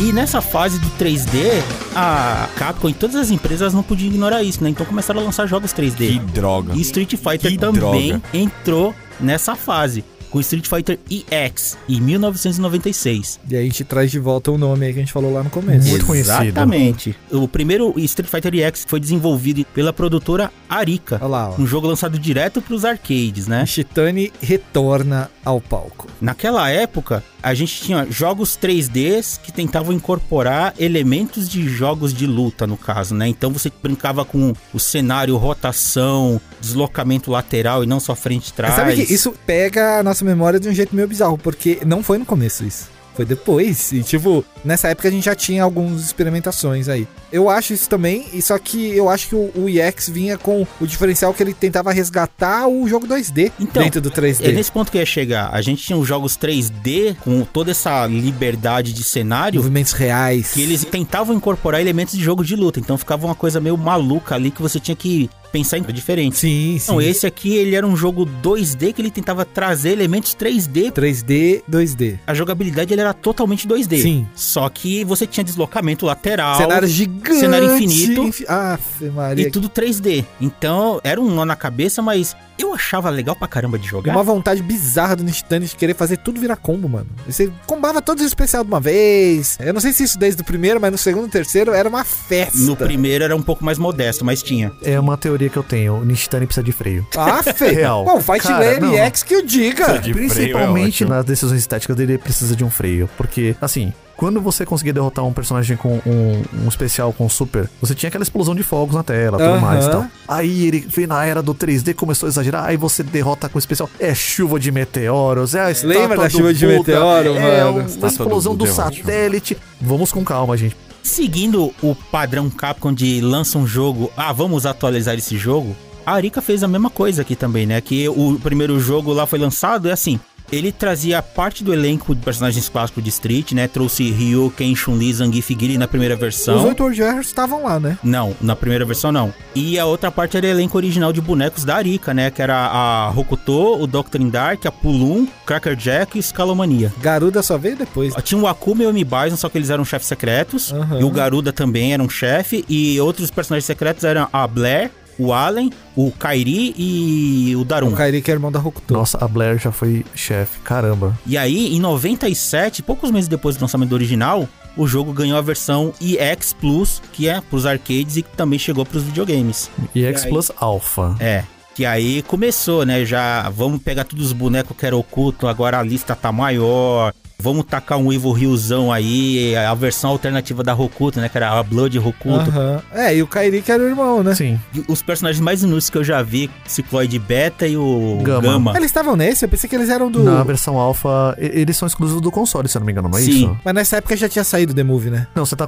Speaker 1: E nessa fase do 3D, a Capcom e todas as empresas elas não podiam ignorar isso, né? Então começaram a lançar jogos 3D.
Speaker 4: Que droga.
Speaker 1: E Street Fighter
Speaker 4: Que
Speaker 1: também
Speaker 4: droga.
Speaker 1: entrou nessa fase, com Street Fighter EX, em 1996.
Speaker 3: E aí a gente traz de volta o nome aí que a gente falou lá no começo.
Speaker 2: Muito conhecido.
Speaker 1: Exatamente. O primeiro Street Fighter EX foi desenvolvido pela produtora Arica.
Speaker 3: Olha lá, ó.
Speaker 1: Um jogo lançado direto pros arcades, né?
Speaker 3: Chitani retorna ao palco.
Speaker 1: Naquela época, a gente tinha jogos 3Ds que tentavam incorporar elementos de jogos de luta, no caso, né? Então você brincava com o cenário, rotação, deslocamento lateral e não só frente e trás.
Speaker 3: Sabe que isso pega a nossa memória de um jeito meio bizarro, porque não foi no começo isso. Foi depois. E, tipo, nessa época a gente já tinha algumas experimentações aí. Eu acho isso também, e só que eu acho que o, o EX vinha com o diferencial que ele tentava resgatar o jogo 2D
Speaker 1: Então,
Speaker 3: dentro do 3D.
Speaker 1: É nesse ponto que eu ia chegar. A gente tinha os jogos 3D com toda essa liberdade de cenário
Speaker 3: Movimentos reais.
Speaker 1: que eles tentavam incorporar elementos de jogo de luta. Então ficava uma coisa meio maluca ali que você tinha que pensar em diferente.
Speaker 3: Sim, sim.
Speaker 1: Então esse aqui ele era um jogo 2D que ele tentava trazer elementos 3D
Speaker 3: 3D, 2D.
Speaker 1: a jogabilidade ela era totalmente 2D.
Speaker 3: Sim.
Speaker 1: Só que você tinha deslocamento lateral
Speaker 3: Cenário gigante.
Speaker 1: cenário infinito.
Speaker 3: Infi... Aff, Maria.
Speaker 1: e tudo 3D. Então, era um nó na cabeça, mas eu achava legal pra caramba de jogar.
Speaker 3: Uma vontade bizarra do Nishitani de querer fazer tudo virar combo, mano. Você combava todos os especiais de uma vez. Eu não sei se isso desde o primeiro, mas no segundo e terceiro era uma festa.
Speaker 1: No primeiro era um pouco mais modesto, mas tinha.
Speaker 2: É uma teoria que eu tenho. Nishitani precisa de freio.
Speaker 3: Ah, Fê.
Speaker 2: Real.
Speaker 3: Bom, Fight
Speaker 2: Cara,
Speaker 3: Lane
Speaker 2: não.
Speaker 3: X que eu diga.
Speaker 4: De freio é
Speaker 2: Principalmente
Speaker 4: ótimo.
Speaker 2: nas decisões estéticas dele, ele precisa de um freio. Porque, assim, quando você conseguia derrotar um personagem com um, um especial, com um super, você tinha aquela explosão de fogos na tela, tudo
Speaker 3: Aham.
Speaker 2: mais e tal. Aí ele veio na era do 3D, começou a exagerar, aí você derrota com o especial. É chuva de meteoros, é a estátua
Speaker 3: Lembra da
Speaker 2: do
Speaker 3: chuva de
Speaker 2: Buda,
Speaker 3: meteoro,
Speaker 2: é
Speaker 3: mano?
Speaker 2: uma
Speaker 4: Estátua do
Speaker 2: explosão do,
Speaker 4: Buda é ótimo.
Speaker 2: satélite. Vamos com calma, gente.
Speaker 1: Seguindo o padrão Capcom de lança um jogo, ah, vamos atualizar esse jogo, a Arika fez a mesma coisa aqui também, né? Que o primeiro jogo lá foi lançado, é assim, ele trazia parte do elenco de personagens clássicos de Street, né? Trouxe Ryu, Ken, Chun-Li, Zangief e Guile na primeira versão.
Speaker 3: Os oito World Warriors estavam lá, né?
Speaker 1: Não, na primeira versão não. E a outra parte era elenco original de bonecos da Arika, né? Que era a Hokuto, o Doctor in Dark, a Pulum, Cracker Jack e Scalomania.
Speaker 3: Garuda só veio depois.
Speaker 1: Tinha o Akuma e o Mi Bison, só que eles eram chefes secretos.
Speaker 3: Aham.
Speaker 1: E o Garuda também era um chefe. E outros personagens secretos eram a Blair, o Allen, o Kairi e o Darum.
Speaker 3: O Kairi que é irmão da Hokuto.
Speaker 2: um. Nossa, a Blair já foi chefe. Caramba.
Speaker 1: E aí, em 97, poucos meses depois do lançamento do original, o jogo ganhou a versão EX Plus, que é pros arcades e que também chegou pros videogames.
Speaker 2: E X Plus Alpha.
Speaker 1: É. Que aí começou, né? Já vamos pegar todos os bonecos que era oculto, agora a lista tá maior. Vamos tacar um Evil Riozão aí, a versão alternativa da Rokuto, né? Que era a Blood Rokuto.
Speaker 3: Aham. É, e o Kairi que era o irmão,
Speaker 4: É.
Speaker 3: né?
Speaker 2: Sim.
Speaker 1: E Os personagens mais inúteis que eu já vi, Cicloide Beta e o Gama.
Speaker 2: Gama.
Speaker 3: Eles estavam nesse? Eu pensei que eles eram do.
Speaker 2: Na versão Alpha, e- eles são exclusivos do console, se eu não me engano, não é
Speaker 1: Sim.
Speaker 2: isso?
Speaker 3: Mas nessa época já tinha saído The Movie, né?
Speaker 2: Não, você tá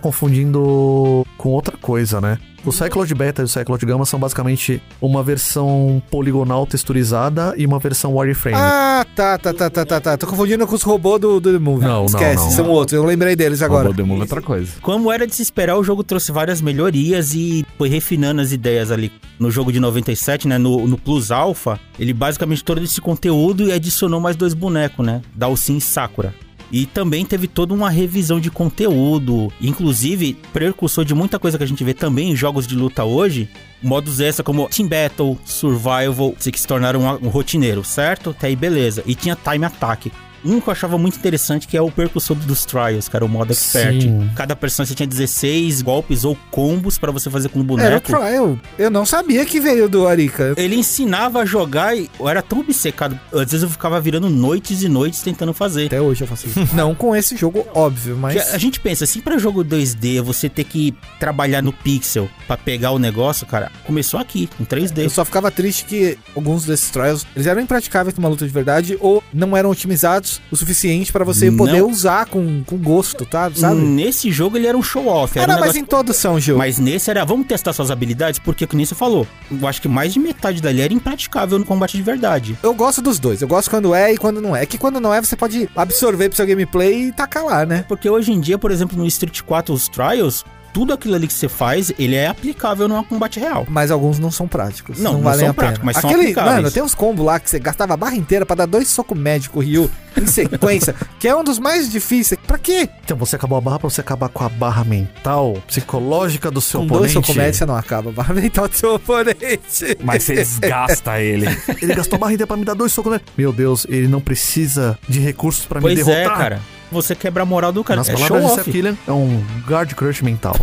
Speaker 2: confundindo com outra coisa, né? O Cycloid Beta e o Cycloid Gamma são basicamente uma versão poligonal texturizada e uma versão wireframe.
Speaker 3: Ah, tá, tá, tá, tá, tá, tá. Tô confundindo com os robôs do, do The Movie.
Speaker 2: Não, não,
Speaker 3: Esquece,
Speaker 2: não.
Speaker 3: são outros. Eu lembrei deles agora.
Speaker 4: Agora. Demove é outra coisa.
Speaker 1: Como era de se esperar, o jogo trouxe várias melhorias e foi refinando as ideias ali. No jogo de 97, né, no, no Plus Alpha, ele basicamente todo esse conteúdo e adicionou mais dois bonecos, né, Dalsin e Sakura. E também teve toda uma revisão de conteúdo, inclusive precursor de muita coisa que a gente vê também em jogos de luta hoje. Modos extra como Team Battle, Survival, se que se tornaram um um rotineiro, certo? Até aí beleza. E tinha Time Attack. Um que eu achava muito interessante que é o percussor dos Trials, cara, o modo expert.
Speaker 2: Sim.
Speaker 1: Cada personagem tinha 16 golpes ou combos pra você fazer com o
Speaker 3: Era o
Speaker 1: boneco.
Speaker 3: Trial. Eu não sabia que veio do Arica.
Speaker 1: Ele ensinava a jogar e eu era tão obcecado. Às vezes eu ficava virando noites e noites tentando fazer.
Speaker 3: Até hoje eu faço isso. não com esse jogo, óbvio,
Speaker 1: Que
Speaker 3: mas.
Speaker 1: a gente pensa, assim, pra jogo 2D, você ter que trabalhar no pixel pra pegar o negócio, cara, começou aqui, em
Speaker 3: Eu
Speaker 1: 3D.
Speaker 3: só ficava triste que alguns desses trials, eles eram impraticáveis numa luta de verdade ou não eram otimizados o suficiente pra você
Speaker 1: Não.
Speaker 3: poder usar com, com gosto, tá? sabe?
Speaker 1: Nesse jogo ele era um show-off,
Speaker 3: ah,
Speaker 1: era
Speaker 3: não,
Speaker 1: um
Speaker 3: mas
Speaker 1: negócio...
Speaker 3: em todos são, Gil.
Speaker 1: Mas nesse era, vamos testar suas habilidades, porque, como você falou, eu acho que mais de metade dali era impraticável no combate de verdade.
Speaker 3: Eu gosto dos dois. Eu gosto quando é e quando não é. É que quando não é, você pode absorver pro seu gameplay e tacar lá, né?
Speaker 1: Porque hoje em dia, por exemplo, no Street 4, os Trials, tudo aquilo ali que você faz, ele é aplicável num combate real.
Speaker 3: Mas alguns não são práticos.
Speaker 1: Não,
Speaker 3: Não,
Speaker 1: não
Speaker 3: valem
Speaker 1: são
Speaker 3: a pena.
Speaker 1: práticos, mas são aplicáveis.
Speaker 3: mano, tem uns combos lá que você gastava a barra inteira pra dar dois socos médico Ryu em sequência, que é um dos mais difíceis. Pra quê?
Speaker 2: Então você acabou a barra pra você acabar com a barra mental, psicológica do seu
Speaker 3: Com dois
Speaker 2: oponente.
Speaker 3: socos médicos você não acaba. a Barra mental do seu oponente.
Speaker 4: Mas você desgasta ele.
Speaker 2: Ele gastou a barra inteira pra me dar dois socos, né? Meu Deus, ele não precisa de recursos pra me
Speaker 1: pois é,
Speaker 2: derrotar.
Speaker 1: cara. Você quebra a moral do cara.
Speaker 2: Nas
Speaker 1: é
Speaker 2: palavras de
Speaker 1: show-off.
Speaker 2: Seth Killian, é um guard crush mental.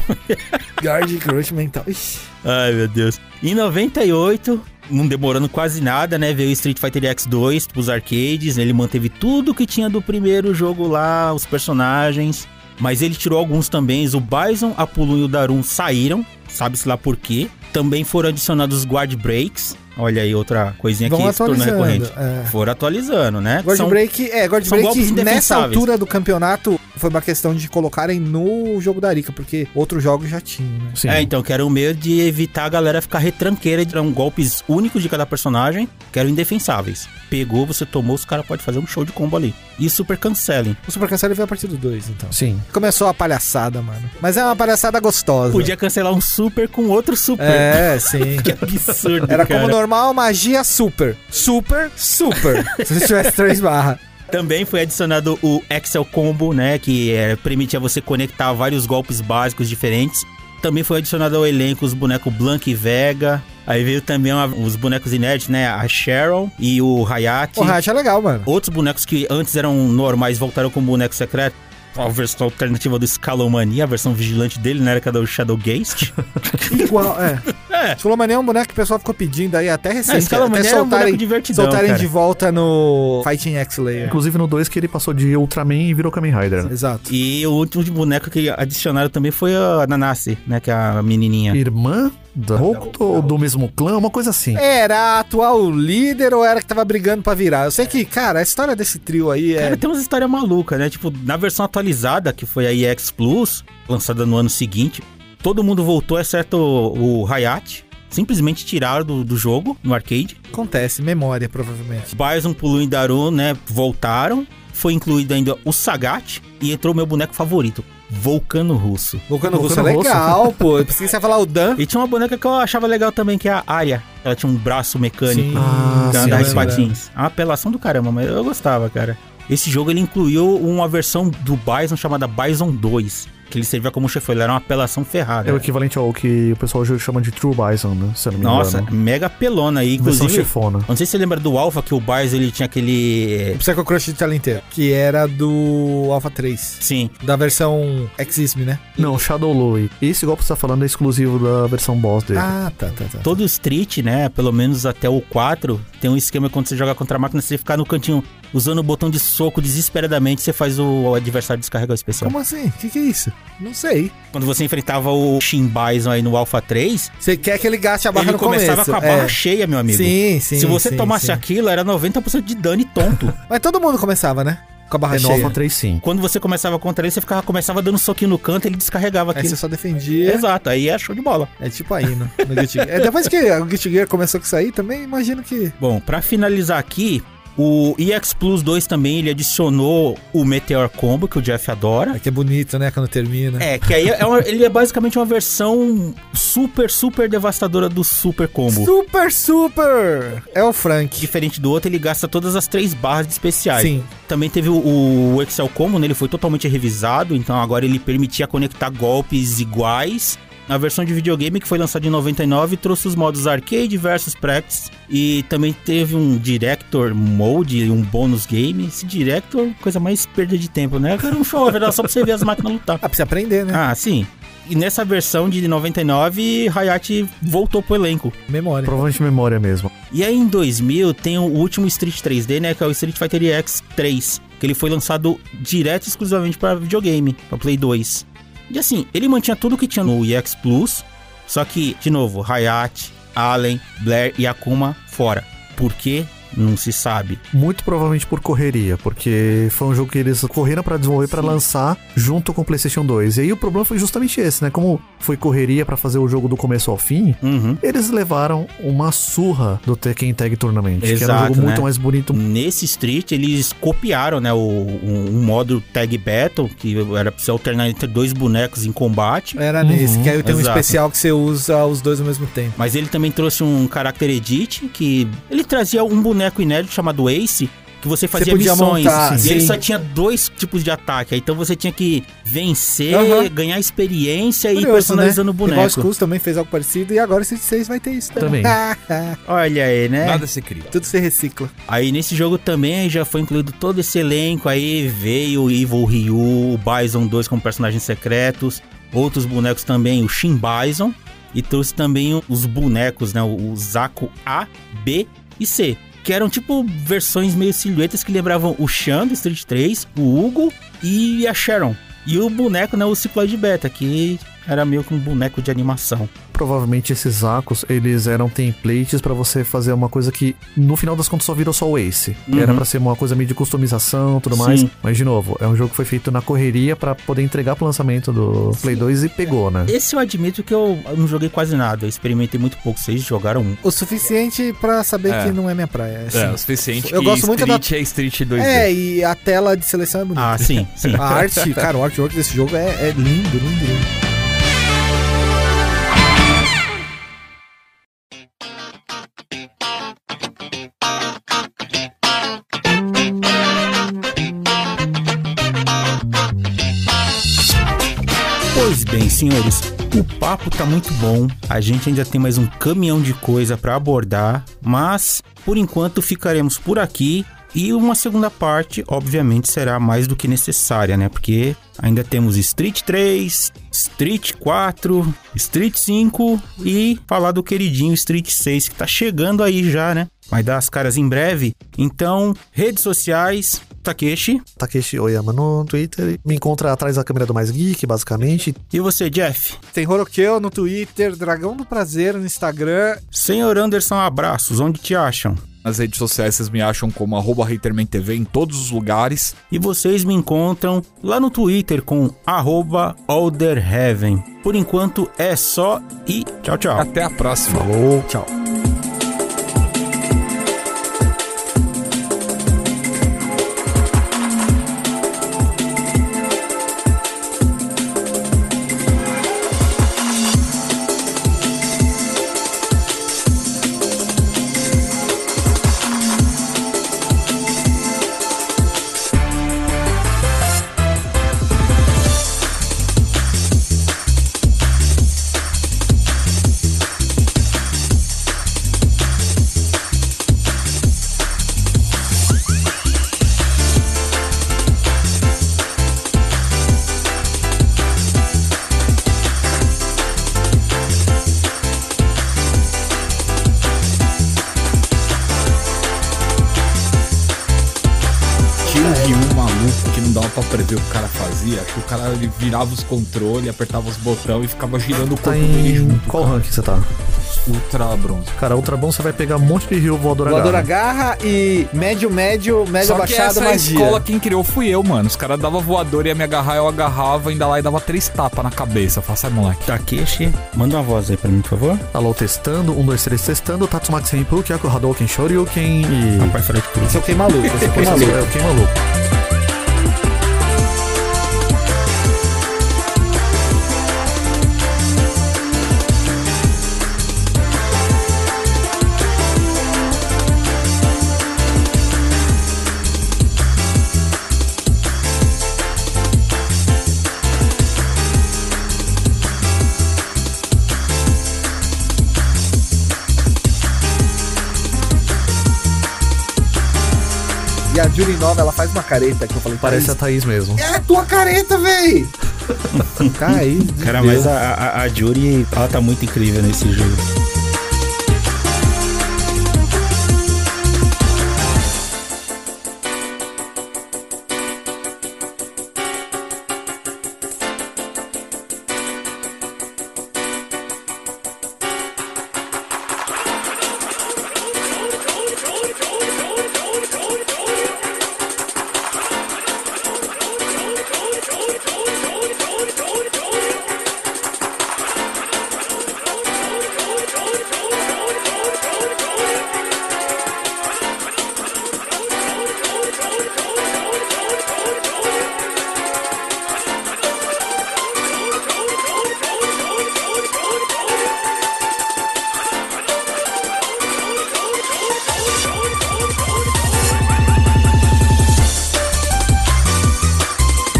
Speaker 3: Guard crush mental. Ixi.
Speaker 1: Ai, meu Deus. Em 98, não demorando quase nada, né? Veio Street Fighter X2 pros arcades. Ele manteve tudo que tinha do primeiro jogo lá, os personagens. Mas ele tirou alguns também. O Bison, a Pulun e o Darum saíram. Sabe-se lá por quê. Também foram adicionados os Guard Breaks. Olha aí outra coisinha
Speaker 3: Vão
Speaker 1: que se tornou
Speaker 3: atualizando,
Speaker 1: recorrente.
Speaker 3: é.
Speaker 1: Foram atualizando, né?
Speaker 3: Guard
Speaker 1: São-
Speaker 3: Break, é, Guard
Speaker 1: são golpes
Speaker 3: Break nessa
Speaker 1: indefensáveis.
Speaker 3: altura do campeonato foi uma questão de colocarem no jogo da Arica, porque outros jogos já tinham, né?
Speaker 2: Sim.
Speaker 1: É, então, que era o meio de evitar a galera ficar retranqueira, eram golpes únicos de cada personagem, que eram indefensáveis. Pegou, você tomou, os caras podem fazer um show de combo ali. E super cancelem.
Speaker 3: O Super Cancelo veio a partir do 2, então.
Speaker 2: Sim.
Speaker 3: Começou a palhaçada, mano. Mas é uma palhaçada gostosa.
Speaker 1: Podia cancelar um super com outro super.
Speaker 3: É, sim.
Speaker 1: Que absurdo,
Speaker 3: Era
Speaker 1: cara.
Speaker 3: como normal, magia super. Super, super. Se você tivesse três barras.
Speaker 1: Também foi adicionado o Excel Combo, né? Que é, permitia você conectar vários golpes básicos diferentes. Também foi adicionado ao elenco os bonecos Blank e Vega. Aí veio também uma- os bonecos inéditos, né? A Cheryl e o Hayate.
Speaker 3: O Hatch é legal, mano.
Speaker 1: Outros bonecos que antes eram normais voltaram como boneco secreto. A versão alternativa do Scalomania, a versão vigilante dele, né? Era que era do Shadow Geist.
Speaker 3: Igual, é.
Speaker 1: é.
Speaker 3: Sulomania é um boneco que o pessoal ficou pedindo aí até
Speaker 1: É,
Speaker 3: recente. até
Speaker 1: Scalomania era um boneco divertidão,
Speaker 3: soltarem
Speaker 1: cara.
Speaker 3: de volta no Fighting X Layer.
Speaker 2: Inclusive no 2 que ele passou de Ultraman e virou Kamen Rider. né?
Speaker 3: Exato.
Speaker 1: E o último de boneco que adicionaram também foi a Nanase, né? Que é a menininha.
Speaker 2: Irmã da Hokuto ou do mesmo clã, uma coisa
Speaker 1: É,
Speaker 2: assim.
Speaker 3: Era a atual líder ou era que tava brigando pra virar? Eu sei que, cara, a história desse trio aí é.
Speaker 1: Cara, tem umas histórias malucas, né? Tipo, na versão atualizada, que foi a EX Plus, lançada no ano seguinte, todo mundo voltou, exceto o, o Hayate. Simplesmente tiraram do- do jogo, no arcade.
Speaker 3: Acontece, memória, provavelmente.
Speaker 1: Bison, Pulu e Daru, né, voltaram. Foi incluído ainda o Sagat e entrou o meu boneco favorito, Vulcano Russo.
Speaker 3: Vulcano Russo é
Speaker 2: Vulcano Russo.
Speaker 3: legal, pô. Eu pensei que você ia falar o Dan.
Speaker 1: E tinha uma boneca que eu achava legal também, que é a Arya. Ela tinha um braço mecânico,
Speaker 3: Sim.
Speaker 2: Ah,
Speaker 1: que
Speaker 2: sim,
Speaker 1: andava
Speaker 2: eu
Speaker 1: de
Speaker 2: lembro.
Speaker 1: patins. É uma apelação do caramba, mas eu gostava, cara. Esse jogo ele incluiu uma versão do Bison chamada Bison 2, que ele servia como chefe, ele era uma apelação ferrada.
Speaker 2: É o equivalente ao que o pessoal hoje chama de True Bison, né? Se eu não me
Speaker 1: Nossa,
Speaker 2: engano.
Speaker 1: mega pelona aí,
Speaker 2: Versão
Speaker 1: inclusive.
Speaker 2: chefona.
Speaker 1: Não sei se você lembra do Alpha que o Bison ele tinha aquele. é,
Speaker 3: Psycho Crush de tela inteira, que era do Alpha 3,
Speaker 1: Sim,
Speaker 3: da versão Exisme, né?
Speaker 2: Não, Shadow Lui. Esse golpe que você tá falando é exclusivo da versão boss dele.
Speaker 3: Ah, tá, tá, tá.
Speaker 1: todo Street, né? Pelo menos até o 4, tem um esquema quando você joga contra a máquina, você ficar no cantinho usando o botão de soco desesperadamente, você faz o, o adversário descarregar o especial.
Speaker 3: Como assim? O que, que é isso? Não sei.
Speaker 1: Quando você enfrentava o Shin Bison aí no Alpha 3,
Speaker 3: Você quer que ele gaste a barra
Speaker 1: ele
Speaker 3: no
Speaker 1: começava
Speaker 3: começo.
Speaker 1: com a
Speaker 3: é.
Speaker 1: barra cheia, meu amigo.
Speaker 3: Sim, sim.
Speaker 1: Se você
Speaker 3: sim,
Speaker 1: tomasse
Speaker 3: sim.
Speaker 1: aquilo, era 90% de dano e tonto.
Speaker 3: Mas todo mundo começava, né? Com a barra
Speaker 2: é no
Speaker 3: cheia.
Speaker 2: Alpha 3 sim.
Speaker 1: Quando você começava contra ele, você ficava, começava dando soquinho no canto, ele descarregava
Speaker 3: Aí você
Speaker 1: aquilo.
Speaker 3: só defendia.
Speaker 1: Exato, aí é show de bola.
Speaker 3: É tipo aí, no, no Guilty Gear. É, depois que o Guilty Gear começou com isso aí, também imagino que...
Speaker 1: Bom, pra finalizar aqui, o EX Plus 2 também ele adicionou o Meteor Combo, que o Jeff adora.
Speaker 3: É que é bonito, né? Quando termina.
Speaker 1: É, que aí é uma- ele é basicamente uma versão super, super devastadora do Super Combo.
Speaker 3: Super, super! É o Frank.
Speaker 1: Diferente do outro, ele gasta todas as três barras de especiais.
Speaker 3: Sim.
Speaker 1: Também teve o, o Excel Combo, né? Ele foi totalmente revisado, então agora ele permitia conectar golpes iguais. A versão de videogame que foi lançada em 99 trouxe os modos arcade versus practice e também teve um director mode e um bônus game. Esse director, é coisa mais perda de tempo, né? Era um show, era só pra você ver as máquinas lutar.
Speaker 3: Ah, precisa aprender, né?
Speaker 1: Ah, sim. E nessa versão de 99, Hayate voltou pro elenco.
Speaker 3: Memória.
Speaker 2: Provavelmente memória mesmo.
Speaker 1: E aí em 2000 tem o último Street 3D, né, que é o Street Fighter X 3, que ele foi lançado direto e exclusivamente para videogame, para Play 2. E assim, ele mantinha tudo que tinha no EX Plus, só que, de novo, Hayate, Allen, Blair e Akuma fora. Por quê? Não se sabe.
Speaker 2: Muito provavelmente por correria, porque foi um jogo que eles correram pra desenvolver pra lançar junto com o PlayStation 2. E aí o problema foi justamente esse, né? Como foi correria pra fazer o jogo do começo ao fim,
Speaker 1: Uhum.
Speaker 2: eles levaram uma surra do Tekken Tag Tournament, que era um
Speaker 1: Exato,
Speaker 2: jogo muito
Speaker 1: né?
Speaker 2: mais bonito,
Speaker 1: Nesse Street, eles copiaram, né, o, um, um modo Tag Battle, que era pra você alternar entre dois bonecos em combate.
Speaker 3: Era nesse, que aí tem um
Speaker 1: Uhum, exato.
Speaker 3: especial que você usa os dois ao mesmo tempo.
Speaker 1: Mas ele também trouxe um character edit que ele trazia um boneco inédito chamado Ace que você fazia
Speaker 3: podia
Speaker 1: missões
Speaker 3: montar,
Speaker 1: e
Speaker 3: sim.
Speaker 1: ele só tinha dois tipos de ataque. Aí, Então você tinha que vencer,
Speaker 3: Aham.
Speaker 1: ganhar experiência e ir
Speaker 3: Curioso, né?
Speaker 1: personalizando o
Speaker 3: Igual o
Speaker 1: boneco.
Speaker 3: Skulls também fez algo parecido e agora o Street 6 vai ter isso também.
Speaker 1: Olha aí, né?
Speaker 4: Nada se cria.
Speaker 3: Tudo se recicla.
Speaker 1: Aí nesse jogo também já foi incluído todo esse elenco. Aí veio o Evil Ryu, o Bison 2 como personagens secretos, outros bonecos também, o Shin Bison. E trouxe também os bonecos, né? O Zaku A, B e C. Que eram tipo versões meio silhuetas que lembravam o Shan do Street 3, o Hugo e a Sharon. E o boneco, né? O Cicloide Beta, que era meio que um boneco de animação.
Speaker 2: Provavelmente esses acos, eles eram templates pra você fazer uma coisa que no final das contas só virou só o Ace.
Speaker 1: Uhum.
Speaker 2: Era pra ser uma coisa meio de customização, tudo mais.
Speaker 1: Sim.
Speaker 2: Mas de novo, é um jogo que foi feito na correria pra poder entregar pro lançamento do Play 2 e pegou, né?
Speaker 1: Esse eu admito que eu não joguei quase nada, eu experimentei muito pouco. Vocês jogaram um?
Speaker 3: O suficiente pra saber
Speaker 4: É.
Speaker 3: que não é minha praia. assim.
Speaker 4: É, o suficiente.
Speaker 3: Eu
Speaker 4: que
Speaker 3: gosto muito
Speaker 4: Street é Street 2D.
Speaker 3: É, e a tela de seleção é bonita.
Speaker 1: Ah, sim, sim.
Speaker 3: A arte, cara, o artwork desse jogo é, é lindo, lindo, lindo.
Speaker 1: Pois bem, senhores, o papo tá muito bom. A gente ainda tem mais um caminhão de coisa pra abordar, mas por enquanto ficaremos por aqui. E uma segunda parte, obviamente, será mais do que necessária, né? Porque ainda temos Street 3, Street 4, Street 5 e falar do queridinho Street 6 que tá chegando aí já, né? Vai dar as caras em breve. Então, redes sociais, Takeshi.
Speaker 2: Takeshi Oyama no Twitter. Me encontra atrás da câmera do Mais Geek, basicamente.
Speaker 1: E você, Jeff?
Speaker 3: Tem Horokeu no Twitter, Dragão do Prazer no Instagram.
Speaker 1: Senhor Anderson, abraços. Onde te acham?
Speaker 4: Nas redes sociais vocês me acham como arroba HatermanTV em todos os lugares.
Speaker 1: e vocês me encontram lá no Twitter com arroba alderheaven. Por enquanto é só e tchau, tchau.
Speaker 4: Até a próxima.
Speaker 3: Falou, tchau.
Speaker 4: um prevê o que o cara fazia, que o cara ele virava os controles, apertava os botões e ficava girando o corpo
Speaker 2: Tá
Speaker 4: dele
Speaker 2: em.
Speaker 4: junto.
Speaker 2: Qual
Speaker 4: cara.
Speaker 2: rank você tá?
Speaker 4: Ultra bronze.
Speaker 2: Cara, Ultra Bom você vai pegar um monte de Rio Voador
Speaker 3: Voadora
Speaker 2: H.
Speaker 3: garra e médio, médio, médio
Speaker 4: Só que
Speaker 3: abaixado,
Speaker 4: essa
Speaker 3: magia.
Speaker 4: escola quem criou fui eu, mano. Os caras davam voador e ia me agarrar, eu agarrava, ainda lá e dava três tapas na cabeça. Eu falava, sai, moleque.
Speaker 1: Takeshi, manda uma voz aí pra mim, por favor.
Speaker 2: Alô, testando. 1, 2, 3, testando. Tatsumax Renpu, Kyaku Hadouken Shoryuken e.
Speaker 1: Rapaz, falei de tudo.
Speaker 3: Esse eu fiquei maluco, esse eu fiquei
Speaker 2: Esse
Speaker 3: maluco.
Speaker 2: é o Quem Maluco.
Speaker 3: E a Julie Nova, ela faz uma careta que eu falei,
Speaker 2: Parece a Thaís mesmo.
Speaker 3: É a tua careta, véi! Thaís. de
Speaker 1: Cara,
Speaker 3: Deus.
Speaker 1: mas a, a, a Jury, ela tá muito incrível nesse jogo.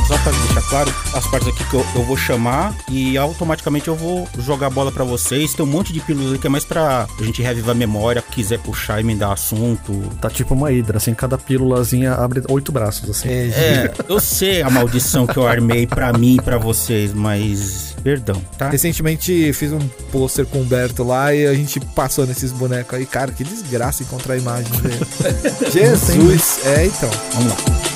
Speaker 1: Só pra deixar claro, as partes aqui que eu, eu vou chamar e automaticamente eu vou jogar a bola pra vocês. Tem um monte de pílulas aí que é mais pra gente revivar a memória, quiser puxar e me dar assunto.
Speaker 2: Tá tipo uma hidra, assim, cada pílulazinha abre oito braços, assim.
Speaker 3: É,
Speaker 1: É, eu sei a maldição que eu armei pra mim e pra vocês, mas perdão, tá?
Speaker 3: Recentemente fiz um pôster com o Humberto lá e a gente passou nesses bonecos aí. Cara, que desgraça encontrar a imagem dele. Jesus! É, então.
Speaker 1: Vamos lá.